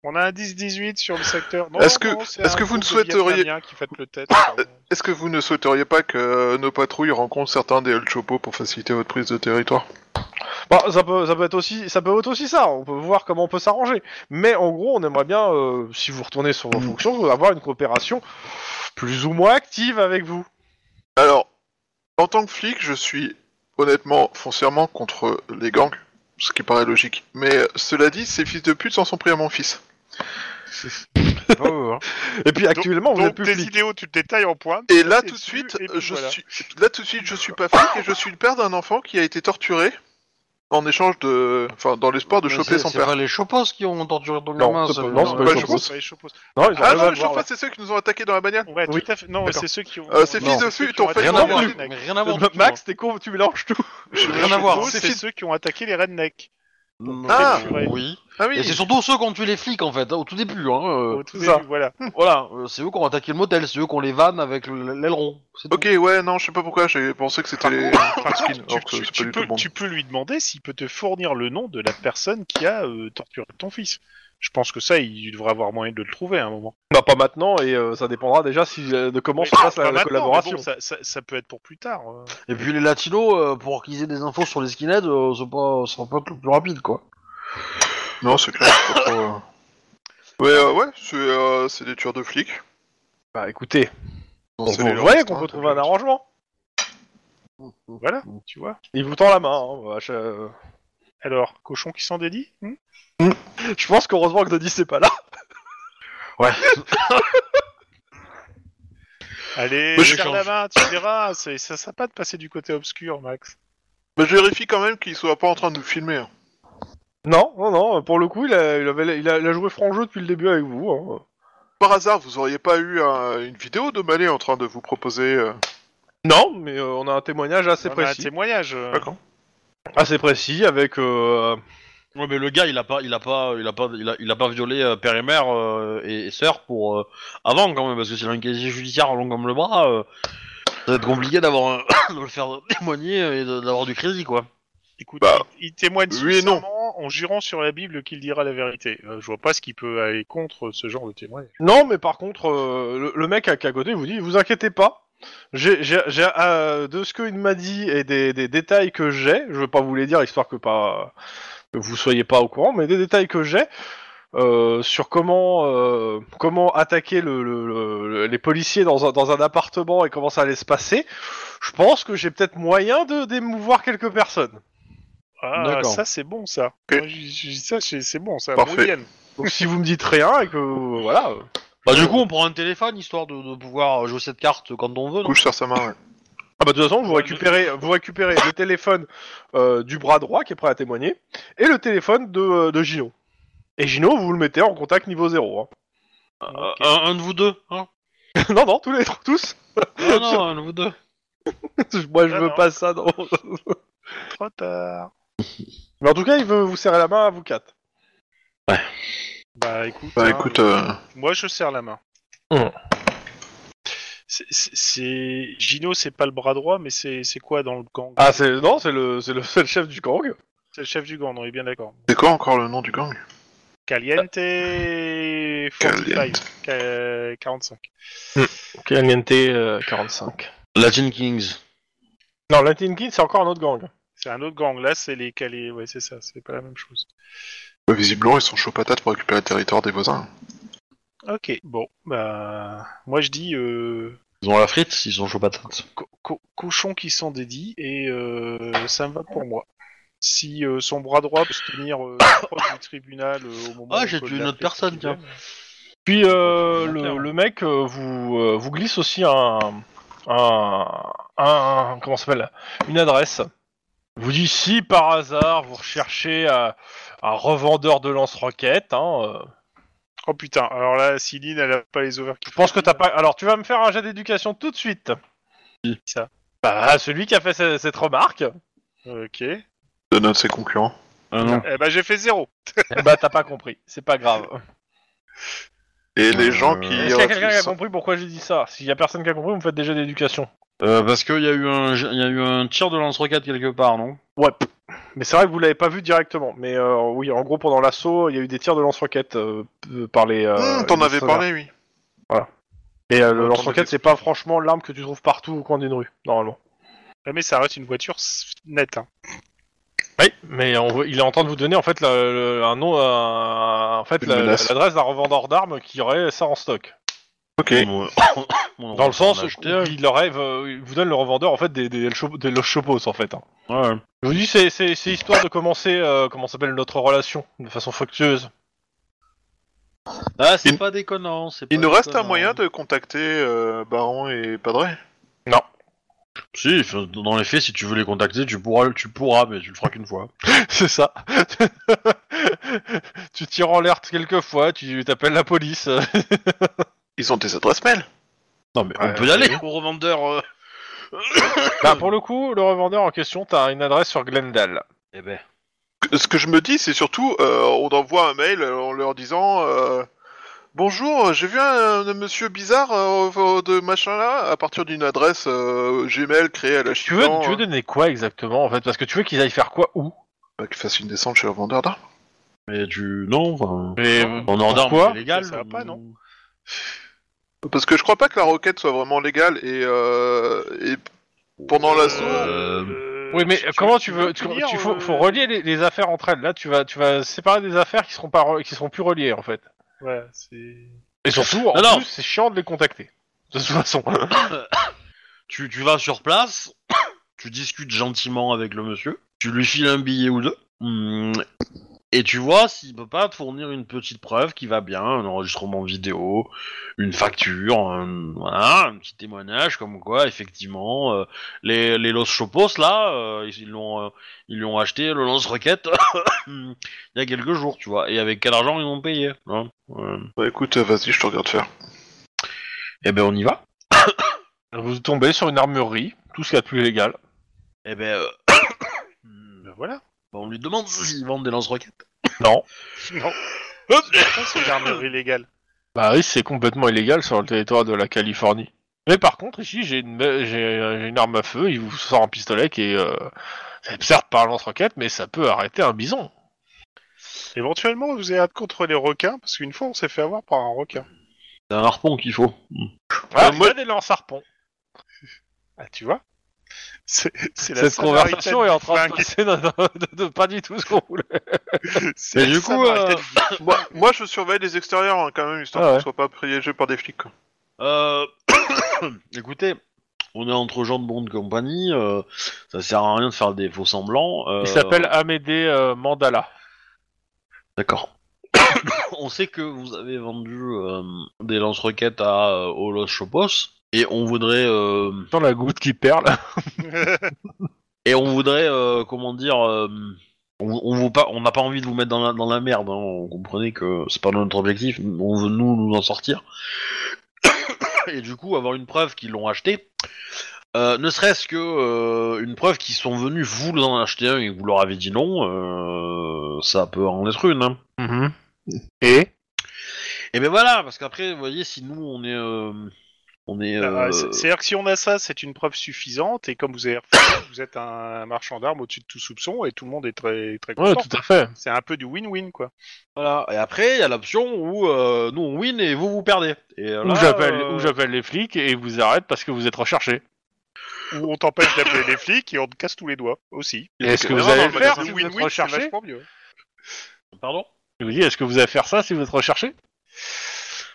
D: On a un 10-18 sur le secteur. Non,
C: Est-ce que-
D: non, c'est
C: est-ce
D: un
C: que vous ne
D: groupe de
C: souhaiteriez-
D: Vietnamiens qui fête le tête. pardon.
C: Est-ce que vous ne souhaiteriez pas que euh, nos patrouilles rencontrent certains des El Chopo pour faciliter votre prise de territoire
A: Bon, Bah, ça peut, ça peut être aussi, ça peut être aussi ça. On peut voir comment on peut s'arranger. Mais en gros, on aimerait bien, euh, si vous retournez sur vos fonctions, avoir une coopération plus ou moins active avec vous.
C: Alors, en tant que flic, je suis honnêtement foncièrement contre les gangs, ce qui paraît logique. Mais euh, cela dit, ces fils de pute s'en sont pris à mon fils.
A: Et puis actuellement, vous
D: Donc
A: êtes plus
D: tes
A: flic.
D: idéos, tu te détailles en pointe.
C: Et là
D: Et
C: tout de
D: tu-
C: suite,
D: et puis
C: je
D: voilà.
C: suis là tout de suite, je suis pas flic et je suis le père d'un enfant qui a été torturé en échange de, enfin, dans l'espoir de
B: Mais
C: choper
B: c'est-
C: son
B: C'est
C: père.
B: pas les Chopos qui ont torturé ton
A: Non,
B: gamin.
A: c'est
B: ça,
A: pas-
B: je-
A: non, c'est
D: Non,
A: pas
C: Bah,
D: pas
A: les
D: les
A: Chopos.
D: Chopos, pas les Chopos.
A: Non, ils
C: Ah
A: arrivent à
C: non,
A: le
C: le
A: voir,
C: chauffeur, c'est ceux qui nous ont attaqués dans la bannière.
D: Ouais,
A: Oui.
D: tout à fait. Non,
A: D'accord.
D: c'est ceux qui ont.
C: Euh, ces
D: non,
C: fils de
D: c'est
C: fut,
D: ceux qui ont
C: en fait,
D: attaqué
B: Rien
C: non
B: à
D: les
B: voir.
C: plus.
D: rednecks.
B: mais Rien à
A: là.
B: voir.
A: Ma- Max, t'es con, tu mélanges tout.
B: Rien à voir.
D: Chopos,
C: Ces
D: C'est
C: fils-
D: ceux qui ont attaqué les rednecks.
C: Ah,
B: oui.
C: Ah oui.
B: Et c'est surtout ceux qui ont tué les flics en fait, hein, au tout début. Hein, euh,
D: Au tout
A: c'est ça.
D: début, voilà.
B: voilà, euh, c'est eux qui ont attaqué le motel, c'est eux qui ont les vannes avec le- l'aileron. c'est tout.
C: Ok, ouais, non, je sais pas pourquoi, j'avais pensé que c'était
D: Par
C: les
D: contre, par
C: skins,
D: contre,
C: alors que
D: Ah tu,
C: c'est
D: tu
C: pas du tout
D: peux,
C: le bon.
D: tu peux lui demander s'il peut te fournir le nom de la personne qui a euh, torturé ton fils. Je pense que ça, il devrait avoir moyen de le trouver à un moment.
A: Bah pas maintenant et euh, ça dépendra déjà si, euh, de comment
D: Mais
A: se passe
D: pas
A: la, la
D: maintenant,
A: collaboration.
D: mais bon, ça, ça- ça peut être pour plus tard. euh.
B: Et puis les latinos, euh, pour qu'ils aient des infos sur les skinheads, euh, c'est pas, c'est pas plus rapide quoi.
C: Non, c'est clair. c'est pas trop, euh. Ouais, euh, ouais, c'est euh, c'est des tueurs de flics.
A: Bah écoutez, on
B: Donc,
C: c'est
A: vous
C: les
A: voyez
C: Lords,
A: qu'on
C: hein,
A: peut
C: c'est
A: trouver
C: les
A: un
C: Lords.
A: arrangement.
D: Voilà, tu vois.
A: Il vous tend la main. hein, bah, je, euh,
D: Alors, cochon qui s'en dédie hmm
A: je pense qu'heureusement que Denis c'est pas là.
B: Ouais.
D: Allez,
C: Moi, je
D: serre la
B: change.
D: main, tu verras. C'est c'est sympa de passer du côté obscur, Max.
C: Mais je vérifie quand même qu'ils soient pas en train de nous filmer. hein.
A: Non, non, non. Pour le coup, il a, il avait, il a, il a joué franc jeu depuis le début avec vous. hein.
C: Par hasard, vous auriez pas eu un- une vidéo de Malé en train de vous proposer. euh,
A: Non, mais euh, on a un témoignage assez
D: On a un
A: précis,
D: témoignage. euh.
C: D'accord.
A: assez précis avec. euh,
B: Ouais, mais le gars, il a pas, il a pas, il a pas, il a, il a pas violé euh, père et mère euh, et, et sœur pour euh, avant quand même, parce que s'il a un casier judiciaire long comme le bras, euh, ça va être compliqué d'avoir, un- de le faire témoigner et de- d'avoir du crédit quoi.
D: Écoute,
C: Bah,
D: il il témoigne
C: oui et non.
D: sincèrement en jurant sur la Bible qu'il dira la vérité. Euh, je vois pas ce qui peut aller contre ce genre de témoignage.
A: Non, mais par contre, euh, le, le mec à, qui est à côté vous dit, vous inquiétez pas. J'ai, j'ai, j'ai, euh, de ce qu'il m'a dit et des, des détails que j'ai, je veux pas vous les dire histoire que pas que vous soyez pas au courant, mais des détails que j'ai euh, sur comment euh, comment attaquer le, le- le- les policiers dans un, dans un appartement et comment ça allait se passer. Je pense que j'ai peut-être moyen de d'émouvoir quelques personnes.
D: Ah,
B: D'accord.
D: ça c'est bon ça.
C: Ok.
D: Moi, j'ai- j'ai dit ça, c'est c'est bon ça.
C: Parfait.
D: Moulienne.
A: Donc si vous me dites rien et que euh, voilà. euh,
B: Bah du coup, on prend un téléphone histoire de, de pouvoir jouer cette carte quand on veut. non
C: Couche sur sa main. ouais.
A: Ah bah de toute façon, vous
D: Ouais,
A: récupérez, vous récupérez le téléphone euh, du bras droit qui est prêt à témoigner et le téléphone de, euh, de Gino. Et Gino, vous le mettez en contact niveau 0.
B: Euh, un, un de vous deux. Hein
A: hein. non, non, tous les trois, tous.
B: non, non, un de vous deux.
A: Moi, je
D: Ah
A: veux
D: non.
A: pas ça. Non.
D: Trop tard.
A: Mais en tout cas, il veut vous serrer la main à vous quatre.
D: Bah écoute.
C: Bah
D: hein,
C: écoute,
D: euh,
C: euh,
D: Moi je serre la main.
A: Hmm.
D: C'est- c'est- C'est Gino, c'est pas le bras droit, mais c'est c'est quoi dans le gang
A: Ah, c'est non, c'est le, c'est le, c'est le chef du gang.
D: C'est le chef du gang, on est bien d'accord.
C: c'est quoi encore le nom du gang
D: Caliente 45, Ca- 45.
A: Ok, LNT 45.
B: Latin Kings.
A: Non, Latin Kid, c'est encore un autre gang.
D: C'est un autre gang. Là, c'est les Cali. Ouais, c'est ça. C'est pas la même chose.
C: Bah, Visiblement, ils sont chauds patates pour récupérer le territoire des voisins. hein,
D: Ok. Bon, bah, moi je dis euh,
B: Ils ont la frite, ils sont chauds patates.
D: co- co- cochon qui s'en dédie et euh, ça me va pour moi. Si euh, son bras droit peut se tenir euh, proche du tribunal euh, au moment.
B: Ah,
D: où
B: j'ai
D: Paul
B: tué une
D: l'a
B: autre
D: fait,
B: personne,
D: c'est bien.
A: Puis euh, le, le mec euh, vous, euh, vous glisse aussi un, un, un- comment ça s'appelle une adresse. Vous dit si par hasard vous recherchez euh, un revendeur de lance-roquettes, hein, euh,
D: Oh putain. Alors là, Céline, elle a pas les ovaires qui.
A: je pense que t'as pas. Alors tu vas me faire un jet d'éducation tout de suite.
B: Qui
D: ça
A: Bah celui qui a fait ce- cette remarque.
D: Ok.
C: De notre ses concurrents.
B: Ah non.
D: Eh ben, j'ai fait zéro.
A: bah t'as pas compris, c'est pas grave.
C: Et les
B: Euh,
C: gens qui.
A: Est-ce qu'il y a quelqu'un qui a
C: réfléchissent-
A: compris pourquoi j'ai dit ça S'il y a personne qui a compris, vous me faites des jets d'éducation.
B: Euh, parce qu'il y a eu un, il y a eu un tir de lance-roquette quelque part, non
A: Ouais. Mais c'est vrai que vous l'avez pas vu directement. Mais euh, oui, en gros, pendant l'assaut, il y a eu des tirs de lance-roquettes euh, p- par les. euh,
C: Hum, T'en
A: les
C: avais
A: mercenaires.
C: parlé, oui.
A: Et euh,
C: T'en
A: le lance-roquette,
C: avais-
A: c'est pas franchement l'arme que tu trouves partout au coin d'une rue, normalement.
D: Ah, mais ça reste une voiture s- nette. hein.
A: Oui, mais on veut- il est en train de vous donner en fait la- le- un nom, un- en fait
C: Une
A: la-
C: menace.
A: l'adresse d'un revendeur d'armes qui aurait ça en stock.
C: Ok.
B: Mon- mon
A: Dans le sens
B: on a
A: où
B: acheté un.
A: il aurait, euh, il vous donne le revendeur en fait des des, Elcho- des Los Chopos en fait. hein.
B: Ouais.
A: Je vous dis, c'est c'est- c'est histoire de commencer, euh, comment s'appelle notre relation, de façon fructueuse.
B: Ah, c'est
C: Il-
B: pas déconnant. c'est
C: Il
B: pas
C: nous reste un
B: déconnant.
C: moyen de contacter euh, Baron et Padre.
B: Si, enfin, dans les faits, si tu veux les contacter, tu pourras, tu pourras, mais tu le feras qu'une fois.
A: C'est ça. tu tires en l'air quelquefois, tu t'appelles la police.
C: Ils ont tes adresses mail.
B: Non, mais
A: Ouais,
B: on peut y
A: ouais.
B: aller au revendeur. euh.
A: bah, pour le coup, le revendeur en question, t'as une adresse sur Glendale.
B: Eh ben.
C: Ce que je me dis, c'est surtout, euh, on envoie un mail en leur disant euh, Bonjour, j'ai vu un, un monsieur bizarre euh, de machin là à partir d'une adresse euh, Gmail créée à la
A: Tu veux,
C: Chican,
A: tu veux
C: euh,
A: donner quoi exactement en fait Parce que tu veux qu'ils aillent faire quoi où
C: bah, Qu'il fasse une descente chez le vendeur d'armes.
B: Mais tu. Non, enfin.
A: Et,
B: En euh, ordre,
A: Pourquoi
B: c'est légal.
D: Ça va pas, non
C: Parce que je crois pas que la requête soit vraiment légale et, euh, et pendant l'assaut.
B: Euh,
A: Oui, mais
D: si
A: comment tu veux, tu,
D: punir,
A: tu- faut,
D: euh,
A: faut relier les, les affaires entre elles. Là, tu vas, tu vas séparer des affaires qui seront pas, re- qui seront plus reliées en fait.
D: Ouais, c'est.
A: Et surtout, en
B: Non, non.
A: plus, c'est chiant de les contacter. De toute façon.
B: tu, tu vas sur place, tu discutes gentiment avec le monsieur, tu lui files un billet ou deux, hum, et tu vois s'il peut pas te fournir une petite preuve qui va bien, un enregistrement vidéo, une facture, un, voilà, un petit témoignage comme quoi effectivement euh, les, les Los Chopos là, euh, ils ils l'ont euh, ils lui ont acheté le lance-roquette il y a quelques jours, tu vois, et avec quel argent ils ont payé hein, ouais.
C: Bah écoute, vas-y, je te regarde faire.
B: Eh ben on y va.
A: Vous tombez sur une armurerie, tout ce qu'il y a de plus légal.
B: Eh ben euh,
D: Ben voilà.
B: bah, on lui demande s'ils vendent des lance-roquettes.
A: Non.
D: Non,
B: Hop.
D: c'est pas c'est une armurerie légale.
A: Bah oui, c'est complètement illégal sur le territoire de la Californie. Mais par contre, ici, j'ai une, me- j'ai, euh, j'ai une arme à feu, il vous sort un pistolet qui est... euh, c'est certes par lance-roquette, mais ça peut arrêter un bison.
D: Éventuellement, vous allez être contre les requins, parce qu'une fois, on s'est fait avoir par un requin.
B: C'est un harpon qu'il faut.
A: Ah,
C: Euh,
A: il
C: moi-
A: y a des lance-harpons.
D: Ah, tu vois C'est c'est la
A: Cette
D: Samaritaine
A: conversation est en train de
D: flingue.
A: passer dans- dans- de, de pas du tout ce qu'on voulait.
D: C'est
B: Et
D: la
B: du coup,
D: Samaritaine.
B: euh,
C: moi, moi, je surveille les extérieurs hein, quand même, histoire
A: Ah
C: qu'on
A: ouais.
C: soit pas piégé par des flics. quoi.
B: euh, écoutez, on est entre gens de bonne compagnie, euh, ça sert à rien de faire des faux semblants. euh,
A: Il s'appelle Amédée euh, Mandala.
B: D'accord. on sait que vous avez vendu euh, des lance-roquettes à euh, aux Los Chopos et on voudrait euh,
A: Dans la goutte qui perle.
B: et on voudrait euh, comment dire. euh, on on vous pas, on n'a pas envie de vous mettre dans la, dans la merde. Hein. On comprenait que c'est pas notre objectif. On veut nous nous en sortir. Et du coup, avoir une preuve qu'ils l'ont acheté, euh, ne serait-ce que euh, une preuve qu'ils sont venus vous en acheter un et que vous leur avez dit non, euh, ça peut en être une. Hein.
A: Et
B: Et ben voilà, parce qu'après, vous voyez, si nous on est, euh, on est,
D: Ah,
B: euh,
D: c'est- C'est-à-dire que si on a ça, c'est une preuve suffisante, et comme vous avez refusé, vous êtes un marchand d'armes au-dessus de tout soupçon, et tout le monde est très, très
A: Ouais,
D: content.
A: tout à fait.
D: C'est un peu du win-win, quoi.
B: voilà. Et après, il y a l'option où euh, nous on win et vous vous perdez. Et euh, là,
A: Ou j'appelle
B: euh,
A: ou j'appelle les flics et ils vous arrêtent parce que vous êtes recherché.
D: Ou on t'empêche d'appeler les flics, et on te casse tous les doigts, aussi.
A: Et Est-ce que
C: Non,
A: vous
C: non,
A: allez
C: non,
A: le
C: mais
A: faire
C: c'est
A: si vous êtes
D: Win-win, c'est
A: recherché
D: vachement mieux.
B: pardon.
A: Je vous dis, est-ce que vous allez faire ça si vous êtes recherché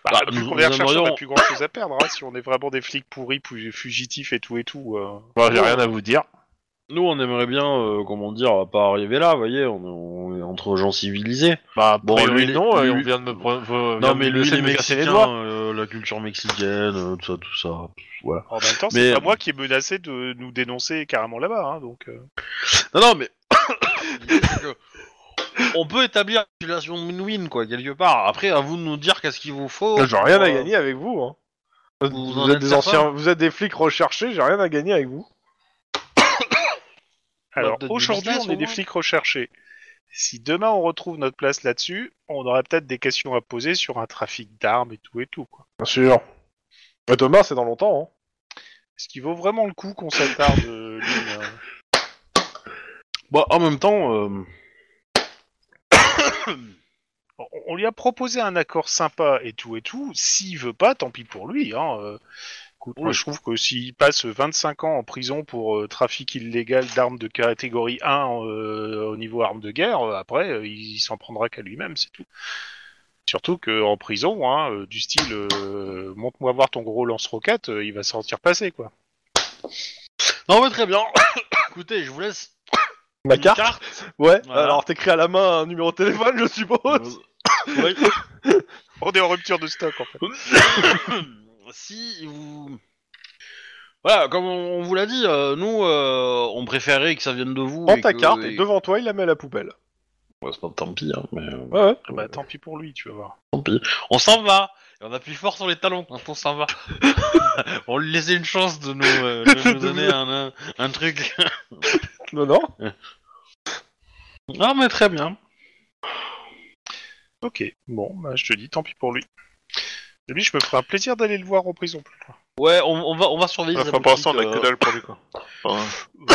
D: Bah,
B: Bah,
D: vu
B: nous-
D: qu'on est
B: nous
D: recherchés, on
B: aimerions-
D: n'a plus grand chose à perdre, hein, si on est vraiment des flics pourris, pu- fugitifs et tout et tout. euh.
A: Moi, Bah, j'ai rien à vous dire.
B: Nous, on aimerait bien, euh, comment dire, pas arriver là, vous voyez, on, on est entre gens civilisés.
A: Bah, bon,
B: priori,
A: lui, non,
B: lui-
A: euh, on vient de me prendre.
B: Non, mais lui,
A: laisser
B: les
A: me casser les
B: Mexicains,
A: doigts.
B: euh, la culture mexicaine, euh, tout ça, tout ça. Voilà.
D: En même temps,
B: Mais,
D: c'est
B: euh,
D: pas moi qui ai menacé de nous dénoncer carrément là-bas, hein, donc... euh.
B: Non, non, mais. L'idée, c'est que on peut établir une relation win-win, quoi, quelque part. Après, à vous de nous dire qu'est-ce qu'il vous faut.
A: J'ai rien à
B: Euh,
A: gagner avec vous. Hein.
B: vous en
A: Vous êtes
B: êtes
A: des
B: certain
A: anciens, vous êtes des flics recherchés. J'ai rien à gagner avec vous.
D: Alors
B: peut-être du
D: aujourd'hui,
B: business,
D: on est
B: au
D: des
B: moins.
D: flics recherchés. Si demain on retrouve notre place là-dessus, on aurait peut-être des questions à poser sur un trafic d'armes et tout et tout. Quoi.
A: Bien sûr. Mais Thomas, c'est dans longtemps. hein.
D: hein Est-ce qu'il vaut vraiment le coup qu'on s'attarde euh, Lynn, euh
B: Bah, en même temps, euh,
D: On- On lui a proposé un accord sympa et tout et tout. S'il veut pas, tant pis pour lui. Hein. Euh, écoute, moi,
B: Oui.
D: je trouve que s'il passe 25 ans en prison pour euh, trafic illégal d'armes de catégorie 1 euh, au niveau armes de guerre, euh, après, euh, il, il s'en prendra qu'à lui-même, c'est tout. Surtout qu'en prison, hein, euh, du style euh, montre-moi voir ton gros lance-roquette, euh, il va s'en sortir passer quoi.
B: Non, mais très bien. Écoutez, je vous laisse
A: Ma
B: une
A: carte Ouais,
B: Voilà.
A: alors t'écris à la main un numéro de téléphone, je suppose
B: Euh, ouais.
D: On est en rupture de stock en fait.
B: si vous. Voilà, comme on, on vous l'a dit, euh, nous, euh, on préférait que ça vienne de vous.
A: Prends
B: et
A: ta
B: que-
A: carte et
B: et-
A: devant toi, il la met à la poubelle.
B: Ouais, c'est pas tant pis, hein, mais euh,
A: Ouais, ouais.
D: Ah Bah, tant pis pour lui, tu vas voir.
B: tant pis. On s'en va et on appuie fort sur les talons quand on s'en va. on lui laissait une chance de nous, euh, de nous donner un, un- un truc.
A: Non, non.
B: Ah, mais très bien.
D: Ok, bon, bah, je te dis tant pis pour lui. Et lui, je me ferai un plaisir d'aller le voir en prison plus tard.
B: Ouais, on, on va, on va surveiller. sa
C: Enfin, pour l'instant, on
B: boutique,
C: a que
B: euh,
C: dalle pour lui, quoi. Enfin,
D: Euh,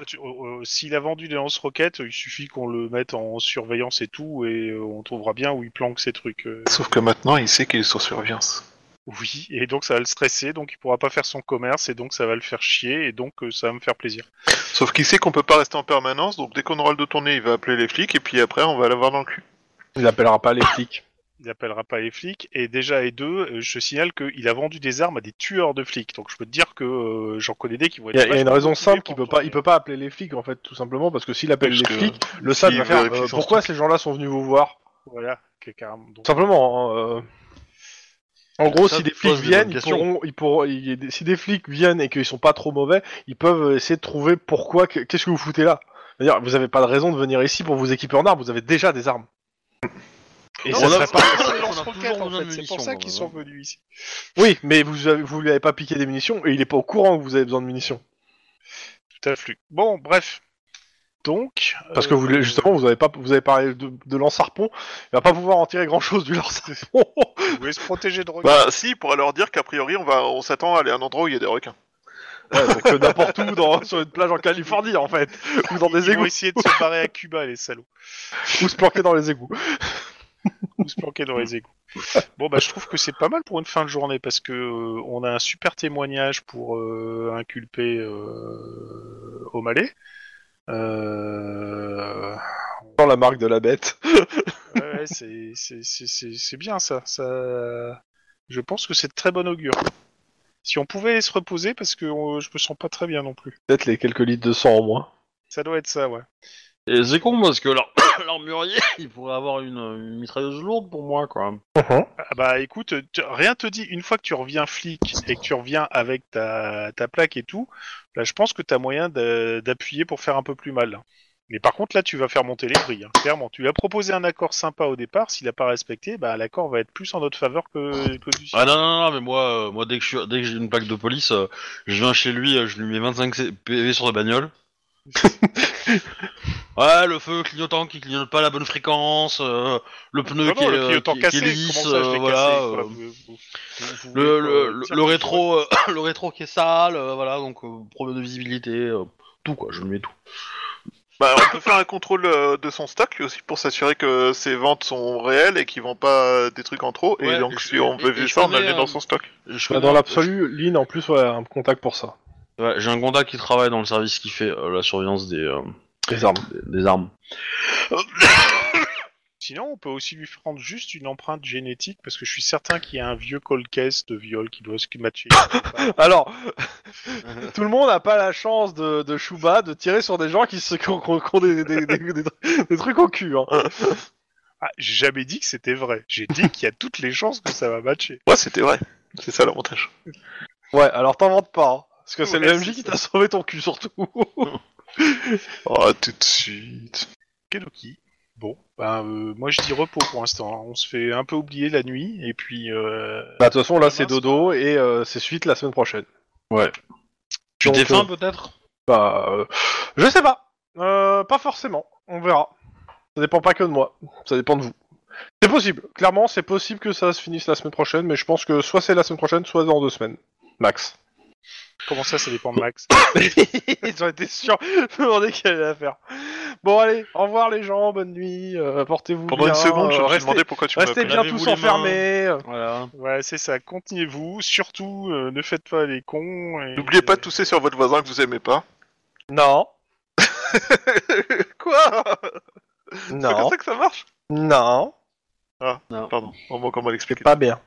D: on- tu- euh, euh, S'il a vendu des lance-roquettes, il suffit qu'on le mette en surveillance et tout, et euh, on trouvera bien où il planque ses trucs. euh.
C: Sauf que maintenant, il sait qu'il est sur surveillance.
D: Oui, et donc ça va le stresser, donc il pourra pas faire son commerce, et donc ça va le faire chier, et donc euh, ça va me faire plaisir.
C: Sauf qu'il sait qu'on peut pas rester en permanence, donc dès qu'on aura le dos tourné, il va appeler les flics, et puis après, on va l'avoir dans le cul.
A: Il appellera pas les flics.
D: Il appellera pas les flics, et déjà, et deux, euh, je te signale qu'il a vendu des armes à des tueurs de flics, donc je peux te dire que euh, j'en connais des qui vont être.
A: Il y a, il y a une
D: vachement
A: raison
D: motivés
A: simple
D: pour
A: qu'il peut
D: toi.
A: pas, il peut pas appeler les flics en fait, tout simplement parce que s'il appelle
C: Parce
A: les
C: que-
A: flics, le SAD
C: il
A: va faire.
C: vérifie
A: euh,
C: son
A: pourquoi ces gens-là sont venus vous voir
D: Voilà, que- carrément.
A: Tout
D: Donc,
A: simplement. hein, euh, En gros,
B: Ça
A: si des
B: pose
A: flics
B: des bonnes
A: viennent, ils
B: questions.
A: pourront, ils pourront, ils- si des flics viennent et qu'ils sont pas trop mauvais, ils peuvent essayer de trouver pourquoi, que- qu'est-ce que vous foutez là C'est-à-dire, vous avez pas de raison de venir ici pour vous équiper en armes, vous avez déjà des armes. Et
D: Non,
A: ça
D: on
A: serait
D: a-
A: pas-
B: on a
D: Ils
B: toujours
D: lancent roquettes, en
B: besoin de
D: fait, c'est
B: munitions,
D: pour ça
B: quand
D: qu'ils
B: même,
D: sont
B: hein.
D: venus ici.
A: Oui, mais vous, avez- vous lui avez pas piqué des munitions et il est pas au courant que vous avez besoin de munitions.
D: Tout à flux. Bon, bref. Donc.
A: Parce que vous,
D: euh,
A: justement, vous avez pas, vous avez parlé de, de lance-harpon, il va pas pouvoir en tirer grand-chose du lance-harpon.
D: Vous pouvez se protéger de regards.
C: Bah, si, il pourra leur dire qu'a priori, on va, on s'attend à aller à un endroit où il y a des requins.
A: Ouais, donc, euh, n'importe où, dans, sur une plage en Californie, en fait, ou dans des
D: Ils vont
A: égouts,
D: essayer de se barrer à Cuba, les salauds.
A: ou se planquer dans les égouts.
D: Ou se planquer dans les égouts. Bon, bah, je trouve que c'est pas mal pour une fin de journée parce que euh, on a un super témoignage pour euh, inculper euh, O'Malley. Euh,
A: Dans la marque de la bête.
D: ouais, ouais, c'est- c'est- c'est c'est- c'est bien ça. ça. Je pense que c'est de très bon augure. Si on pouvait se reposer parce que euh, je me sens pas très bien non plus.
A: Peut-être les quelques litres de sang en moins.
D: Ça doit être ça, ouais.
B: Et c'est con parce que leur- l'armurier, il pourrait avoir une, une mitrailleuse lourde pour moi, quoi.
D: Ah bah écoute, tu- rien te dit, une fois que tu reviens flic et que tu reviens avec ta, ta plaque et tout, là je pense que t'as moyen de- d'appuyer pour faire un peu plus mal. Mais par contre là tu vas faire monter les prix, hein, clairement. Tu lui as proposé un accord sympa au départ, s'il n'a pas respecté, bah l'accord va être plus en notre faveur que, que du sien.
B: Ah non, non, non, mais moi, euh, moi dès que je suis- dès que j'ai une plaque de police, euh, je viens chez lui, euh, je lui mets 25 C- PV sur la bagnole. ouais, le feu clignotant qui clignote pas à la bonne fréquence, euh, le pneu
D: Non,
B: qui,
D: Ah
B: est,
D: non, le
B: euh,
D: clignotant
B: qui- qui
D: cassé,
B: est lisse,
D: comment ça, je
B: euh,
D: l'ai
B: voilà.
D: cassé,
B: euh,
D: quoi, vous- vous- vous- vous
B: le,
D: voulez,
B: le,
D: euh,
B: le-
D: tiens,
B: le
D: vous-
B: rétro, euh, le rétro qui est sale, euh, voilà, donc euh, problème de visibilité, euh, tout quoi, je lui mets tout.
C: Bah, on peut faire un contrôle euh, de son stock lui aussi pour s'assurer que ses ventes sont réelles et qu'il vend pas euh, des trucs en trop. Et
B: Ouais,
C: donc,
B: et je-
C: si on
B: et-
C: veut
B: et
C: viser
B: je
C: ça, on
B: connais,
C: l'amener
B: euh,
C: dans son stock.
B: Je
A: Bah,
B: connais-
A: dans l'absolu, Lynn, en plus, ouais, a un contact pour ça.
B: Ouais, j'ai un contact qui travaille dans le service qui fait euh, la surveillance des, euh,
A: Les armes.
B: des, des armes.
D: Sinon, on peut aussi lui prendre juste une empreinte génétique parce que je suis certain qu'il y a un vieux cold case de viol qui doit se matcher.
A: Alors, tout le monde n'a pas la chance de, de Shuba de tirer sur des gens qui, se, qui ont, qui ont- qui ont des, des- des- des- des trucs au cul. Hein.
D: Ah, j'ai jamais dit que c'était vrai. J'ai dit qu'il y a toutes les chances que ça va matcher.
C: Ouais, c'était vrai. C'est ça l'avantage.
A: Ouais, alors t'inventes pas. hein, Parce que c'est
D: Ouais,
A: le MJ
D: c'est
A: qui
D: ça.
A: t'a sauvé ton cul surtout.
C: Oh, tout de suite.
D: Kedoki. Bon, ben, euh, moi je dis repos pour l'instant. hein. On se fait un peu oublier la nuit et puis euh,
A: Bah, de toute façon, là, c'est
D: Mince,
A: dodo et euh, c'est suite la semaine prochaine.
B: Tu
A: Donc,
B: t'es
A: euh,
B: faim peut-être
A: Bah, euh, je sais pas. Euh, pas forcément. On verra. Ça dépend pas que de moi. Ça dépend de vous. C'est possible. Clairement, c'est possible que ça se finisse la semaine prochaine, mais je pense que soit c'est la semaine prochaine, soit dans deux semaines. Max.
D: Comment ça, ça dépend de Max
A: Ils ont été sûrs de demander quelle allait la faire. Bon, allez, au revoir les gens, bonne nuit, euh, portez-vous
C: Pendant
A: bien.
C: une seconde, je
A: euh,
C: me suis
A: restez,
C: demandé pourquoi tu
A: restez
C: m'appelles.
A: bien
B: Lavez-vous
A: tous
B: les mains.
A: enfermés. euh,
B: Voilà.
D: Ouais, c'est ça, continuez-vous, surtout euh, ne faites pas les cons. et-
C: N'oubliez
A: euh,
C: pas de tousser sur votre voisin que vous aimez pas.
A: Non,
C: Quoi C'est comme
A: non,
C: ça que ça marche
A: non,
C: Pardon, on manque comment
A: c'est
C: l'expliquer.
A: pas bien.